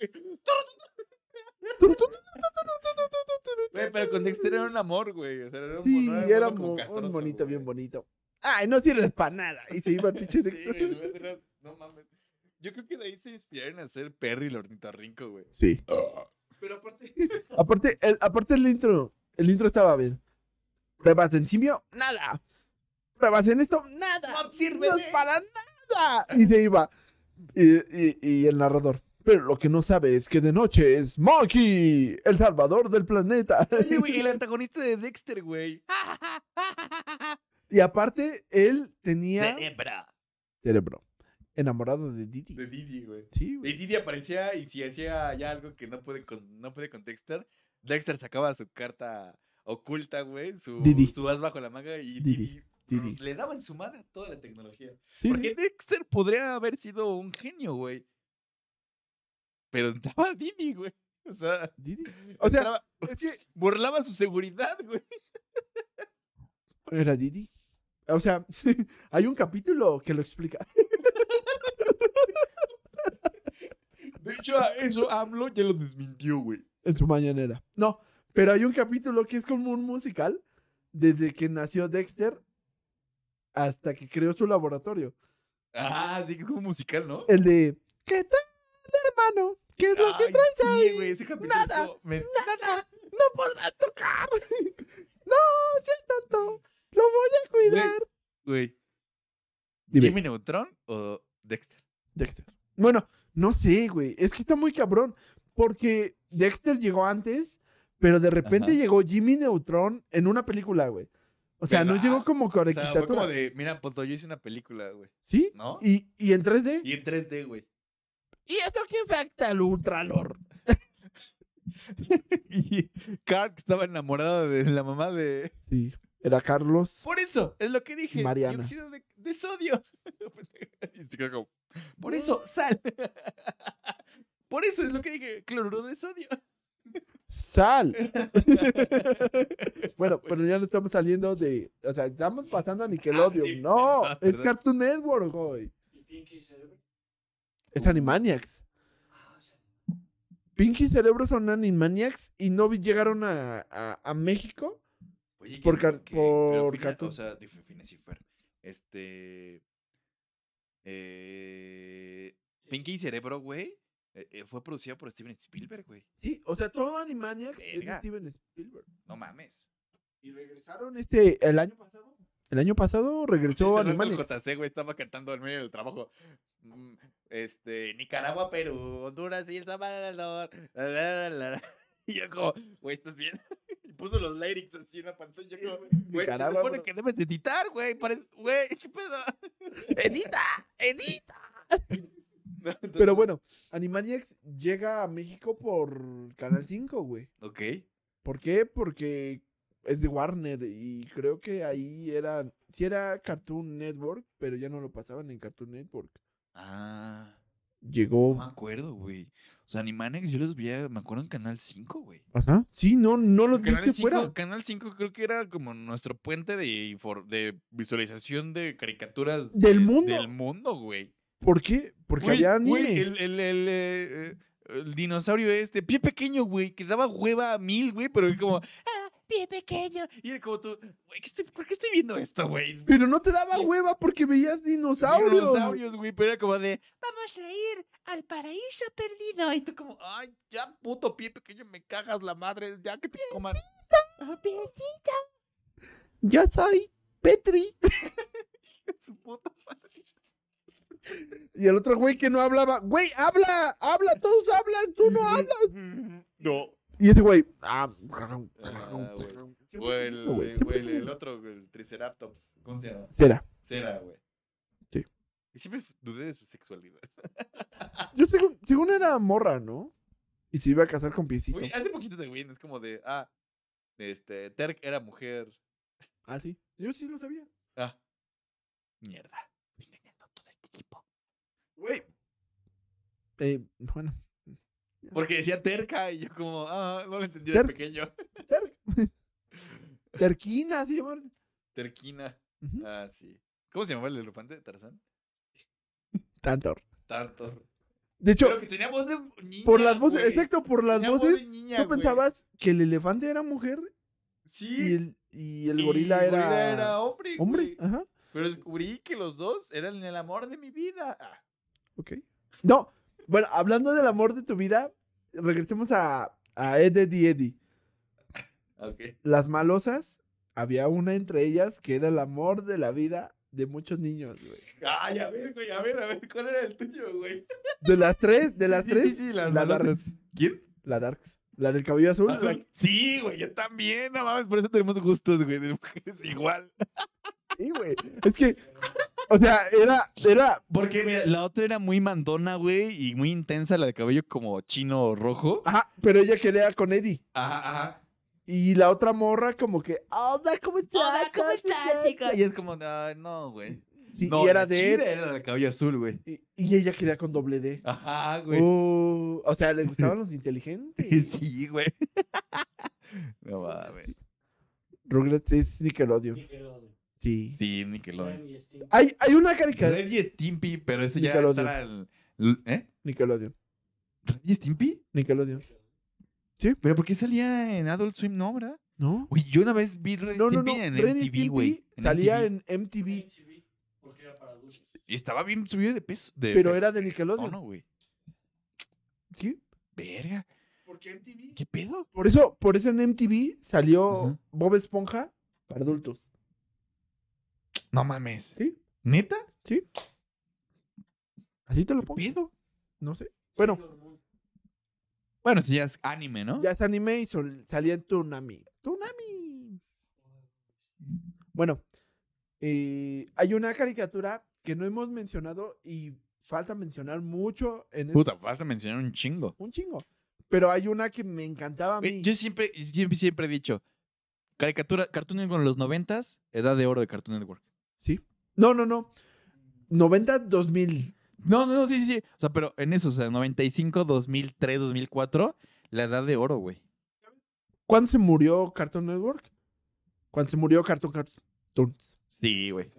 Speaker 2: Güey, pero con Dexter era un amor, güey. O sea, era un
Speaker 1: Sí,
Speaker 2: no un
Speaker 1: era
Speaker 2: mono como
Speaker 1: mo- un
Speaker 2: castroso,
Speaker 1: bonito,
Speaker 2: güey.
Speaker 1: bien bonito. Ay, no sirve para nada. Y se iba al pinche
Speaker 2: Sí, güey,
Speaker 1: de...
Speaker 2: no, era- no mames. Yo creo que de ahí se inspiraron a hacer Perry el ornitorrinco, güey.
Speaker 1: Sí.
Speaker 2: Pero aparte.
Speaker 1: Aparte, el, aparte el intro. El intro estaba bien. Pruebas en simio, nada. Pruebas en esto, nada.
Speaker 3: No sirve
Speaker 1: no es
Speaker 3: de-
Speaker 1: para nada. Y se iba. Y, y- y el narrador. Pero lo que no sabe es que de noche es Monkey, el salvador del planeta.
Speaker 2: Oye, güey, el antagonista de Dexter, güey.
Speaker 1: Y aparte, él tenía
Speaker 5: Cerebro.
Speaker 1: cerebro. Enamorado de Didi.
Speaker 2: De Didi, güey.
Speaker 1: Sí, güey.
Speaker 2: Y Didi aparecía y si hacía ya algo que no puede con, no puede con Dexter, Dexter sacaba su carta oculta, güey, su,
Speaker 1: Didi.
Speaker 2: su as bajo la manga y
Speaker 1: Didi,
Speaker 2: Didi,
Speaker 1: Didi.
Speaker 2: le daba en su madre a toda la tecnología.
Speaker 1: Sí,
Speaker 2: Porque Dexter podría haber sido un genio, güey. Pero estaba Didi, güey. O sea, eh,
Speaker 1: Didi. O sea,
Speaker 2: entraba-
Speaker 1: es que
Speaker 2: burlaba su seguridad, güey.
Speaker 1: era Didi. O sea, hay un capítulo que lo explica.
Speaker 2: De hecho, a eso AMLO ya lo desmintió, güey.
Speaker 1: en su mañanera. No, pero hay un capítulo que es como un musical desde que nació Dexter hasta que creó su laboratorio.
Speaker 2: Ah, sí, que es como musical, ¿no?
Speaker 1: El de ¿Qué tal, hermano? ¿Qué es lo que
Speaker 3: Ay,
Speaker 1: traes
Speaker 3: sí,
Speaker 1: ahí?
Speaker 3: güey, ese capítulo
Speaker 1: Nada.
Speaker 3: estuvo- me-
Speaker 1: Nada, no podrás tocar. No, si hay tanto, lo voy a cuidar.
Speaker 2: Güey.
Speaker 1: Dime.
Speaker 2: ¿Jimmy Neutron o Dexter?
Speaker 1: Dexter. Bueno, no sé, güey. Es que está muy cabrón. Porque Dexter llegó antes, pero de repente
Speaker 2: Ajá.
Speaker 1: llegó Jimmy Neutron en una película, güey. O sea, no
Speaker 2: ¿Verdad?
Speaker 1: llegó como con
Speaker 2: ah, O sea, fue
Speaker 1: equitatura.
Speaker 2: como de, mira, Poto, yo hice una película, güey.
Speaker 1: ¿Sí?
Speaker 2: ¿No?
Speaker 1: Y, y en 3D.
Speaker 2: Y en 3D, güey.
Speaker 1: ¿Y esto qué afecta al Ultralord?
Speaker 2: Y Clark estaba enamorada de la mamá de.
Speaker 1: Sí. Era Carlos.
Speaker 2: Por eso, es lo que dije.
Speaker 1: Mariana.
Speaker 2: Dióxido de, de sodio. Y se quedó como, Por eso, sal. Por eso es lo que dije, cloruro de sodio.
Speaker 1: ¡Sal! bueno, pero ya no estamos saliendo de. O sea, estamos pasando a Nickelodeon.
Speaker 3: sí,
Speaker 1: no,
Speaker 2: Ah, perdón,
Speaker 1: es
Speaker 2: perdón.
Speaker 1: Cartoon Network, güey. Es Animaniacs. Pinky y Cerebro son Animaniacs y no vi- llegaron a, a, a México.
Speaker 2: Oye,
Speaker 1: Por
Speaker 2: que-
Speaker 1: car-
Speaker 2: que- pero
Speaker 1: por
Speaker 2: fina-
Speaker 1: cartoon.
Speaker 2: O sea, dif- Phineas y Ferb. Este. eh, Pinky y Cerebro, güey. eh, eh, fue producido por Steven Spielberg, güey.
Speaker 1: Sí, o sea, todo Animaniacs es de
Speaker 2: Verga.
Speaker 1: Steven Spielberg.
Speaker 2: No mames.
Speaker 1: Y regresaron este, el año pasado. El año pasado regresó
Speaker 2: Ese rato el
Speaker 1: Animaniacs.
Speaker 2: JC, güey, estaba cantando al medio del trabajo. Mm, Este, Nicaragua, Perú, Honduras y El Salvador. la, la, la, la, la. Y yo como, güey, ¿estás bien? Y puso los lyrics así en la pantalla. Yo como, güey, se
Speaker 1: Nicaragua,
Speaker 2: supone
Speaker 1: bro.
Speaker 2: que debes de editar, güey. Parece, güey, qué pedo.
Speaker 1: ¡Edita! ¡Edita!
Speaker 2: No, entonces-
Speaker 1: Pero bueno, Animaniacs llega a México por Canal 5, güey.
Speaker 2: Ok.
Speaker 1: ¿Por qué? Porque es de Warner y creo que ahí era, sí era Cartoon Network, pero ya no lo pasaban en Cartoon Network.
Speaker 2: Ah, no me
Speaker 1: Llegó.
Speaker 2: acuerdo, güey. O sea, Animanex yo los veía, me acuerdo en Canal 5, güey.
Speaker 1: Ajá. Sí, no, no los
Speaker 2: Canal
Speaker 1: viste
Speaker 2: 5,
Speaker 1: fuera.
Speaker 2: Canal 5 creo que era como nuestro puente de, infor- de visualización de caricaturas
Speaker 1: Del
Speaker 2: de-
Speaker 1: mundo.
Speaker 2: Del mundo, güey.
Speaker 1: ¿Por qué? Porque
Speaker 2: Güey,
Speaker 1: había anime.
Speaker 2: güey, el, el- el, eh, eh, el dinosaurio este, pie pequeño, güey, que daba hueva a mil, güey, pero como,
Speaker 6: ah, pie pequeño.
Speaker 2: y era como tú, güey, ¿qué estoy- ¿por qué estoy viendo esto, güey?
Speaker 1: Pero no te daba hueva porque veías dinosaurios.
Speaker 2: Dinosaurios, güey, pero era como de,
Speaker 6: Vamos a ir al paraíso perdido.
Speaker 2: y tú como, ay, ya puto pie pequeño, me cagas la madre, ya que te coman.
Speaker 6: Ah, piecito.
Speaker 1: Ya soy Petri.
Speaker 2: Su puta madre.
Speaker 1: Y el otro güey que no hablaba. Güey, habla, habla, todos hablan, tú no hablas.
Speaker 2: No.
Speaker 1: Y ese güey. Ah,
Speaker 2: Ah, O el,
Speaker 1: güey.
Speaker 2: eh, güey, el- el otro, güey, el Triceratops. ¿Cómo se llama?
Speaker 1: Será.
Speaker 2: Cera, güey.
Speaker 1: Sí.
Speaker 2: Y siempre dudé de su sexualidad.
Speaker 1: Yo según, según era morra, ¿no? Y se iba a casar con piecito.
Speaker 2: Güey, ah. hace poquito te güey, es como de, ah, este, Terk era mujer.
Speaker 1: Ah, sí. Yo sí lo sabía.
Speaker 2: Ah, mierda. Estoy engañando a todo este equipo.
Speaker 1: Güey. Eh, bueno.
Speaker 2: Porque decía terca y yo como, ah, no lo entendí de
Speaker 1: Terc.
Speaker 2: pequeño.
Speaker 1: Ter- Terquina, sí, amor.
Speaker 2: Terquina.
Speaker 1: Ujú.
Speaker 2: Ah, sí. ¿Cómo se llamaba el elefante? ¿Tarzán?
Speaker 1: Tantor.
Speaker 2: Tartor.
Speaker 1: De hecho,
Speaker 2: Pero que tenía voz de niña,
Speaker 1: por las voces,
Speaker 2: güey.
Speaker 1: exacto, por las
Speaker 2: Tenía
Speaker 1: voces,
Speaker 2: de niña,
Speaker 1: tú
Speaker 2: güey.
Speaker 1: pensabas que el elefante era mujer y
Speaker 2: Sí.
Speaker 1: el, y el gorila
Speaker 2: y
Speaker 1: era,
Speaker 2: era hombre.
Speaker 1: hombre.
Speaker 2: güey.
Speaker 1: Ajá,
Speaker 2: Pero descubrí que los dos eran el amor de mi vida. Ah,
Speaker 1: ok. No, bueno, hablando del amor de tu vida, regresemos a, a Ed, Ed y Eddie.
Speaker 2: ok.
Speaker 1: Las malosas, había una entre ellas que era el amor de la vida de muchos niños, güey.
Speaker 2: Ay, a ver, güey, a ver, a ver, ¿cuál era el tuyo, güey?
Speaker 1: De las tres, de las
Speaker 2: Sí,
Speaker 1: tres,
Speaker 2: sí, las
Speaker 1: la
Speaker 2: malosas.
Speaker 1: Darks.
Speaker 2: ¿Quién?
Speaker 1: La Darks. La del cabello azul.
Speaker 2: Azul.
Speaker 1: la-
Speaker 2: Sí, güey, yo también, no mames, por eso tenemos gustos, güey, de mujeres igual.
Speaker 1: Sí, güey. Es que, o sea, era, era,
Speaker 2: Porque mira, la otra era muy mandona, güey, y muy intensa, la de cabello como chino o rojo.
Speaker 1: ajá, pero ella quería con Eddie.
Speaker 2: Ajá, ajá.
Speaker 1: Y la otra morra como que, hola, ¿cómo estás?
Speaker 6: Hola, ¿cómo estás, chicos?
Speaker 2: Y es como, ay, no, güey.
Speaker 1: Sí,
Speaker 2: no,
Speaker 1: y
Speaker 2: la
Speaker 1: era de
Speaker 2: chida
Speaker 1: Ed.
Speaker 2: Era la de cabello azul, güey.
Speaker 1: Y, y ella quería con doble D.
Speaker 2: Ajá, güey.
Speaker 1: Oh, o sea, le gustaban los inteligentes.
Speaker 2: Sí, güey. No mames.
Speaker 1: Rugrats es Nickelodeon. Sí.
Speaker 2: Sí, Nickelodeon.
Speaker 1: Hay, hay una caricatura.
Speaker 2: Red y Stimpy, pero eso ya
Speaker 1: Nickelodeon.
Speaker 2: entra al. l- ¿Eh?
Speaker 1: Nickelodeon.
Speaker 2: ¿Red y Stimpy?
Speaker 1: Nickelodeon.
Speaker 2: ¿Pero por qué salía en Adult Swim, no, verdad?
Speaker 1: ¿No?
Speaker 2: Uy, yo una vez vi Red y
Speaker 1: No, no,
Speaker 2: Stimpy
Speaker 1: no.
Speaker 2: en
Speaker 1: Ren y
Speaker 2: MTV,
Speaker 1: Stimpy
Speaker 2: güey. en
Speaker 1: Salía
Speaker 2: MTV.
Speaker 1: en MTV,
Speaker 2: Y estaba bien subido de peso. de
Speaker 1: pero
Speaker 2: peso.
Speaker 1: era de Nickelodeon.
Speaker 2: No, no, güey.
Speaker 1: Sí.
Speaker 2: Verga,
Speaker 3: Porque MTV.
Speaker 2: ¿qué pedo?
Speaker 1: Por eso, por eso en MTV salió
Speaker 2: Ajá.
Speaker 1: Bob Esponja para adultos.
Speaker 2: No mames.
Speaker 1: Sí.
Speaker 2: ¿Neta?
Speaker 1: Así te lo pongo.
Speaker 2: ¿Qué pedo?
Speaker 1: No sé. Bueno,
Speaker 2: Bueno, si ya es anime, ¿no?
Speaker 1: ya es anime y sol- salía en Tsunami. ¡Tsunami! Bueno, eh, hay una caricatura que no hemos mencionado y falta mencionar mucho en
Speaker 2: Puta,
Speaker 1: estos-
Speaker 2: vas a mencionar un chingo.
Speaker 1: Un chingo. Pero hay una que me encantaba a
Speaker 2: Güey,
Speaker 1: mí.
Speaker 2: Eh, Yo siempre, siempre, siempre he dicho, caricatura, Cartoon Network en los noventas, edad de oro de Cartoon Network.
Speaker 1: Sí. No, no, no. 90, 2000.
Speaker 2: No, no, no, sí, sí, sí. O sea, pero en eso, o sea, 95, 2003, 2004, la edad de oro, güey.
Speaker 1: ¿Cuándo se murió Cartoon Network? Cuando se murió Cartoon Cartoons.
Speaker 2: Sí, güey.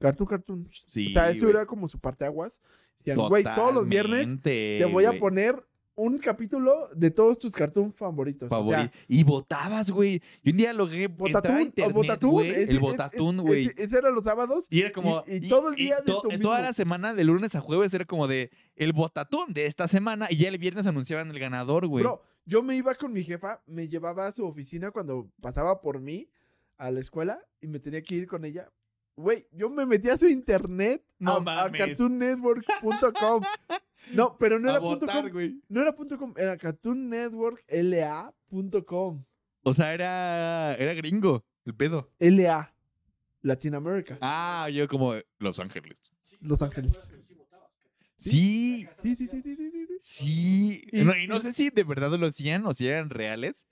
Speaker 1: Cartoon Cartoons.
Speaker 2: Sí,
Speaker 1: o sea, eso
Speaker 2: güey.
Speaker 1: era como su parteaguas. Decían, güey, todos los viernes
Speaker 2: Totalmente,
Speaker 1: te voy a
Speaker 2: güey.
Speaker 1: poner un capítulo de todos tus cartoons favoritos.
Speaker 2: Favori-
Speaker 1: O sea,
Speaker 2: y votabas, güey. Y un día logré entrar a
Speaker 1: Botatún, o
Speaker 2: internet,
Speaker 1: Botatún,
Speaker 2: güey,
Speaker 1: ese-
Speaker 2: el
Speaker 1: ese-
Speaker 2: Botatún,
Speaker 1: ese-
Speaker 2: güey.
Speaker 1: Ese, era los sábados.
Speaker 2: Y era como.
Speaker 1: y todo el día de tu
Speaker 2: Toda
Speaker 1: mismo.
Speaker 2: la semana, de lunes a jueves, era como de. El botatón de esta semana. Y ya el viernes anunciaban el ganador, güey.
Speaker 1: Bro, yo me iba con mi jefa, me llevaba a su oficina cuando pasaba por mí a la escuela y me tenía que ir con ella. Güey, yo me metí a su internet
Speaker 2: No
Speaker 1: a- a,
Speaker 2: mames.
Speaker 1: cartoonnetwork.com. No, pero no
Speaker 2: A
Speaker 1: era punto
Speaker 2: votar,
Speaker 1: .com,
Speaker 2: güey.
Speaker 1: no era punto .com, era cartoonnetworkla.com.
Speaker 2: O sea, era. Era gringo. El pedo.
Speaker 1: LA, Latinoamérica,
Speaker 2: Ah, yo como. Los Ángeles.
Speaker 1: Los Ángeles.
Speaker 2: Sí.
Speaker 1: Sí, sí, sí, sí, sí, sí, sí.
Speaker 2: Sí.
Speaker 1: Y-
Speaker 2: no, y
Speaker 1: y-
Speaker 2: no sé si de verdad lo hacían o si eran reales.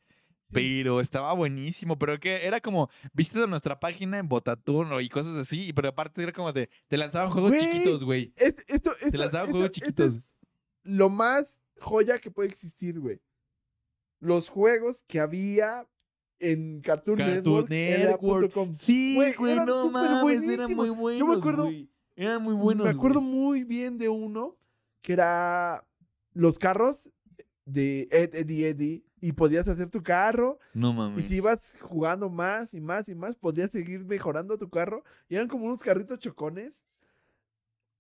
Speaker 2: Pero estaba buenísimo, pero que era como, visita nuestra página en Botatún o- y cosas así, y- pero aparte era como de, te lanzaban juegos
Speaker 1: Güey.
Speaker 2: chiquitos, güey.
Speaker 1: Este- esto, esto,
Speaker 2: las daba
Speaker 1: esto-
Speaker 2: juegos
Speaker 1: esto
Speaker 2: chiquitos.
Speaker 1: es lo más joya que puede existir, güey. Los juegos que había en Cartoon,
Speaker 2: Cartoon
Speaker 1: Network. era
Speaker 2: Network.
Speaker 1: .com.
Speaker 2: Sí,
Speaker 1: Güey,
Speaker 2: güey,
Speaker 1: eran
Speaker 2: no
Speaker 1: súper
Speaker 2: mames, eran
Speaker 1: buenísimos.
Speaker 2: muy buenos.
Speaker 1: Yo me acuerdo-
Speaker 2: güey. Eran muy buenos.
Speaker 1: Me acuerdo
Speaker 2: güey.
Speaker 1: muy bien de uno que era los carros de Ed, Eddie, Eddie. Y podías hacer tu carro.
Speaker 2: No mames.
Speaker 1: Y si ibas jugando más y más y más, podías seguir mejorando tu carro. Y eran como unos carritos chocones.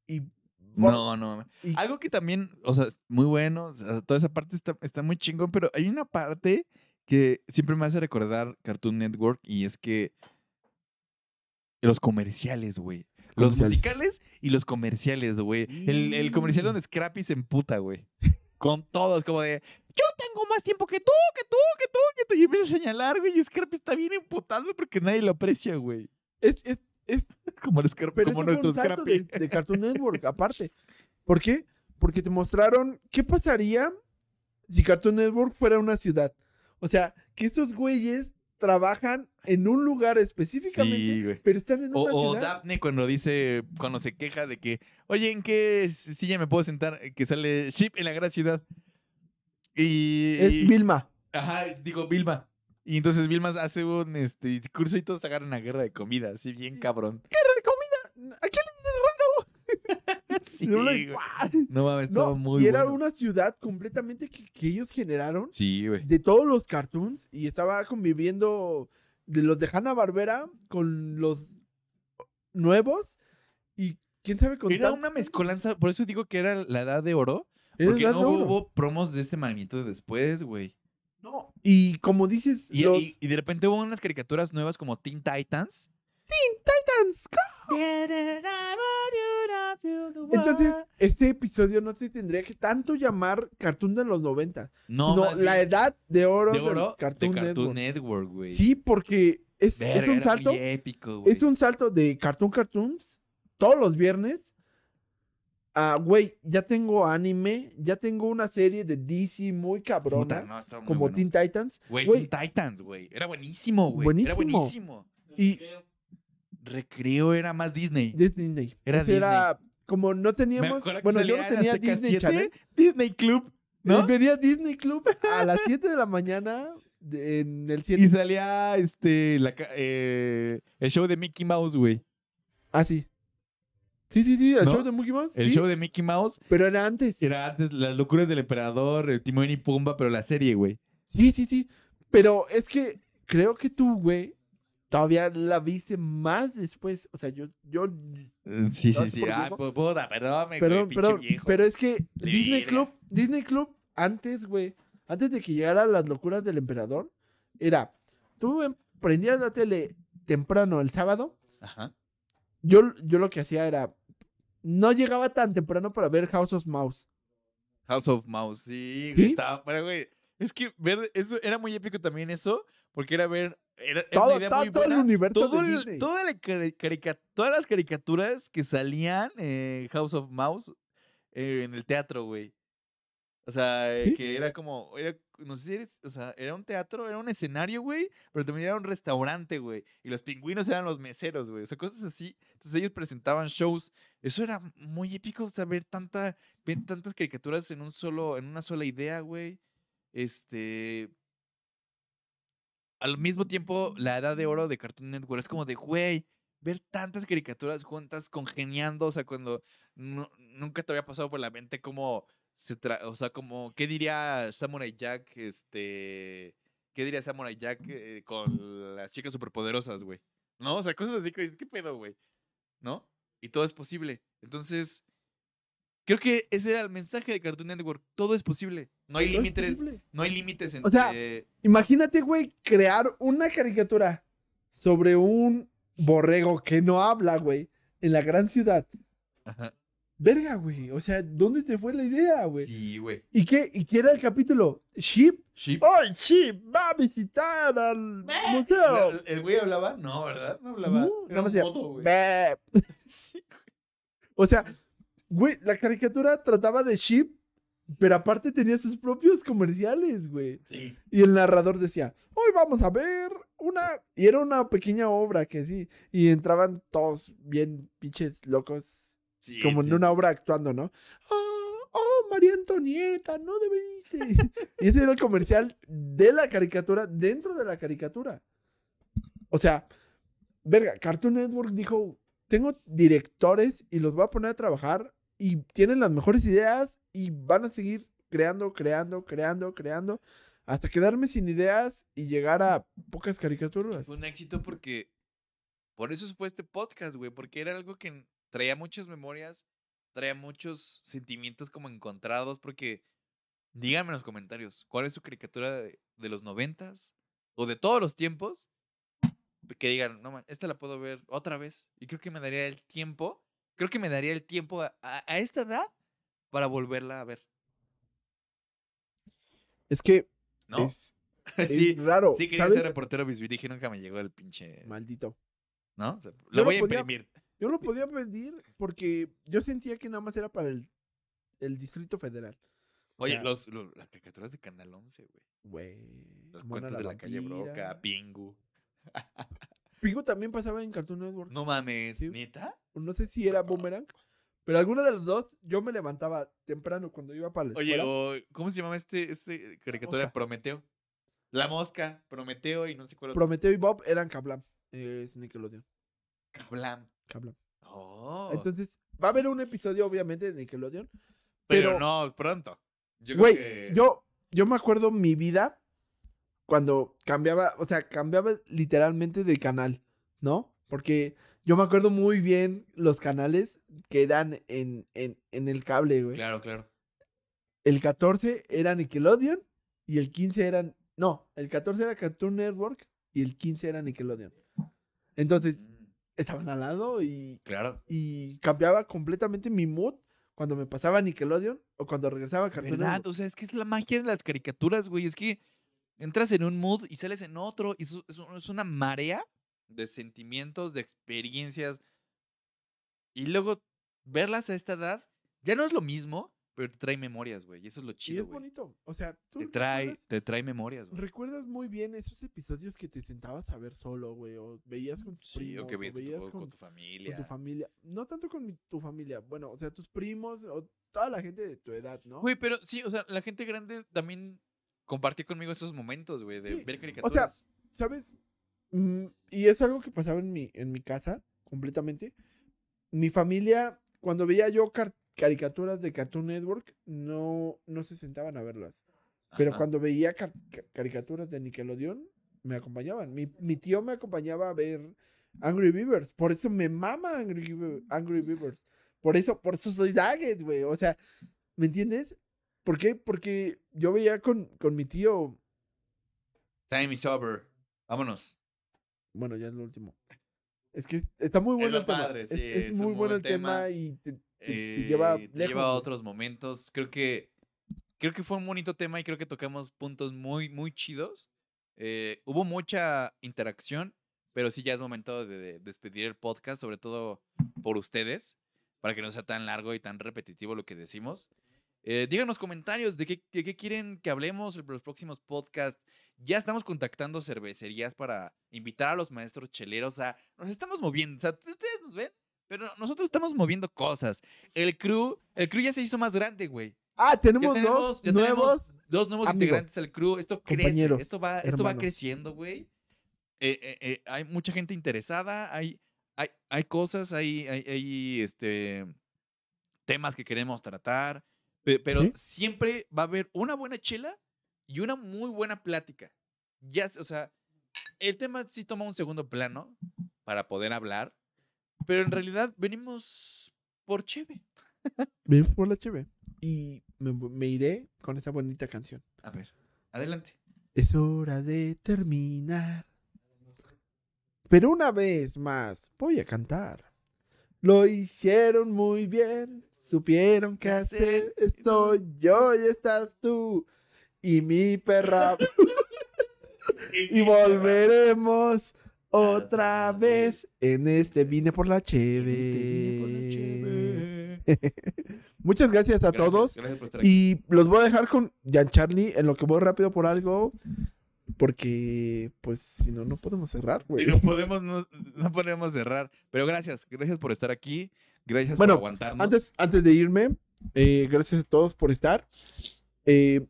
Speaker 1: Y.
Speaker 2: No, no mames.
Speaker 1: y-
Speaker 2: Algo que también, o sea, es muy bueno, o sea, toda esa parte está, está muy chingón, pero hay una parte que siempre me hace recordar Cartoon Network y es que los comerciales, güey. Los
Speaker 1: Comerciales.
Speaker 2: musicales y los comerciales, güey. El, el comercial
Speaker 1: Y-
Speaker 2: donde Scrappy se emputa, güey. Con todos, como de, yo tengo más tiempo que tú, que tú, que tú, que tú. Y empieza a señalar, güey, y Scrappy está bien emputado porque nadie lo aprecia, güey.
Speaker 1: Es, es,
Speaker 2: Como, el Scrappy,
Speaker 1: Pero
Speaker 2: como
Speaker 1: eso fue
Speaker 2: nuestro
Speaker 1: un salto
Speaker 2: Scrappy.
Speaker 1: de, de Cartoon Network, aparte. ¿Por qué? Porque te mostraron qué pasaría si Cartoon Network fuera una ciudad. O sea, que estos güeyes trabajan en un lugar específicamente,
Speaker 2: Sí, güey.
Speaker 1: pero están en
Speaker 2: O,
Speaker 1: una
Speaker 2: o
Speaker 1: ciudad.
Speaker 2: Daphne cuando dice, cuando se queja de que, oye, ¿en qué s- silla me puedo sentar? Eh, Que sale Ship en la gran ciudad. Y. y-
Speaker 1: Es Vilma.
Speaker 2: Ajá, es- digo, Vilma. Y entonces Vilma hace un este, discurso y todos agarran a guerra de comida, así bien cabrón.
Speaker 1: ¿A quién
Speaker 2: Sí,
Speaker 1: le-
Speaker 2: güey.
Speaker 1: ¡Guau!
Speaker 2: No mames, estaba
Speaker 1: No,
Speaker 2: muy
Speaker 1: y era
Speaker 2: bueno.
Speaker 1: una ciudad completamente que, que ellos generaron
Speaker 2: Sí, güey.
Speaker 1: de todos los cartoons y estaba conviviendo de los de Hanna Barbera con los nuevos y quién sabe con
Speaker 2: Era
Speaker 1: tan-
Speaker 2: una mezcolanza, por eso digo que era la edad de oro.
Speaker 1: Era
Speaker 2: Porque
Speaker 1: edad
Speaker 2: no
Speaker 1: de oro.
Speaker 2: hubo promos de este manito después, güey.
Speaker 1: No, y como dices,
Speaker 2: Y,
Speaker 1: los
Speaker 2: y- y de repente hubo unas caricaturas nuevas como Teen Titans.
Speaker 1: Titans Go. Entonces, este episodio no se tendría que tanto llamar Cartoon de los 90.
Speaker 2: No,
Speaker 1: no,
Speaker 2: más
Speaker 1: la
Speaker 2: bien,
Speaker 1: edad de oro,
Speaker 2: de
Speaker 1: del
Speaker 2: oro
Speaker 1: Cartoon
Speaker 2: de
Speaker 1: Network.
Speaker 2: Cartoon Network, güey.
Speaker 1: Sí, porque es,
Speaker 2: Verga,
Speaker 1: es un
Speaker 2: era muy
Speaker 1: salto.
Speaker 2: épico, güey.
Speaker 1: Es un salto de Cartoon Cartoons todos los viernes. Ah, güey, ya tengo anime, ya tengo una serie de DC muy
Speaker 2: Puta,
Speaker 1: cabrona,
Speaker 2: no, estaba muy
Speaker 1: como
Speaker 2: bueno.
Speaker 1: Teen Titans.
Speaker 2: Güey,
Speaker 1: güey.
Speaker 2: Teen Titans, güey. Era buenísimo, güey.
Speaker 1: Buenísimo.
Speaker 2: Era buenísimo.
Speaker 1: Y
Speaker 2: Recreo era más Disney.
Speaker 1: Disney.
Speaker 2: Era
Speaker 1: Entonces, como no
Speaker 2: Me
Speaker 1: teníamos,
Speaker 2: acuerdo que
Speaker 1: bueno, yo
Speaker 2: salía
Speaker 1: no
Speaker 2: en
Speaker 1: tenía
Speaker 2: Azteca
Speaker 1: Disney
Speaker 2: 7,
Speaker 1: Channel. Eh,
Speaker 2: Disney Club,
Speaker 1: ¿No?
Speaker 2: ¿no?
Speaker 1: vería Disney Club a las 7 de la mañana de- en el
Speaker 2: Y
Speaker 1: 7.
Speaker 2: salía este la ca- eh, el show de Mickey Mouse, güey.
Speaker 1: Ah, sí. Sí, sí, sí, el
Speaker 2: ¿No?
Speaker 1: show de Mickey Mouse.
Speaker 2: El
Speaker 1: sí,
Speaker 2: show de Mickey Mouse
Speaker 1: Pero era antes.
Speaker 2: era antes Las locuras del emperador, el Timón y Pumba, pero la serie, güey.
Speaker 1: Sí, sí, sí. Pero es que creo que tú, güey, todavía la viste más después. O sea, yo, yo,
Speaker 2: Eh, Sí,
Speaker 1: No,
Speaker 2: sí,
Speaker 1: es
Speaker 2: sí.
Speaker 1: por
Speaker 2: Ah,
Speaker 1: tiempo.
Speaker 2: pu- puta, perdóname, güey,
Speaker 1: perdón,
Speaker 2: pinche
Speaker 1: perdón,
Speaker 2: viejo.
Speaker 1: pero es que
Speaker 2: De
Speaker 1: Disney
Speaker 2: verga.
Speaker 1: Club, Disney Club antes, güey, antes de que llegara las locuras del emperador, era, tú em- prendías la tele temprano el sábado,
Speaker 2: Ajá.
Speaker 1: yo, yo lo que hacía era, no llegaba tan temprano para ver House of Mouse.
Speaker 2: House of Mouse, sí,
Speaker 1: ¿Sí?
Speaker 2: güey. estaba- pero, güey, es que ver, eso era muy épico también eso, porque era ver, era, era
Speaker 1: Todo,
Speaker 2: una idea
Speaker 1: todo-
Speaker 2: muy
Speaker 1: todo el
Speaker 2: buena.
Speaker 1: universo
Speaker 2: todo
Speaker 1: de
Speaker 2: el-
Speaker 1: Disney.
Speaker 2: toda la cari- carica- todas las caricaturas que salían en House of Mouse eh, en el teatro, güey. O sea, eh,
Speaker 1: ¿Sí?
Speaker 2: que era como, era, no sé si eres- o sea, era un teatro, era un escenario, güey, pero también era un restaurante, güey. Y los pingüinos eran los meseros, güey. O sea, cosas así. Entonces ellos presentaban shows. Eso era muy épico, saber tanta, ver tantas caricaturas en un solo, en una sola idea, güey. Este, al mismo tiempo, la edad de oro de Cartoon Network es como de, güey, ver tantas caricaturas juntas, congeniando, o sea, cuando nu- nunca te había pasado por la mente cómo se tra- o sea, como, ¿qué diría Samurai Jack, este, qué diría Samurai Jack eh, con las chicas superpoderosas, güey? ¿No? O sea, cosas así que dices, ¿qué pedo, güey? ¿No? Y todo es posible. Entonces, creo que ese era el mensaje de Cartoon Network. Todo es posible. No hay
Speaker 1: Todo es
Speaker 2: límites,
Speaker 1: posible.
Speaker 2: no hay límites entre...
Speaker 1: O sea, Imagínate, güey, crear una caricatura sobre un borrego que no habla, güey, en la gran ciudad.
Speaker 2: Ajá.
Speaker 1: Verga, güey. O sea, ¿dónde te fue la idea, güey? ¡Oh!
Speaker 2: Sí, güey.
Speaker 1: ¿Y qué, ¿Y qué era el capítulo? ¿Ship?
Speaker 2: Sheep.
Speaker 1: ¡Ay, Ship va a visitar al
Speaker 2: La-
Speaker 1: museo!
Speaker 2: la- ¿El güey hablaba? No, ¿verdad? No hablaba.
Speaker 1: No,
Speaker 2: Era
Speaker 1: nada más
Speaker 2: un
Speaker 1: decía,
Speaker 2: modo, güey.
Speaker 1: "Bep".
Speaker 2: Sí, güey.
Speaker 1: O sea, güey, la caricatura trataba de Ship, pero aparte tenía sus propios comerciales, güey.
Speaker 3: Sí.
Speaker 1: Y el narrador decía, hoy vamos a ver una... Y era una pequeña obra que sí. Y entraban todos bien pinches locos.
Speaker 2: Sí,
Speaker 1: como
Speaker 2: sí,
Speaker 1: en una obra actuando, ¿no? Oh, oh, María Antonieta, no debiste. y ese era el comercial de la caricatura, dentro de la caricatura. O sea, verga, Cartoon Network dijo, tengo directores y los voy a poner a trabajar y tienen las mejores ideas y van a seguir creando, creando, creando, creando, hasta quedarme sin ideas y llegar a pocas caricaturas.
Speaker 2: Fue un éxito porque. Por eso fue este podcast, güey. Porque era algo que n- traía muchas memorias, traía muchos sentimientos como encontrados. Porque. Díganme en los comentarios, ¿cuál es su caricatura de, de los noventas? O de todos los tiempos. Que digan, no man, esta la puedo ver otra vez. Y creo que me daría el tiempo. Creo que me daría el tiempo a, a- a esta edad para volverla a ver.
Speaker 1: Es que
Speaker 2: ¿No?
Speaker 1: es,
Speaker 2: sí.
Speaker 1: es raro.
Speaker 2: Sí, quería
Speaker 1: ¿sabes?
Speaker 2: ser reportero bisbirige, nunca me llegó el pinche.
Speaker 1: Maldito.
Speaker 2: ¿No? O sea,
Speaker 1: Yo no
Speaker 2: lo voy a
Speaker 1: podía-
Speaker 2: imprimir.
Speaker 1: Yo lo podía pedir porque yo sentía que nada más era para el, el Distrito Federal.
Speaker 2: Oye,
Speaker 1: sea-
Speaker 2: los, lo- las caricaturas de Canal 11, güey.
Speaker 1: Güey.
Speaker 2: Los
Speaker 1: Mona
Speaker 2: cuentos de la calle
Speaker 1: vampira.
Speaker 2: Broca, Pingu.
Speaker 1: Pingu también pasaba en Cartoon Network.
Speaker 2: No mames,
Speaker 1: Sí.
Speaker 2: ¿neta?
Speaker 1: No sé si era Boomerang, pero alguna de las dos yo me levantaba temprano cuando iba para la
Speaker 2: Oye,
Speaker 1: escuela.
Speaker 2: o- ¿cómo se llamaba este, este caricatura de
Speaker 1: mosca.
Speaker 2: Prometeo? La mosca, Prometeo y no sé cuál otro.
Speaker 1: Prometeo y Bob eran Kablam. Es Nickelodeon.
Speaker 2: Kablam.
Speaker 1: Kablam.
Speaker 2: Oh,
Speaker 1: Entonces, va a haber un episodio obviamente de Nickelodeon.
Speaker 2: pero,
Speaker 1: pero-
Speaker 2: no, pronto. Yo creo
Speaker 1: Güey,
Speaker 2: que-
Speaker 1: yo, yo me acuerdo mi vida cuando cambiaba, o sea, cambiaba literalmente de canal, ¿no? Porque yo me acuerdo muy bien los canales que eran en, en, en el cable, güey.
Speaker 2: Claro, claro.
Speaker 1: El 14 era Nickelodeon y el 15 eran... No, el 14 era Cartoon Network y el 15 era Nickelodeon. Entonces,
Speaker 2: Mm,
Speaker 1: estaban al lado y,
Speaker 2: Claro.
Speaker 1: y cambiaba completamente mi mood cuando me pasaba a Nickelodeon o cuando regresaba a Cartoon Network.
Speaker 2: ¿Verdad? O sea, es que es la magia de las caricaturas, güey. Es que entras en un mood y sales en otro. Y es, es un- es una marea de sentimientos, de experiencias. Y luego verlas a esta edad ya no es lo mismo, pero te trae memorias, güey. Y eso es lo
Speaker 1: Y
Speaker 2: chido,
Speaker 1: es
Speaker 2: güey.
Speaker 1: bonito. O sea, tú
Speaker 2: Te trae,
Speaker 1: recuerdas,
Speaker 2: te trae memorias, güey.
Speaker 1: recuerdas muy bien esos episodios que te sentabas a ver solo, güey, o veías con tus
Speaker 2: Sí,
Speaker 1: primos,
Speaker 2: o
Speaker 1: o,
Speaker 2: que ve-
Speaker 1: veías con,
Speaker 2: o con
Speaker 1: con
Speaker 2: tu familia.
Speaker 1: tu familia. No tanto con mi- tu familia, bueno, o sea, tus primos, o toda la gente de tu edad, ¿no?
Speaker 2: Güey, pero sí, o sea, la gente grande también compartió conmigo esos momentos, güey, de
Speaker 1: Sí,
Speaker 2: ver
Speaker 1: o sea,
Speaker 2: caricaturas.
Speaker 1: ¿Sabes? Mm, y es algo que pasaba en mi, en mi casa, completamente. Mi familia, cuando veía yo car- caricaturas de Cartoon Network, no, no se sentaban a verlas. Pero
Speaker 2: Ajá.
Speaker 1: cuando veía car- ca- caricaturas de Nickelodeon, me acompañaban. Mi, mi tío me acompañaba a ver Angry Beavers. Por eso me mama Angry,
Speaker 2: Mm.
Speaker 1: Beaver- Angry Beavers. Por eso, por eso soy Daggett, güey. O sea, ¿me entiendes? ¿Por qué? Porque yo veía con, con mi tío.
Speaker 2: Time is over. Vámonos.
Speaker 1: Bueno, ya es lo último. Es que está muy bueno
Speaker 2: lo
Speaker 1: el tema.
Speaker 2: padre,
Speaker 1: es,
Speaker 2: sí,
Speaker 1: es
Speaker 2: es un
Speaker 1: muy
Speaker 2: buen
Speaker 1: bueno el tema,
Speaker 2: tema.
Speaker 1: y te-
Speaker 2: Eh,
Speaker 1: y lleva
Speaker 2: te
Speaker 1: lejos,
Speaker 2: a
Speaker 1: güey.
Speaker 2: otros momentos. Creo que creo que fue un bonito tema y creo que tocamos puntos muy muy chidos. Eh, hubo mucha interacción, pero sí ya es momento de, de despedir el podcast, sobre todo por ustedes, para que no sea tan largo y tan repetitivo lo que decimos. Eh, díganos comentarios de qué, de qué quieren que hablemos en los próximos podcasts. Ya estamos contactando cervecerías para invitar a los maestros cheleros a... Nos estamos moviendo, o sea, ustedes nos ven, pero nosotros estamos moviendo cosas. El crew, el crew ya se hizo más grande, güey.
Speaker 1: Ah,
Speaker 2: Ya
Speaker 1: tenemos,
Speaker 2: tenemos,
Speaker 1: dos
Speaker 2: ya tenemos
Speaker 1: nuevos.
Speaker 2: dos nuevos
Speaker 1: amigos,
Speaker 2: integrantes al crew. Esto crece,
Speaker 1: compañeros,
Speaker 2: esto va, esto va
Speaker 1: hermanos.
Speaker 2: creciendo, güey. Eh, eh, eh, hay mucha gente interesada, hay, hay, hay cosas, hay, hay, hay, este, temas que queremos tratar, pe- pero
Speaker 1: Sí.
Speaker 2: siempre va a haber una buena chela y una muy buena plática. Ya, se- o sea, el tema sí toma un segundo plano para poder hablar, pero en realidad venimos por cheve.
Speaker 1: Ven por la cheve. Y me, me iré con esa bonita canción.
Speaker 2: A ver, adelante.
Speaker 1: Es hora de terminar. Pero una vez más, voy a cantar. Lo hicieron muy bien, supieron qué hacer. Estoy yo y estás tú. Y mi perra. y volveremos otra vez. En este vine por la cheve. Muchas gracias a
Speaker 2: Gracias,
Speaker 1: todos.
Speaker 2: Gracias por estar aquí.
Speaker 1: Y los voy a dejar con Giancharli en lo que voy rápido por algo. Porque, pues, si no, no podemos cerrar, güey.
Speaker 2: Sí, no podemos, no, no podemos cerrar. Pero gracias, gracias por estar aquí. Gracias
Speaker 1: Bueno,
Speaker 2: por aguantarnos.
Speaker 1: antes, antes de irme, eh, gracias a todos por estar. Eh,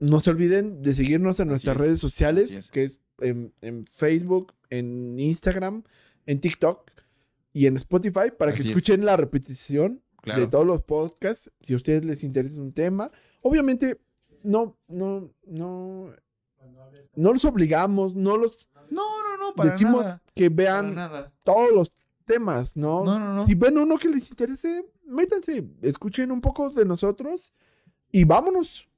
Speaker 1: no se olviden de seguirnos en
Speaker 2: Así
Speaker 1: nuestras
Speaker 2: es,
Speaker 1: redes sociales,
Speaker 2: así es.
Speaker 1: que es en, en Facebook, en Instagram, en TikTok y en Spotify, para
Speaker 2: Así
Speaker 1: que
Speaker 2: es.
Speaker 1: escuchen la repetición de
Speaker 2: Claro.
Speaker 1: todos los podcasts, si a ustedes les interesa un tema. Obviamente, no, no, no. No los obligamos, no los
Speaker 2: No, no, no, para
Speaker 1: decimos
Speaker 2: nada.
Speaker 1: que
Speaker 2: para
Speaker 1: vean
Speaker 2: nada.
Speaker 1: todos los temas, ¿no?
Speaker 2: No, no, no.
Speaker 1: Si ven uno que les interese, métanse, escuchen un poco de nosotros y vámonos.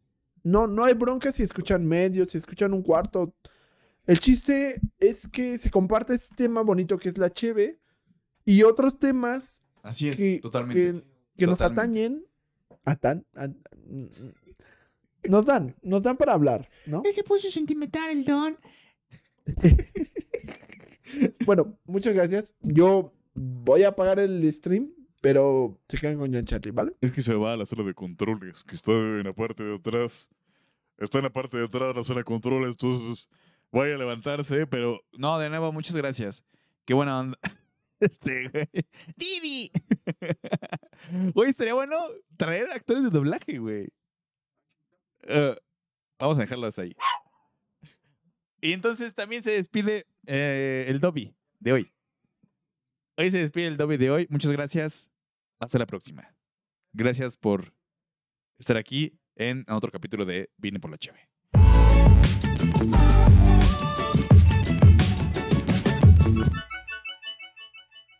Speaker 1: No, no hay bronca si escuchan medios, si escuchan un cuarto. El chiste es que se comparte este tema bonito que es la cheve E y otros temas
Speaker 2: Así es,
Speaker 1: que-
Speaker 2: totalmente.
Speaker 1: que nos
Speaker 2: Totalmente.
Speaker 1: atañen. Atan, an- n- n- nos dan, nos dan para hablar, ¿no?
Speaker 6: Ese puso sentimental el don.
Speaker 1: Bueno, muchas gracias. Yo voy a apagar el stream, pero se quedan con John Charlie, ¿vale?
Speaker 4: Es que se va a la sala de controles, que está en la parte de atrás. Está en la parte de atrás de la sala de controles, entonces vaya a levantarse, pero
Speaker 2: No, de nuevo, muchas gracias. Qué buena onda. Este, güey. ¡Didi! Güey, estaría bueno traer actores de doblaje, güey. Eh, vamos a dejarlo hasta ahí. Y entonces también se despide eh, el Dobby de hoy. Hoy se despide el Dobby de hoy. Muchas gracias. Hasta la próxima. Gracias por estar aquí en otro capítulo de Vine por la Cheve.